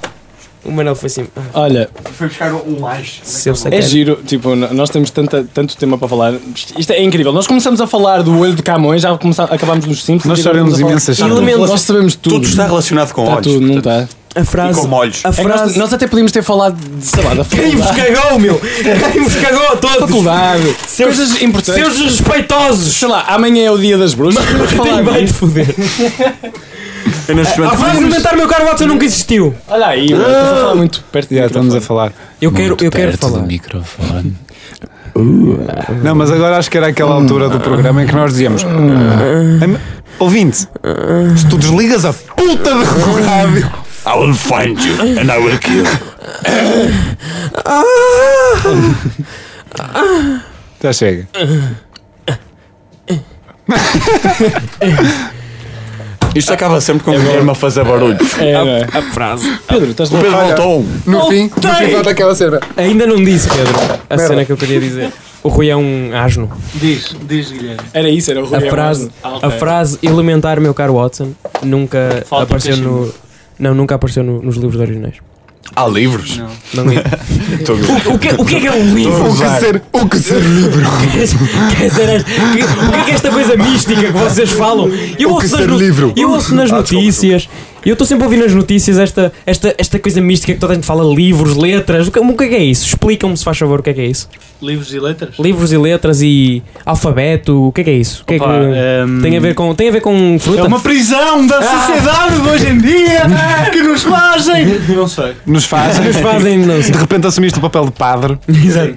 [SPEAKER 1] O Manel foi assim. ah,
[SPEAKER 2] Olha,
[SPEAKER 4] Foi buscar um lanche.
[SPEAKER 1] Se eu sei
[SPEAKER 2] é
[SPEAKER 1] que
[SPEAKER 2] giro, tipo, n- nós temos tanta, tanto tema para falar. Isto é incrível. Nós começamos a falar do olho de Camões, já começa- acabámos nos Simpsons.
[SPEAKER 3] Nós
[SPEAKER 2] e acabamos
[SPEAKER 3] sabemos
[SPEAKER 2] a falar-
[SPEAKER 3] imensas
[SPEAKER 1] E
[SPEAKER 3] coisas.
[SPEAKER 1] elemento-
[SPEAKER 2] Nós sabemos tudo.
[SPEAKER 4] Tudo está relacionado com
[SPEAKER 2] Está
[SPEAKER 4] olhos.
[SPEAKER 2] Tá tudo, não
[SPEAKER 4] portanto.
[SPEAKER 2] está.
[SPEAKER 1] a frase.
[SPEAKER 4] E com molhos.
[SPEAKER 1] A
[SPEAKER 2] É que nós,
[SPEAKER 1] frase.
[SPEAKER 2] nós até podíamos ter falado de, sei lá, da
[SPEAKER 1] Quem vos
[SPEAKER 2] faculdade.
[SPEAKER 1] cagou, meu? Quem vos cagou a todos?
[SPEAKER 2] faculdade
[SPEAKER 1] Seus-
[SPEAKER 2] coisas importantes.
[SPEAKER 1] Seus respeitosos!
[SPEAKER 2] Sei lá, amanhã é o dia das bruxas. Vamos falar
[SPEAKER 1] Quem vai te
[SPEAKER 2] disso.
[SPEAKER 1] foder?
[SPEAKER 4] Apenas
[SPEAKER 1] Ah, vais alimentar meu carro, Watson nunca existiu.
[SPEAKER 2] Olha aí, mano, estás a falar muito perto do
[SPEAKER 3] Já estamos
[SPEAKER 2] microfone.
[SPEAKER 3] a falar.
[SPEAKER 1] Eu quero, eu quero falar.
[SPEAKER 9] microfone.
[SPEAKER 3] Não, mas agora acho que era aquela
[SPEAKER 1] Hum.
[SPEAKER 3] altura do programa em que nós dizíamos: "Ah, "Em- Ouvinte, se tu desligas a puta do rádio.
[SPEAKER 9] I will find you and I will kill.
[SPEAKER 1] Ah!
[SPEAKER 3] Já chega.
[SPEAKER 4] Isto acaba sempre com o Guilherme a fazer barulho.
[SPEAKER 2] É, não é? A frase. Pedro, estás louco?
[SPEAKER 4] Pedro voltou.
[SPEAKER 3] No fim, no fim falta aquela cena.
[SPEAKER 1] Ainda não disse, Pedro, a cena que eu queria dizer. O Rui é um asno.
[SPEAKER 5] Diz, diz Guilherme.
[SPEAKER 2] Era isso, era o Rui
[SPEAKER 1] A
[SPEAKER 2] Amado.
[SPEAKER 1] frase,
[SPEAKER 2] Ah, ok.
[SPEAKER 1] a frase elementar meu caro Watson nunca
[SPEAKER 5] Falta um
[SPEAKER 1] apareceu no. Não, nunca apareceu no- nos livros originais.
[SPEAKER 4] Há livros?
[SPEAKER 1] Não li.
[SPEAKER 4] Estou a gozar.
[SPEAKER 1] o, o que, o que é que é um livro?
[SPEAKER 4] Estou a gozar.
[SPEAKER 3] O que ser livre.
[SPEAKER 1] Quer dizer, as- que- o que é que é esta coisa mística que vocês falam? Eu ouço, nas, no- eu ouço nas
[SPEAKER 3] é um
[SPEAKER 1] notícias, eu estou sempre a ouvir nas notícias esta, esta, esta coisa mística que toda a gente fala, livros, letras. O que, o que é que é isso? Explica-me, se faz favor, o que é que é isso?
[SPEAKER 5] Livros e letras?
[SPEAKER 1] Livros e letras e alfabeto, o que é que é isso? O que é que
[SPEAKER 5] Opa, ehm,
[SPEAKER 1] tem, a ver com, tem a ver com fruta?
[SPEAKER 5] É uma prisão da sociedade de hoje em dia que nos fazem. Não sei.
[SPEAKER 3] Nos fazem.
[SPEAKER 1] Eles fazem, não é? sei.
[SPEAKER 3] De repente assumiste o papel de padre.
[SPEAKER 4] E de re-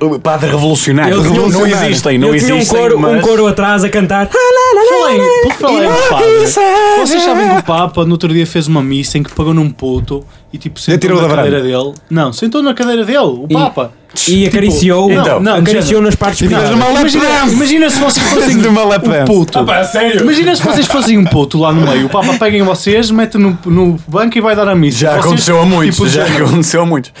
[SPEAKER 4] e, uh, Padre revolucionário.
[SPEAKER 1] Eu tinha um-
[SPEAKER 4] não existem, não
[SPEAKER 1] eu tinha um
[SPEAKER 4] existem.
[SPEAKER 1] coro, um
[SPEAKER 4] mas-
[SPEAKER 1] coro atrás a cantar.
[SPEAKER 5] Falei, por falar em padre, vocês sabem que o Papa no outro dia fez uma missa em que pagou num puto e tipo
[SPEAKER 3] tirou
[SPEAKER 5] sentou na
[SPEAKER 3] da varanda.
[SPEAKER 5] cadeira dele. Não, sentou na cadeira dele, o
[SPEAKER 1] E-
[SPEAKER 5] Papa.
[SPEAKER 1] E acariciou,
[SPEAKER 5] Então, não,
[SPEAKER 1] acariciou
[SPEAKER 5] não.
[SPEAKER 1] nas partes
[SPEAKER 3] E fez
[SPEAKER 1] privadas.
[SPEAKER 3] uma lap
[SPEAKER 5] Imagina,
[SPEAKER 3] dance.
[SPEAKER 5] imagina se vocês fossem
[SPEAKER 3] De uma lap
[SPEAKER 5] um
[SPEAKER 3] dance.
[SPEAKER 5] puto.
[SPEAKER 2] Ah, pá, sério?
[SPEAKER 5] Imagina se vocês fossem um puto lá no meio, o Papa pega em vocês, mete no, no banco e vai dar a missa.
[SPEAKER 4] Já
[SPEAKER 5] Vocês,
[SPEAKER 4] aconteceu a muitos,
[SPEAKER 5] tipo,
[SPEAKER 4] já
[SPEAKER 5] já não.
[SPEAKER 4] aconteceu a muitos.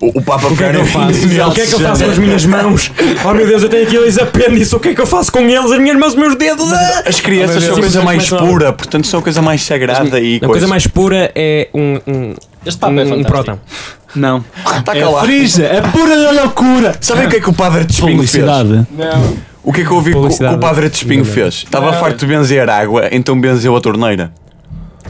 [SPEAKER 4] O, o Papa
[SPEAKER 1] O que é que eu faço? O que é que eu faço com as minhas mãos? Oh meu Deus, eu tenho aqui dois apêndices. O que é que eu faço com eles? As minhas mãos, os meus dedos. ah!
[SPEAKER 4] As crianças são
[SPEAKER 1] Sim,
[SPEAKER 4] coisa
[SPEAKER 1] mas
[SPEAKER 4] mais
[SPEAKER 1] começam a-
[SPEAKER 4] pura, portanto são coisa mais sagrada e
[SPEAKER 1] A coisa
[SPEAKER 4] coisa.
[SPEAKER 1] mais pura é um, um,
[SPEAKER 2] Este papo
[SPEAKER 1] um,
[SPEAKER 2] é
[SPEAKER 1] um
[SPEAKER 2] fantástico.
[SPEAKER 1] próton.
[SPEAKER 5] Não.
[SPEAKER 4] Está
[SPEAKER 5] É a
[SPEAKER 4] Tá calado.
[SPEAKER 5] frisa, é pura da loucura.
[SPEAKER 4] Sabem o que é que o Padre de Espinho fez?
[SPEAKER 5] Publicidade.
[SPEAKER 2] Não.
[SPEAKER 4] O que é que eu ouvi que o- que o
[SPEAKER 1] Publicidade.
[SPEAKER 4] Padre de Espinho
[SPEAKER 1] Não.
[SPEAKER 4] fez? Estava farto de benzer água, então benzeu a torneira.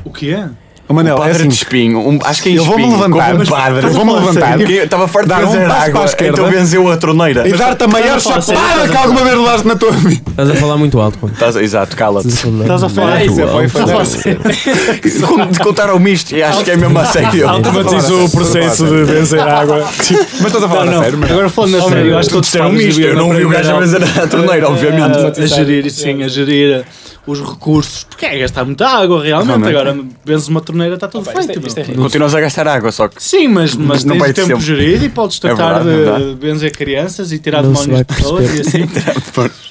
[SPEAKER 5] O que é?
[SPEAKER 3] Oh, Manel,
[SPEAKER 4] o
[SPEAKER 3] é
[SPEAKER 4] Padre
[SPEAKER 3] assim,
[SPEAKER 4] de Espinho, um- acho que é em
[SPEAKER 3] Eu vou-me
[SPEAKER 4] Espinho,
[SPEAKER 3] levantar,
[SPEAKER 4] como um
[SPEAKER 3] mas-
[SPEAKER 4] padre.
[SPEAKER 3] eu vou-me levantar.
[SPEAKER 4] Porque estava farto de
[SPEAKER 3] Dar um
[SPEAKER 4] benzer
[SPEAKER 3] passo para a
[SPEAKER 4] água,
[SPEAKER 3] esquerda.
[SPEAKER 4] então benzeu a torneira.
[SPEAKER 3] E dar-te a maior
[SPEAKER 5] Estás a falar
[SPEAKER 3] chapada
[SPEAKER 5] sério?
[SPEAKER 3] que alguma vez levaste na tua vida.
[SPEAKER 1] Estás a falar muito alto. pô.
[SPEAKER 4] Estás- Exato, cala-te.
[SPEAKER 5] Estás a falar?
[SPEAKER 3] isso, é, foi- foi-
[SPEAKER 5] Estás a falar sério?
[SPEAKER 4] Con- Contaram-me isto e acho que é mesmo a sério.
[SPEAKER 2] Automatizou o processo de vencer água.
[SPEAKER 3] Mas estás a falar a sério, Manel?
[SPEAKER 5] Agora falando a sério, eu acho que todos
[SPEAKER 4] Isto era um
[SPEAKER 5] padres
[SPEAKER 4] misto,
[SPEAKER 5] deviam
[SPEAKER 4] eu não vi o
[SPEAKER 5] aprender
[SPEAKER 4] gajo a
[SPEAKER 5] algo.
[SPEAKER 4] benzer a torneira, obviamente.
[SPEAKER 5] a, a gerir, sim, a gerir eh, os recursos, porque é gastar muita água realmente.
[SPEAKER 4] Realmente.
[SPEAKER 5] Agora vês uma torneira, está tudo feito.
[SPEAKER 2] é-
[SPEAKER 5] meu.
[SPEAKER 4] Continuas a gastar água, só que.
[SPEAKER 5] Sim, mas, mas
[SPEAKER 4] Não
[SPEAKER 5] tens
[SPEAKER 4] vai
[SPEAKER 5] o tempo
[SPEAKER 4] sempre.
[SPEAKER 5] gerido e podes
[SPEAKER 4] É
[SPEAKER 5] tratar
[SPEAKER 4] verdade, não dá.
[SPEAKER 5] de benzer crianças e tirar
[SPEAKER 1] Não se
[SPEAKER 5] demónios de
[SPEAKER 1] vai
[SPEAKER 5] pessoas e assim.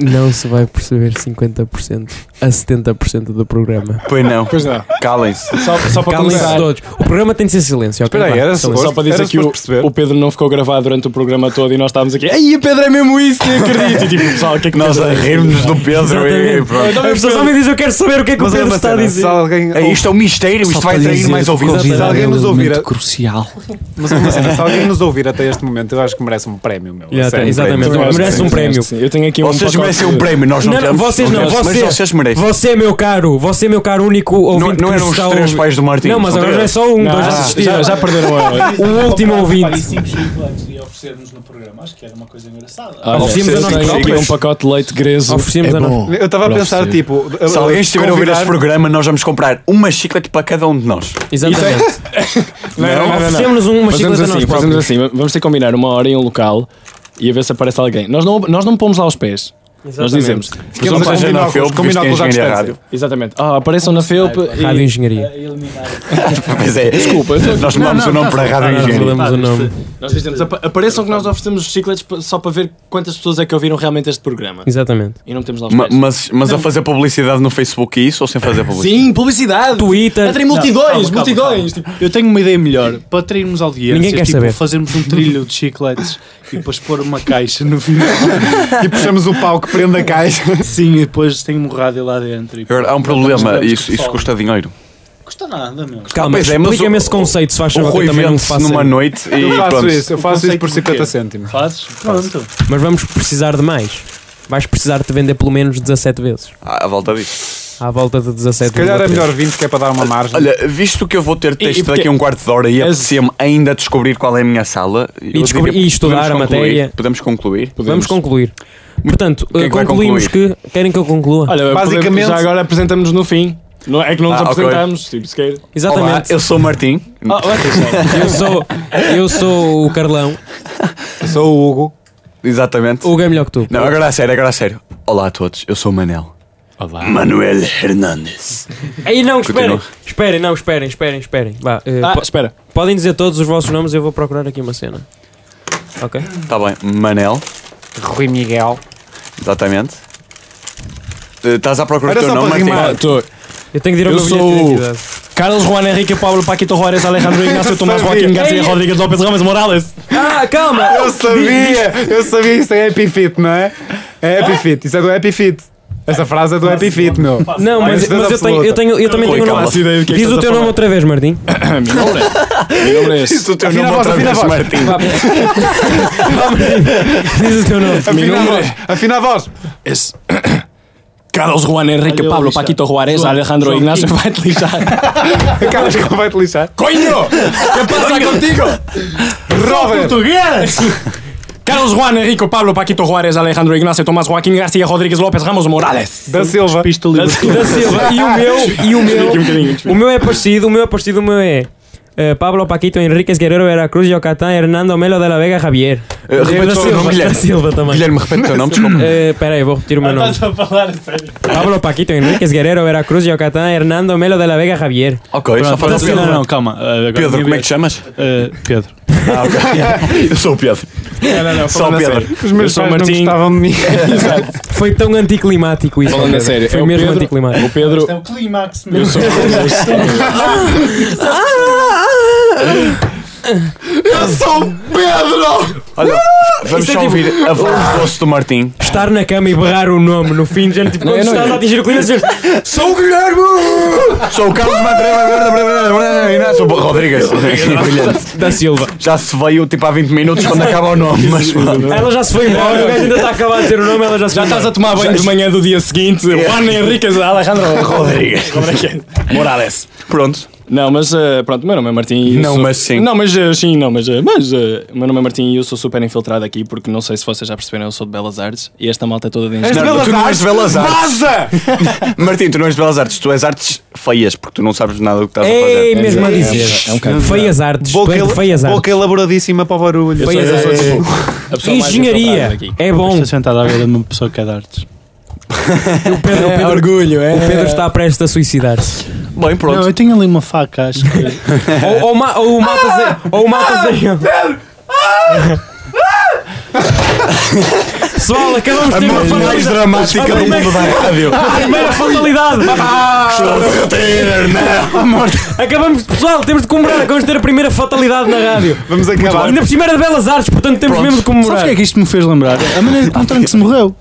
[SPEAKER 1] Não se vai perceber 50% a 70% do programa.
[SPEAKER 4] Pois não.
[SPEAKER 2] Pois não.
[SPEAKER 4] Calem-se.
[SPEAKER 2] Só, só para
[SPEAKER 1] Calem-se
[SPEAKER 2] começar.
[SPEAKER 1] todos. O programa tem de ser silêncio. ok?
[SPEAKER 3] Espera aí,
[SPEAKER 1] Vá,
[SPEAKER 3] era
[SPEAKER 1] silêncio.
[SPEAKER 3] suposto-
[SPEAKER 2] Só para dizer
[SPEAKER 3] era
[SPEAKER 2] que o,
[SPEAKER 3] suposto perceber.
[SPEAKER 2] o Pedro não ficou gravado durante o programa todo e nós estávamos aqui. Ai, o Pedro é mesmo isso, nem acredito. E tipo, pessoal, o que é que
[SPEAKER 4] Nós
[SPEAKER 2] Pedro
[SPEAKER 4] a
[SPEAKER 2] é?
[SPEAKER 4] rirmos do Pedro e
[SPEAKER 1] Exatamente.
[SPEAKER 4] pronto.
[SPEAKER 1] As pessoas só me dizem, eu quero saber o que é que o
[SPEAKER 3] Mas é
[SPEAKER 1] Pedro
[SPEAKER 3] uma
[SPEAKER 1] está a
[SPEAKER 3] cena,
[SPEAKER 1] dizer.
[SPEAKER 3] se alguém,
[SPEAKER 4] É, isto é um mistério, isto vai atrair mais um ouvidos.
[SPEAKER 3] se alguém nos ouvir, a-
[SPEAKER 5] Crucial.
[SPEAKER 3] mas uma cena, se alguém nos ouvir até este momento, eu acho que merece um prémio, meu.
[SPEAKER 1] Yeah,
[SPEAKER 4] Sério,
[SPEAKER 1] tem- exatamente.
[SPEAKER 3] é
[SPEAKER 4] prémio.
[SPEAKER 1] Merece um prémio.
[SPEAKER 2] Sim, Eu tenho aqui um
[SPEAKER 4] Vocês
[SPEAKER 2] pacote
[SPEAKER 4] merecem um
[SPEAKER 2] de-
[SPEAKER 4] prémio, nós não
[SPEAKER 1] Não, não,
[SPEAKER 4] temos.
[SPEAKER 1] vocês não,
[SPEAKER 4] temos,
[SPEAKER 1] vocês-
[SPEAKER 4] Mas vocês merecem.
[SPEAKER 1] Você, é meu caro, você, meu caro, único ouvinte
[SPEAKER 4] Não,
[SPEAKER 1] que
[SPEAKER 4] não
[SPEAKER 1] nos
[SPEAKER 4] eram os
[SPEAKER 1] está a
[SPEAKER 4] três
[SPEAKER 1] ouvir.
[SPEAKER 4] pais do Martim.
[SPEAKER 1] Não, mas
[SPEAKER 4] são
[SPEAKER 1] agora já é
[SPEAKER 4] três.
[SPEAKER 1] só um,
[SPEAKER 2] Não,
[SPEAKER 1] dois
[SPEAKER 2] Ah, já-
[SPEAKER 1] desistiram.
[SPEAKER 2] já, já perderam a.
[SPEAKER 1] O último ouvinte.
[SPEAKER 10] 5 chicletes e oferecermos no programa. Acho que era uma coisa engraçada.
[SPEAKER 1] Oferecemos
[SPEAKER 2] Olha,
[SPEAKER 1] a
[SPEAKER 2] vocês
[SPEAKER 1] nós
[SPEAKER 2] têm aqui
[SPEAKER 1] próprios.
[SPEAKER 2] um pacote de leite greso.
[SPEAKER 1] Oferecemos
[SPEAKER 2] é
[SPEAKER 1] a nós-
[SPEAKER 2] bom.
[SPEAKER 3] Eu estava a pensar, tipo.
[SPEAKER 4] Se alguém estiver a ouvir este
[SPEAKER 3] convidar-
[SPEAKER 4] programa, nós vamos comprar uma chiclete para cada um de nós.
[SPEAKER 1] Exatamente.
[SPEAKER 2] é- Não, não, não, não, não.
[SPEAKER 1] Oferecemos um, uma
[SPEAKER 2] Fazemos
[SPEAKER 1] chicleta a nós
[SPEAKER 2] assim, fazemos
[SPEAKER 1] próprios.
[SPEAKER 2] assim, vamos ter que combinar uma hora em um local e a ver se aparece alguém. Nós não, nós não pomos lá os pés. Nós dizemos.
[SPEAKER 3] Temos a
[SPEAKER 4] Seja
[SPEAKER 3] combinar
[SPEAKER 4] na
[SPEAKER 3] com-
[SPEAKER 4] FEUP, visto
[SPEAKER 3] combinar
[SPEAKER 4] que é
[SPEAKER 3] com os
[SPEAKER 4] engenharia
[SPEAKER 3] à
[SPEAKER 4] rádio.
[SPEAKER 2] Exatamente. Ah, apareçam na FEUP
[SPEAKER 1] Rádio
[SPEAKER 2] e.
[SPEAKER 1] Engenharia.
[SPEAKER 4] Pois é.
[SPEAKER 2] Desculpa, eu tô-
[SPEAKER 4] Nós mudamos o nome para Rádio
[SPEAKER 1] Nós
[SPEAKER 4] Engenharia.
[SPEAKER 1] mudamos o nome.
[SPEAKER 2] Nós dizemos, "Apa- apareçam que nós oferecemos os chicletes pa- só para ver quantas pessoas é que ouviram realmente este programa.
[SPEAKER 1] Exatamente.
[SPEAKER 2] E não temos lá os
[SPEAKER 4] Ma-
[SPEAKER 2] pés.
[SPEAKER 4] Mas, mas a fazer publicidade no Facebook e isso ou sem fazer publicidade?
[SPEAKER 2] Sim, publicidade!
[SPEAKER 1] Twitter.
[SPEAKER 2] Entrem multidões,
[SPEAKER 5] Não, calma,
[SPEAKER 2] multidões! tipo,
[SPEAKER 5] Eu tenho uma ideia melhor. Para atrairmos audiência,
[SPEAKER 1] Ninguém quer
[SPEAKER 5] tipo,
[SPEAKER 1] saber.
[SPEAKER 5] fazermos um trilho de chicletes e depois pôr uma caixa no final.
[SPEAKER 3] E puxamos o pau que prende a caixa.
[SPEAKER 5] Sim, e depois tenho um rádio lá dentro. E...
[SPEAKER 4] Agora, há um problema,
[SPEAKER 5] Nós
[SPEAKER 4] isso, isso
[SPEAKER 5] pessoal.
[SPEAKER 4] custa dinheiro.
[SPEAKER 5] Custa nada, meu.
[SPEAKER 1] Calma,
[SPEAKER 4] Pois é, mas
[SPEAKER 1] explica-me
[SPEAKER 4] o-
[SPEAKER 1] esse conceito, se faz
[SPEAKER 4] O
[SPEAKER 1] favor, que
[SPEAKER 4] Rui
[SPEAKER 1] eu também não
[SPEAKER 4] vende-se
[SPEAKER 1] faço.
[SPEAKER 4] numa noite e
[SPEAKER 3] Eu faço
[SPEAKER 4] pronto.
[SPEAKER 3] isso, eu faço isso por
[SPEAKER 5] conceito do
[SPEAKER 3] 50
[SPEAKER 5] quê?
[SPEAKER 3] cêntimos.
[SPEAKER 5] Fazes? Pronto.
[SPEAKER 1] Mas vamos precisar de mais. Vais precisar de vender pelo menos 17 vezes.
[SPEAKER 4] Ah, À à volta disso.
[SPEAKER 1] À volta de 17
[SPEAKER 3] Se calhar é melhor 20 que é para dar uma margem.
[SPEAKER 4] Olha, visto que eu vou ter texto
[SPEAKER 2] e porque-
[SPEAKER 4] daqui a um quarto de hora e apetecia-me ainda descobrir qual é a minha sala eu diria-
[SPEAKER 1] descobrir- e estudar
[SPEAKER 4] podemos
[SPEAKER 1] a
[SPEAKER 4] concluir?
[SPEAKER 1] matéria.
[SPEAKER 4] Podemos concluir?
[SPEAKER 1] Vamos concluir. Portanto, eh,
[SPEAKER 4] é que vai
[SPEAKER 1] concluímos que. Querem que eu conclua?
[SPEAKER 2] Olha, é
[SPEAKER 3] Basicamente-
[SPEAKER 2] basicamente. Já agora apresentamos-nos no fim. Não, é que não nos
[SPEAKER 4] Ah, ok.
[SPEAKER 2] apresentámos, tipo, sequer.
[SPEAKER 4] Olá,
[SPEAKER 1] Exatamente.
[SPEAKER 4] eu sou o Martim.
[SPEAKER 2] Ah, vai ter só.
[SPEAKER 1] eu... sou, eu sou o Carlão.
[SPEAKER 3] Sou o Hugo.
[SPEAKER 4] Exatamente.
[SPEAKER 1] O Hugo é melhor que tu.
[SPEAKER 4] Não, agora a sério, agora a sério. Olá a todos, eu sou o Manel.
[SPEAKER 2] Olá.
[SPEAKER 4] Manuel Hernandes.
[SPEAKER 1] Aí não, esperem.
[SPEAKER 4] Continua.
[SPEAKER 1] Esperem, não, esperem, esperem, esperem. Vá, eh,
[SPEAKER 2] Ah,
[SPEAKER 1] po-
[SPEAKER 2] espera.
[SPEAKER 1] podem dizer todos os vossos nomes eu vou procurar aqui uma cena. Ok?
[SPEAKER 4] Tá bem, Manel,
[SPEAKER 3] Rui Miguel.
[SPEAKER 4] exatamente. Eh, Estás à procura do
[SPEAKER 3] Era só
[SPEAKER 4] teu nome,
[SPEAKER 3] para rimar.
[SPEAKER 4] Martim?
[SPEAKER 2] Ah, tô.
[SPEAKER 1] Eu tenho de ir ao
[SPEAKER 2] Eu
[SPEAKER 1] meu bilhete
[SPEAKER 2] sou
[SPEAKER 1] de
[SPEAKER 2] o-
[SPEAKER 1] identidade.
[SPEAKER 2] Carlos, Juan, Henrique, Pablo, Paquito, Juárez, Alejandro, Ignacio, Tomás, Joaquim, Garcia, Rodrigues, López, Ramos, Morales.
[SPEAKER 1] Ah, calma!
[SPEAKER 3] Eu sabia, eu sabia que isso é Happy Fit, não é? É Happy Fit, isso é do Happy Fit. Essa frase é do Happy Fit, meu.
[SPEAKER 1] Não,
[SPEAKER 3] Vai,
[SPEAKER 1] mas,
[SPEAKER 3] certeza
[SPEAKER 1] mas eu, tenho, eu,
[SPEAKER 3] absoluta.
[SPEAKER 1] tenho, eu também
[SPEAKER 4] Oi,
[SPEAKER 1] tenho um
[SPEAKER 4] calma.
[SPEAKER 1] nome.
[SPEAKER 2] Faço ideia do que é que
[SPEAKER 1] Diz o
[SPEAKER 2] estás
[SPEAKER 1] teu
[SPEAKER 2] a
[SPEAKER 1] nome
[SPEAKER 2] falar.
[SPEAKER 1] outra vez, Martim.
[SPEAKER 2] Ah, Meu nome é. Meu nome é esse.
[SPEAKER 4] Diz o teu
[SPEAKER 3] Afina
[SPEAKER 4] nome
[SPEAKER 3] a voz,
[SPEAKER 4] outra
[SPEAKER 3] afina a
[SPEAKER 4] vez,
[SPEAKER 3] voz.
[SPEAKER 4] Martim.
[SPEAKER 1] Diz o teu nome.
[SPEAKER 3] Afina a
[SPEAKER 2] Meu nome
[SPEAKER 3] voz, afina a voz.
[SPEAKER 2] Es Carlos Juan Enrique
[SPEAKER 6] Valeu,
[SPEAKER 2] Pablo
[SPEAKER 6] lixar.
[SPEAKER 2] Paquito Juárez
[SPEAKER 6] João-
[SPEAKER 2] Alejandro
[SPEAKER 6] João
[SPEAKER 2] Ignacio vai-te lixar.
[SPEAKER 3] Carlos, como vai-te lixar?
[SPEAKER 2] Coño! Que passa contigo?
[SPEAKER 3] Robert!
[SPEAKER 6] Português!
[SPEAKER 2] Carlos Juan Enrique Pablo Paquito Juárez Alejandro Ignacio Tomás Joaquim Garcia Rodrigues López Ramos Morales.
[SPEAKER 3] Da Silva.
[SPEAKER 6] Pista livre.
[SPEAKER 1] Da Silva. E o meu, e o
[SPEAKER 2] Explique um
[SPEAKER 1] meu,
[SPEAKER 2] bocadinho,
[SPEAKER 1] o
[SPEAKER 2] explique.
[SPEAKER 1] meu é parecido, o meu é parecido, o meu é. eh, Pablo Paquito Henriquez Guerrero Veracruz Yocatán Hernando Melo de la Vega Javier.
[SPEAKER 4] Eh, repete
[SPEAKER 1] da
[SPEAKER 4] só o
[SPEAKER 1] Silva,
[SPEAKER 4] nome,
[SPEAKER 1] da
[SPEAKER 4] Guilherme.
[SPEAKER 1] Silva também.
[SPEAKER 4] Guilherme, repete o teu nome, desculpa.
[SPEAKER 1] Eh, Espera aí, vou repetir o meu nome.
[SPEAKER 6] a falar a sério.
[SPEAKER 1] Pablo Paquito Henriquez Guerrero Veracruz Yocatán Hernando Melo de la Vega Javier.
[SPEAKER 4] Ok, só
[SPEAKER 6] Pronto,
[SPEAKER 4] faz
[SPEAKER 6] não, não,
[SPEAKER 4] Pedro.
[SPEAKER 6] não, calma. Ah, agora
[SPEAKER 4] Pedro, como é
[SPEAKER 6] minha
[SPEAKER 4] que
[SPEAKER 6] vez.
[SPEAKER 4] te chamas?
[SPEAKER 6] Ah, Pedro.
[SPEAKER 4] Ah, ok. Eu sou o Pedro. Só o Pedro.
[SPEAKER 3] Os meus
[SPEAKER 2] sou
[SPEAKER 3] pais não
[SPEAKER 2] Martim.
[SPEAKER 3] gostavam de mim.
[SPEAKER 1] Foi tão anticlimático isso.
[SPEAKER 2] Falando a
[SPEAKER 1] Pedro.
[SPEAKER 2] sério,
[SPEAKER 1] Foi
[SPEAKER 2] é o
[SPEAKER 1] mesmo
[SPEAKER 2] Pedro-
[SPEAKER 1] anticlimático.
[SPEAKER 2] O Pedro
[SPEAKER 5] Isto é o clímax mesmo.
[SPEAKER 1] Ah,
[SPEAKER 4] Olha, vamos
[SPEAKER 6] é
[SPEAKER 4] só
[SPEAKER 6] tipo-
[SPEAKER 4] ouvir a voz doce do Martim.
[SPEAKER 1] Estar na cama e berrar o nome no fim, gente, tipo, quando estás a atingir o clima, dizer
[SPEAKER 4] Sou o Guilherme! Sou o Carlos é Matreva, Inácio Rodrigues. É Brilhante.
[SPEAKER 1] da Silva.
[SPEAKER 4] Já se veio tipo há 20 minutos quando acaba o nome, mas pronto.
[SPEAKER 1] Ela já se foi embora, o gajo ainda está a acabar de dizer o nome, ela já se
[SPEAKER 2] já
[SPEAKER 1] foi
[SPEAKER 2] estás a tomar banho de manhã do dia seguinte. Juan Enrique Alejandro
[SPEAKER 4] Rodrigues.
[SPEAKER 2] Como é que é? Morales.
[SPEAKER 4] Pronto.
[SPEAKER 2] Não, mas eh, pronto, meu nome é Martim. e eu
[SPEAKER 4] Não,
[SPEAKER 2] sou-
[SPEAKER 4] mas sim.
[SPEAKER 2] Não, mas eh, sim, não, mas. eh, mas eh, meu nome é Martim e eu sou super infiltrado aqui porque não sei se vocês já perceberam, eu sou de Belas Artes e esta malta é toda de engenharia.
[SPEAKER 4] Não, tu não és de Belas Artes. Martim, tu não és de Belas Artes, tu és artes feias, porque tu não sabes nada do que estás a
[SPEAKER 1] Ei,
[SPEAKER 4] fazer.
[SPEAKER 1] mesmo a
[SPEAKER 2] É um
[SPEAKER 1] dizer.
[SPEAKER 2] bocado.
[SPEAKER 1] Feias artes. tu és de Feias
[SPEAKER 3] Boca
[SPEAKER 1] artes.
[SPEAKER 3] elaboradíssima para o barulho.
[SPEAKER 2] Eu sou-
[SPEAKER 1] Feias
[SPEAKER 2] eu sou,
[SPEAKER 1] artes.
[SPEAKER 2] tipo, a pessoa mais infiltrada
[SPEAKER 1] Engenharia.
[SPEAKER 2] daqui.
[SPEAKER 1] É bom.
[SPEAKER 6] Estou sentado à beira de uma pessoa que é de artes.
[SPEAKER 1] O Pedro, o
[SPEAKER 2] É
[SPEAKER 1] Pedro,
[SPEAKER 2] orgulho, é.
[SPEAKER 1] o Pedro está prestes a suicidar-se.
[SPEAKER 4] Bem,
[SPEAKER 6] Não,
[SPEAKER 4] pronto.
[SPEAKER 6] eu tenho ali uma faca, acho que.
[SPEAKER 1] Ou, ou, ma- ou o
[SPEAKER 6] Ah!
[SPEAKER 1] matas ou o matas
[SPEAKER 6] Ah!
[SPEAKER 1] Pessoal, acabamos de ter uma
[SPEAKER 4] mais
[SPEAKER 1] fatalidade.
[SPEAKER 4] dramática
[SPEAKER 6] é
[SPEAKER 4] do mundo da rádio.
[SPEAKER 6] Ah,
[SPEAKER 1] Primeira fatalidade.
[SPEAKER 4] Estou a ter, não.
[SPEAKER 1] Acabamos, pessoal, temos de comemorar. Acabamos de ter a primeira fatalidade na rádio.
[SPEAKER 3] Vamos acabar.
[SPEAKER 1] Ainda por cima era de belas artes, portanto temos
[SPEAKER 4] Pronto.
[SPEAKER 1] mesmo de
[SPEAKER 6] Sabes o que é
[SPEAKER 1] comemorar.
[SPEAKER 6] que isto me fez lembrar? A maneira como o Trunks morreu.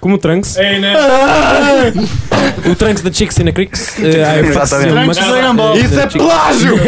[SPEAKER 1] Como o Trunks. Ah! O Trunks da Chicks in a Cricks. eh, ai, eu faço
[SPEAKER 4] Exatamente.
[SPEAKER 1] uma-
[SPEAKER 3] Isso é plágio!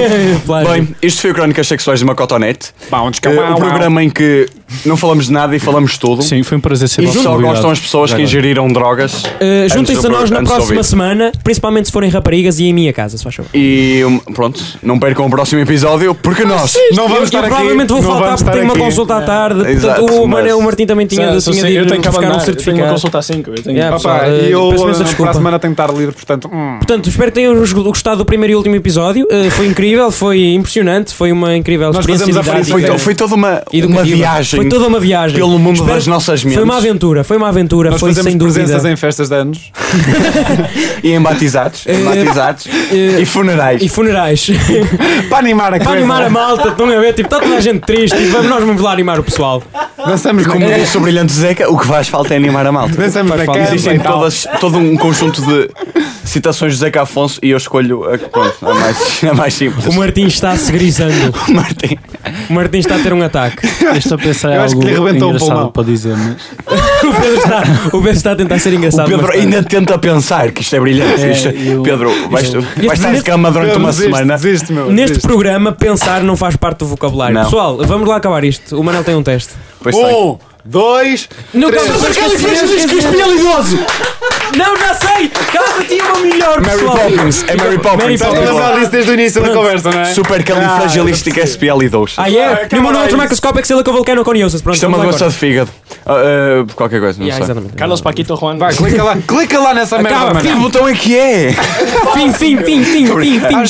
[SPEAKER 1] Plágio.
[SPEAKER 4] Bem, isto foi o Crónicas Sexuais de uma Cotonete. Eh, O programa em que não falamos de nada e falamos tudo.
[SPEAKER 6] Sim, foi um prazer ser
[SPEAKER 4] E
[SPEAKER 6] vosso
[SPEAKER 4] só
[SPEAKER 6] convidado.
[SPEAKER 4] gostam as pessoas que ingeriram drogas.
[SPEAKER 1] Eh,
[SPEAKER 4] Antes
[SPEAKER 1] Juntem-se
[SPEAKER 4] do
[SPEAKER 1] a nós
[SPEAKER 4] pro-
[SPEAKER 1] na
[SPEAKER 4] antes do
[SPEAKER 1] próxima
[SPEAKER 4] ouvido.
[SPEAKER 1] semana, principalmente se forem raparigas e em minha casa, se faz favor.
[SPEAKER 4] E hum, pronto, não percam o próximo episódio, porque nós.
[SPEAKER 3] Não
[SPEAKER 1] eu,
[SPEAKER 3] vamos
[SPEAKER 1] eu
[SPEAKER 3] estar aqui.
[SPEAKER 1] provavelmente vou
[SPEAKER 3] não
[SPEAKER 1] faltar
[SPEAKER 3] vamos
[SPEAKER 1] porque
[SPEAKER 3] estar
[SPEAKER 1] tenho uma
[SPEAKER 3] aqui.
[SPEAKER 1] consulta à tarde.
[SPEAKER 4] É. Exato,
[SPEAKER 1] portanto, o, Mane-
[SPEAKER 4] mas-
[SPEAKER 1] o Martim também tinha,
[SPEAKER 2] Só- só
[SPEAKER 1] tinha
[SPEAKER 2] sei-
[SPEAKER 1] de
[SPEAKER 2] eu
[SPEAKER 1] ir
[SPEAKER 2] tenho
[SPEAKER 1] buscar
[SPEAKER 2] que abandonar,
[SPEAKER 1] um
[SPEAKER 2] eu tenho uma
[SPEAKER 1] certificado.
[SPEAKER 2] consulta às 5. Eu tenho
[SPEAKER 1] Yeah,
[SPEAKER 2] que-
[SPEAKER 3] Ah, pá,
[SPEAKER 1] Pessoal, eh,
[SPEAKER 3] e eu
[SPEAKER 1] peço imensa
[SPEAKER 3] eh, para
[SPEAKER 1] desculpa.
[SPEAKER 3] a semana tenho que estar livre, portanto. hum.
[SPEAKER 1] Portanto, espero que tenham gostado do primeiro e último episódio. Eh, foi incrível, foi impressionante, foi uma incrível
[SPEAKER 3] Nós
[SPEAKER 1] experiência.
[SPEAKER 3] fazemos a
[SPEAKER 1] didática,
[SPEAKER 3] frente,
[SPEAKER 4] Foi, foi toda uma, uma
[SPEAKER 1] educativa.
[SPEAKER 4] viagem
[SPEAKER 1] Foi toda uma viagem.
[SPEAKER 4] pelo mundo
[SPEAKER 1] Espero-
[SPEAKER 4] das nossas mentes
[SPEAKER 1] Foi uma aventura, foi uma aventura,
[SPEAKER 3] Nós
[SPEAKER 1] foi
[SPEAKER 3] fazemos
[SPEAKER 1] sem dúvida.
[SPEAKER 3] presenças em festas de anos.
[SPEAKER 4] e em batizados, em
[SPEAKER 1] Eh,
[SPEAKER 4] batizados
[SPEAKER 1] eh,
[SPEAKER 4] e funerais.
[SPEAKER 1] E funerais.
[SPEAKER 3] Para animar a
[SPEAKER 1] Para
[SPEAKER 3] coisa.
[SPEAKER 1] animar a malta, estão a ver? Tipo, está toda a gente triste. Tipo, vamos- nós vamos lá animar o pessoal.
[SPEAKER 3] Dançamos
[SPEAKER 4] Como
[SPEAKER 3] como
[SPEAKER 4] disse o brilhante Zeca, o que faz falta é animar a malta.
[SPEAKER 3] Dançamos na
[SPEAKER 1] falta.
[SPEAKER 3] cama
[SPEAKER 4] Existem
[SPEAKER 3] e
[SPEAKER 1] então.
[SPEAKER 3] tal.
[SPEAKER 4] todas, todo um conjunto de citações de Zeca Afonso e eu escolho a, que, pronto, a, mais, a mais simples.
[SPEAKER 1] O Martim está se grisando.
[SPEAKER 4] O Martim.
[SPEAKER 1] O Martim está a ter um ataque.
[SPEAKER 6] Eu Estou a pensar em
[SPEAKER 3] Eu acho
[SPEAKER 6] algo
[SPEAKER 3] que lhe arrebentou um
[SPEAKER 6] engraçado
[SPEAKER 3] pulmão.
[SPEAKER 6] para dizer, mas.
[SPEAKER 1] O Pedro está, o Pedro está a tentar ser
[SPEAKER 4] O
[SPEAKER 1] engraçado.
[SPEAKER 4] Pedro
[SPEAKER 1] mas está.
[SPEAKER 4] ainda tenta pensar que isto é brilhante.
[SPEAKER 6] É,
[SPEAKER 4] Isto-
[SPEAKER 6] eu-
[SPEAKER 4] Pedro, vais, vais estar de
[SPEAKER 1] Neste-
[SPEAKER 4] cama durante
[SPEAKER 3] Pedro,
[SPEAKER 4] uma
[SPEAKER 3] desiste,
[SPEAKER 4] semana.
[SPEAKER 3] Desiste, meu.
[SPEAKER 1] Neste
[SPEAKER 3] desiste.
[SPEAKER 1] programa, pensar não faz parte do vocabulário.
[SPEAKER 4] Não.
[SPEAKER 1] Pessoal, vamos lá acabar isto. O Manel tem um teste.
[SPEAKER 4] Pois tem.
[SPEAKER 3] Um, dois.
[SPEAKER 1] Não,
[SPEAKER 3] Três.
[SPEAKER 1] calma, mas calma, Não, já sei! Calma, tinha uma melhor,
[SPEAKER 4] Mary
[SPEAKER 1] pessoal.
[SPEAKER 4] Poppins, é Mary Poppins.
[SPEAKER 1] Mary
[SPEAKER 3] Estás
[SPEAKER 1] Poppins.
[SPEAKER 3] a disso desde o início da conversa, não é?
[SPEAKER 4] Super califragilístico SPL e 2.
[SPEAKER 1] é? Ah, é? Pneumonoatomacoscópico, silicovolcano, coniosis. Pronto,
[SPEAKER 4] Isto é uma
[SPEAKER 1] vamos lá
[SPEAKER 4] doença
[SPEAKER 1] agora.
[SPEAKER 4] de fígado. Ah, ah, qualquer coisa, não
[SPEAKER 1] Yeah,
[SPEAKER 4] sei.
[SPEAKER 1] exatamente.
[SPEAKER 2] Carlos Paquito Juan.
[SPEAKER 3] Vai, clica lá, clica lá nessa merda,
[SPEAKER 1] Acaba,
[SPEAKER 3] mano.
[SPEAKER 1] fim,
[SPEAKER 4] botão é que é?
[SPEAKER 1] fim, fim, fim, fim, fim, fim.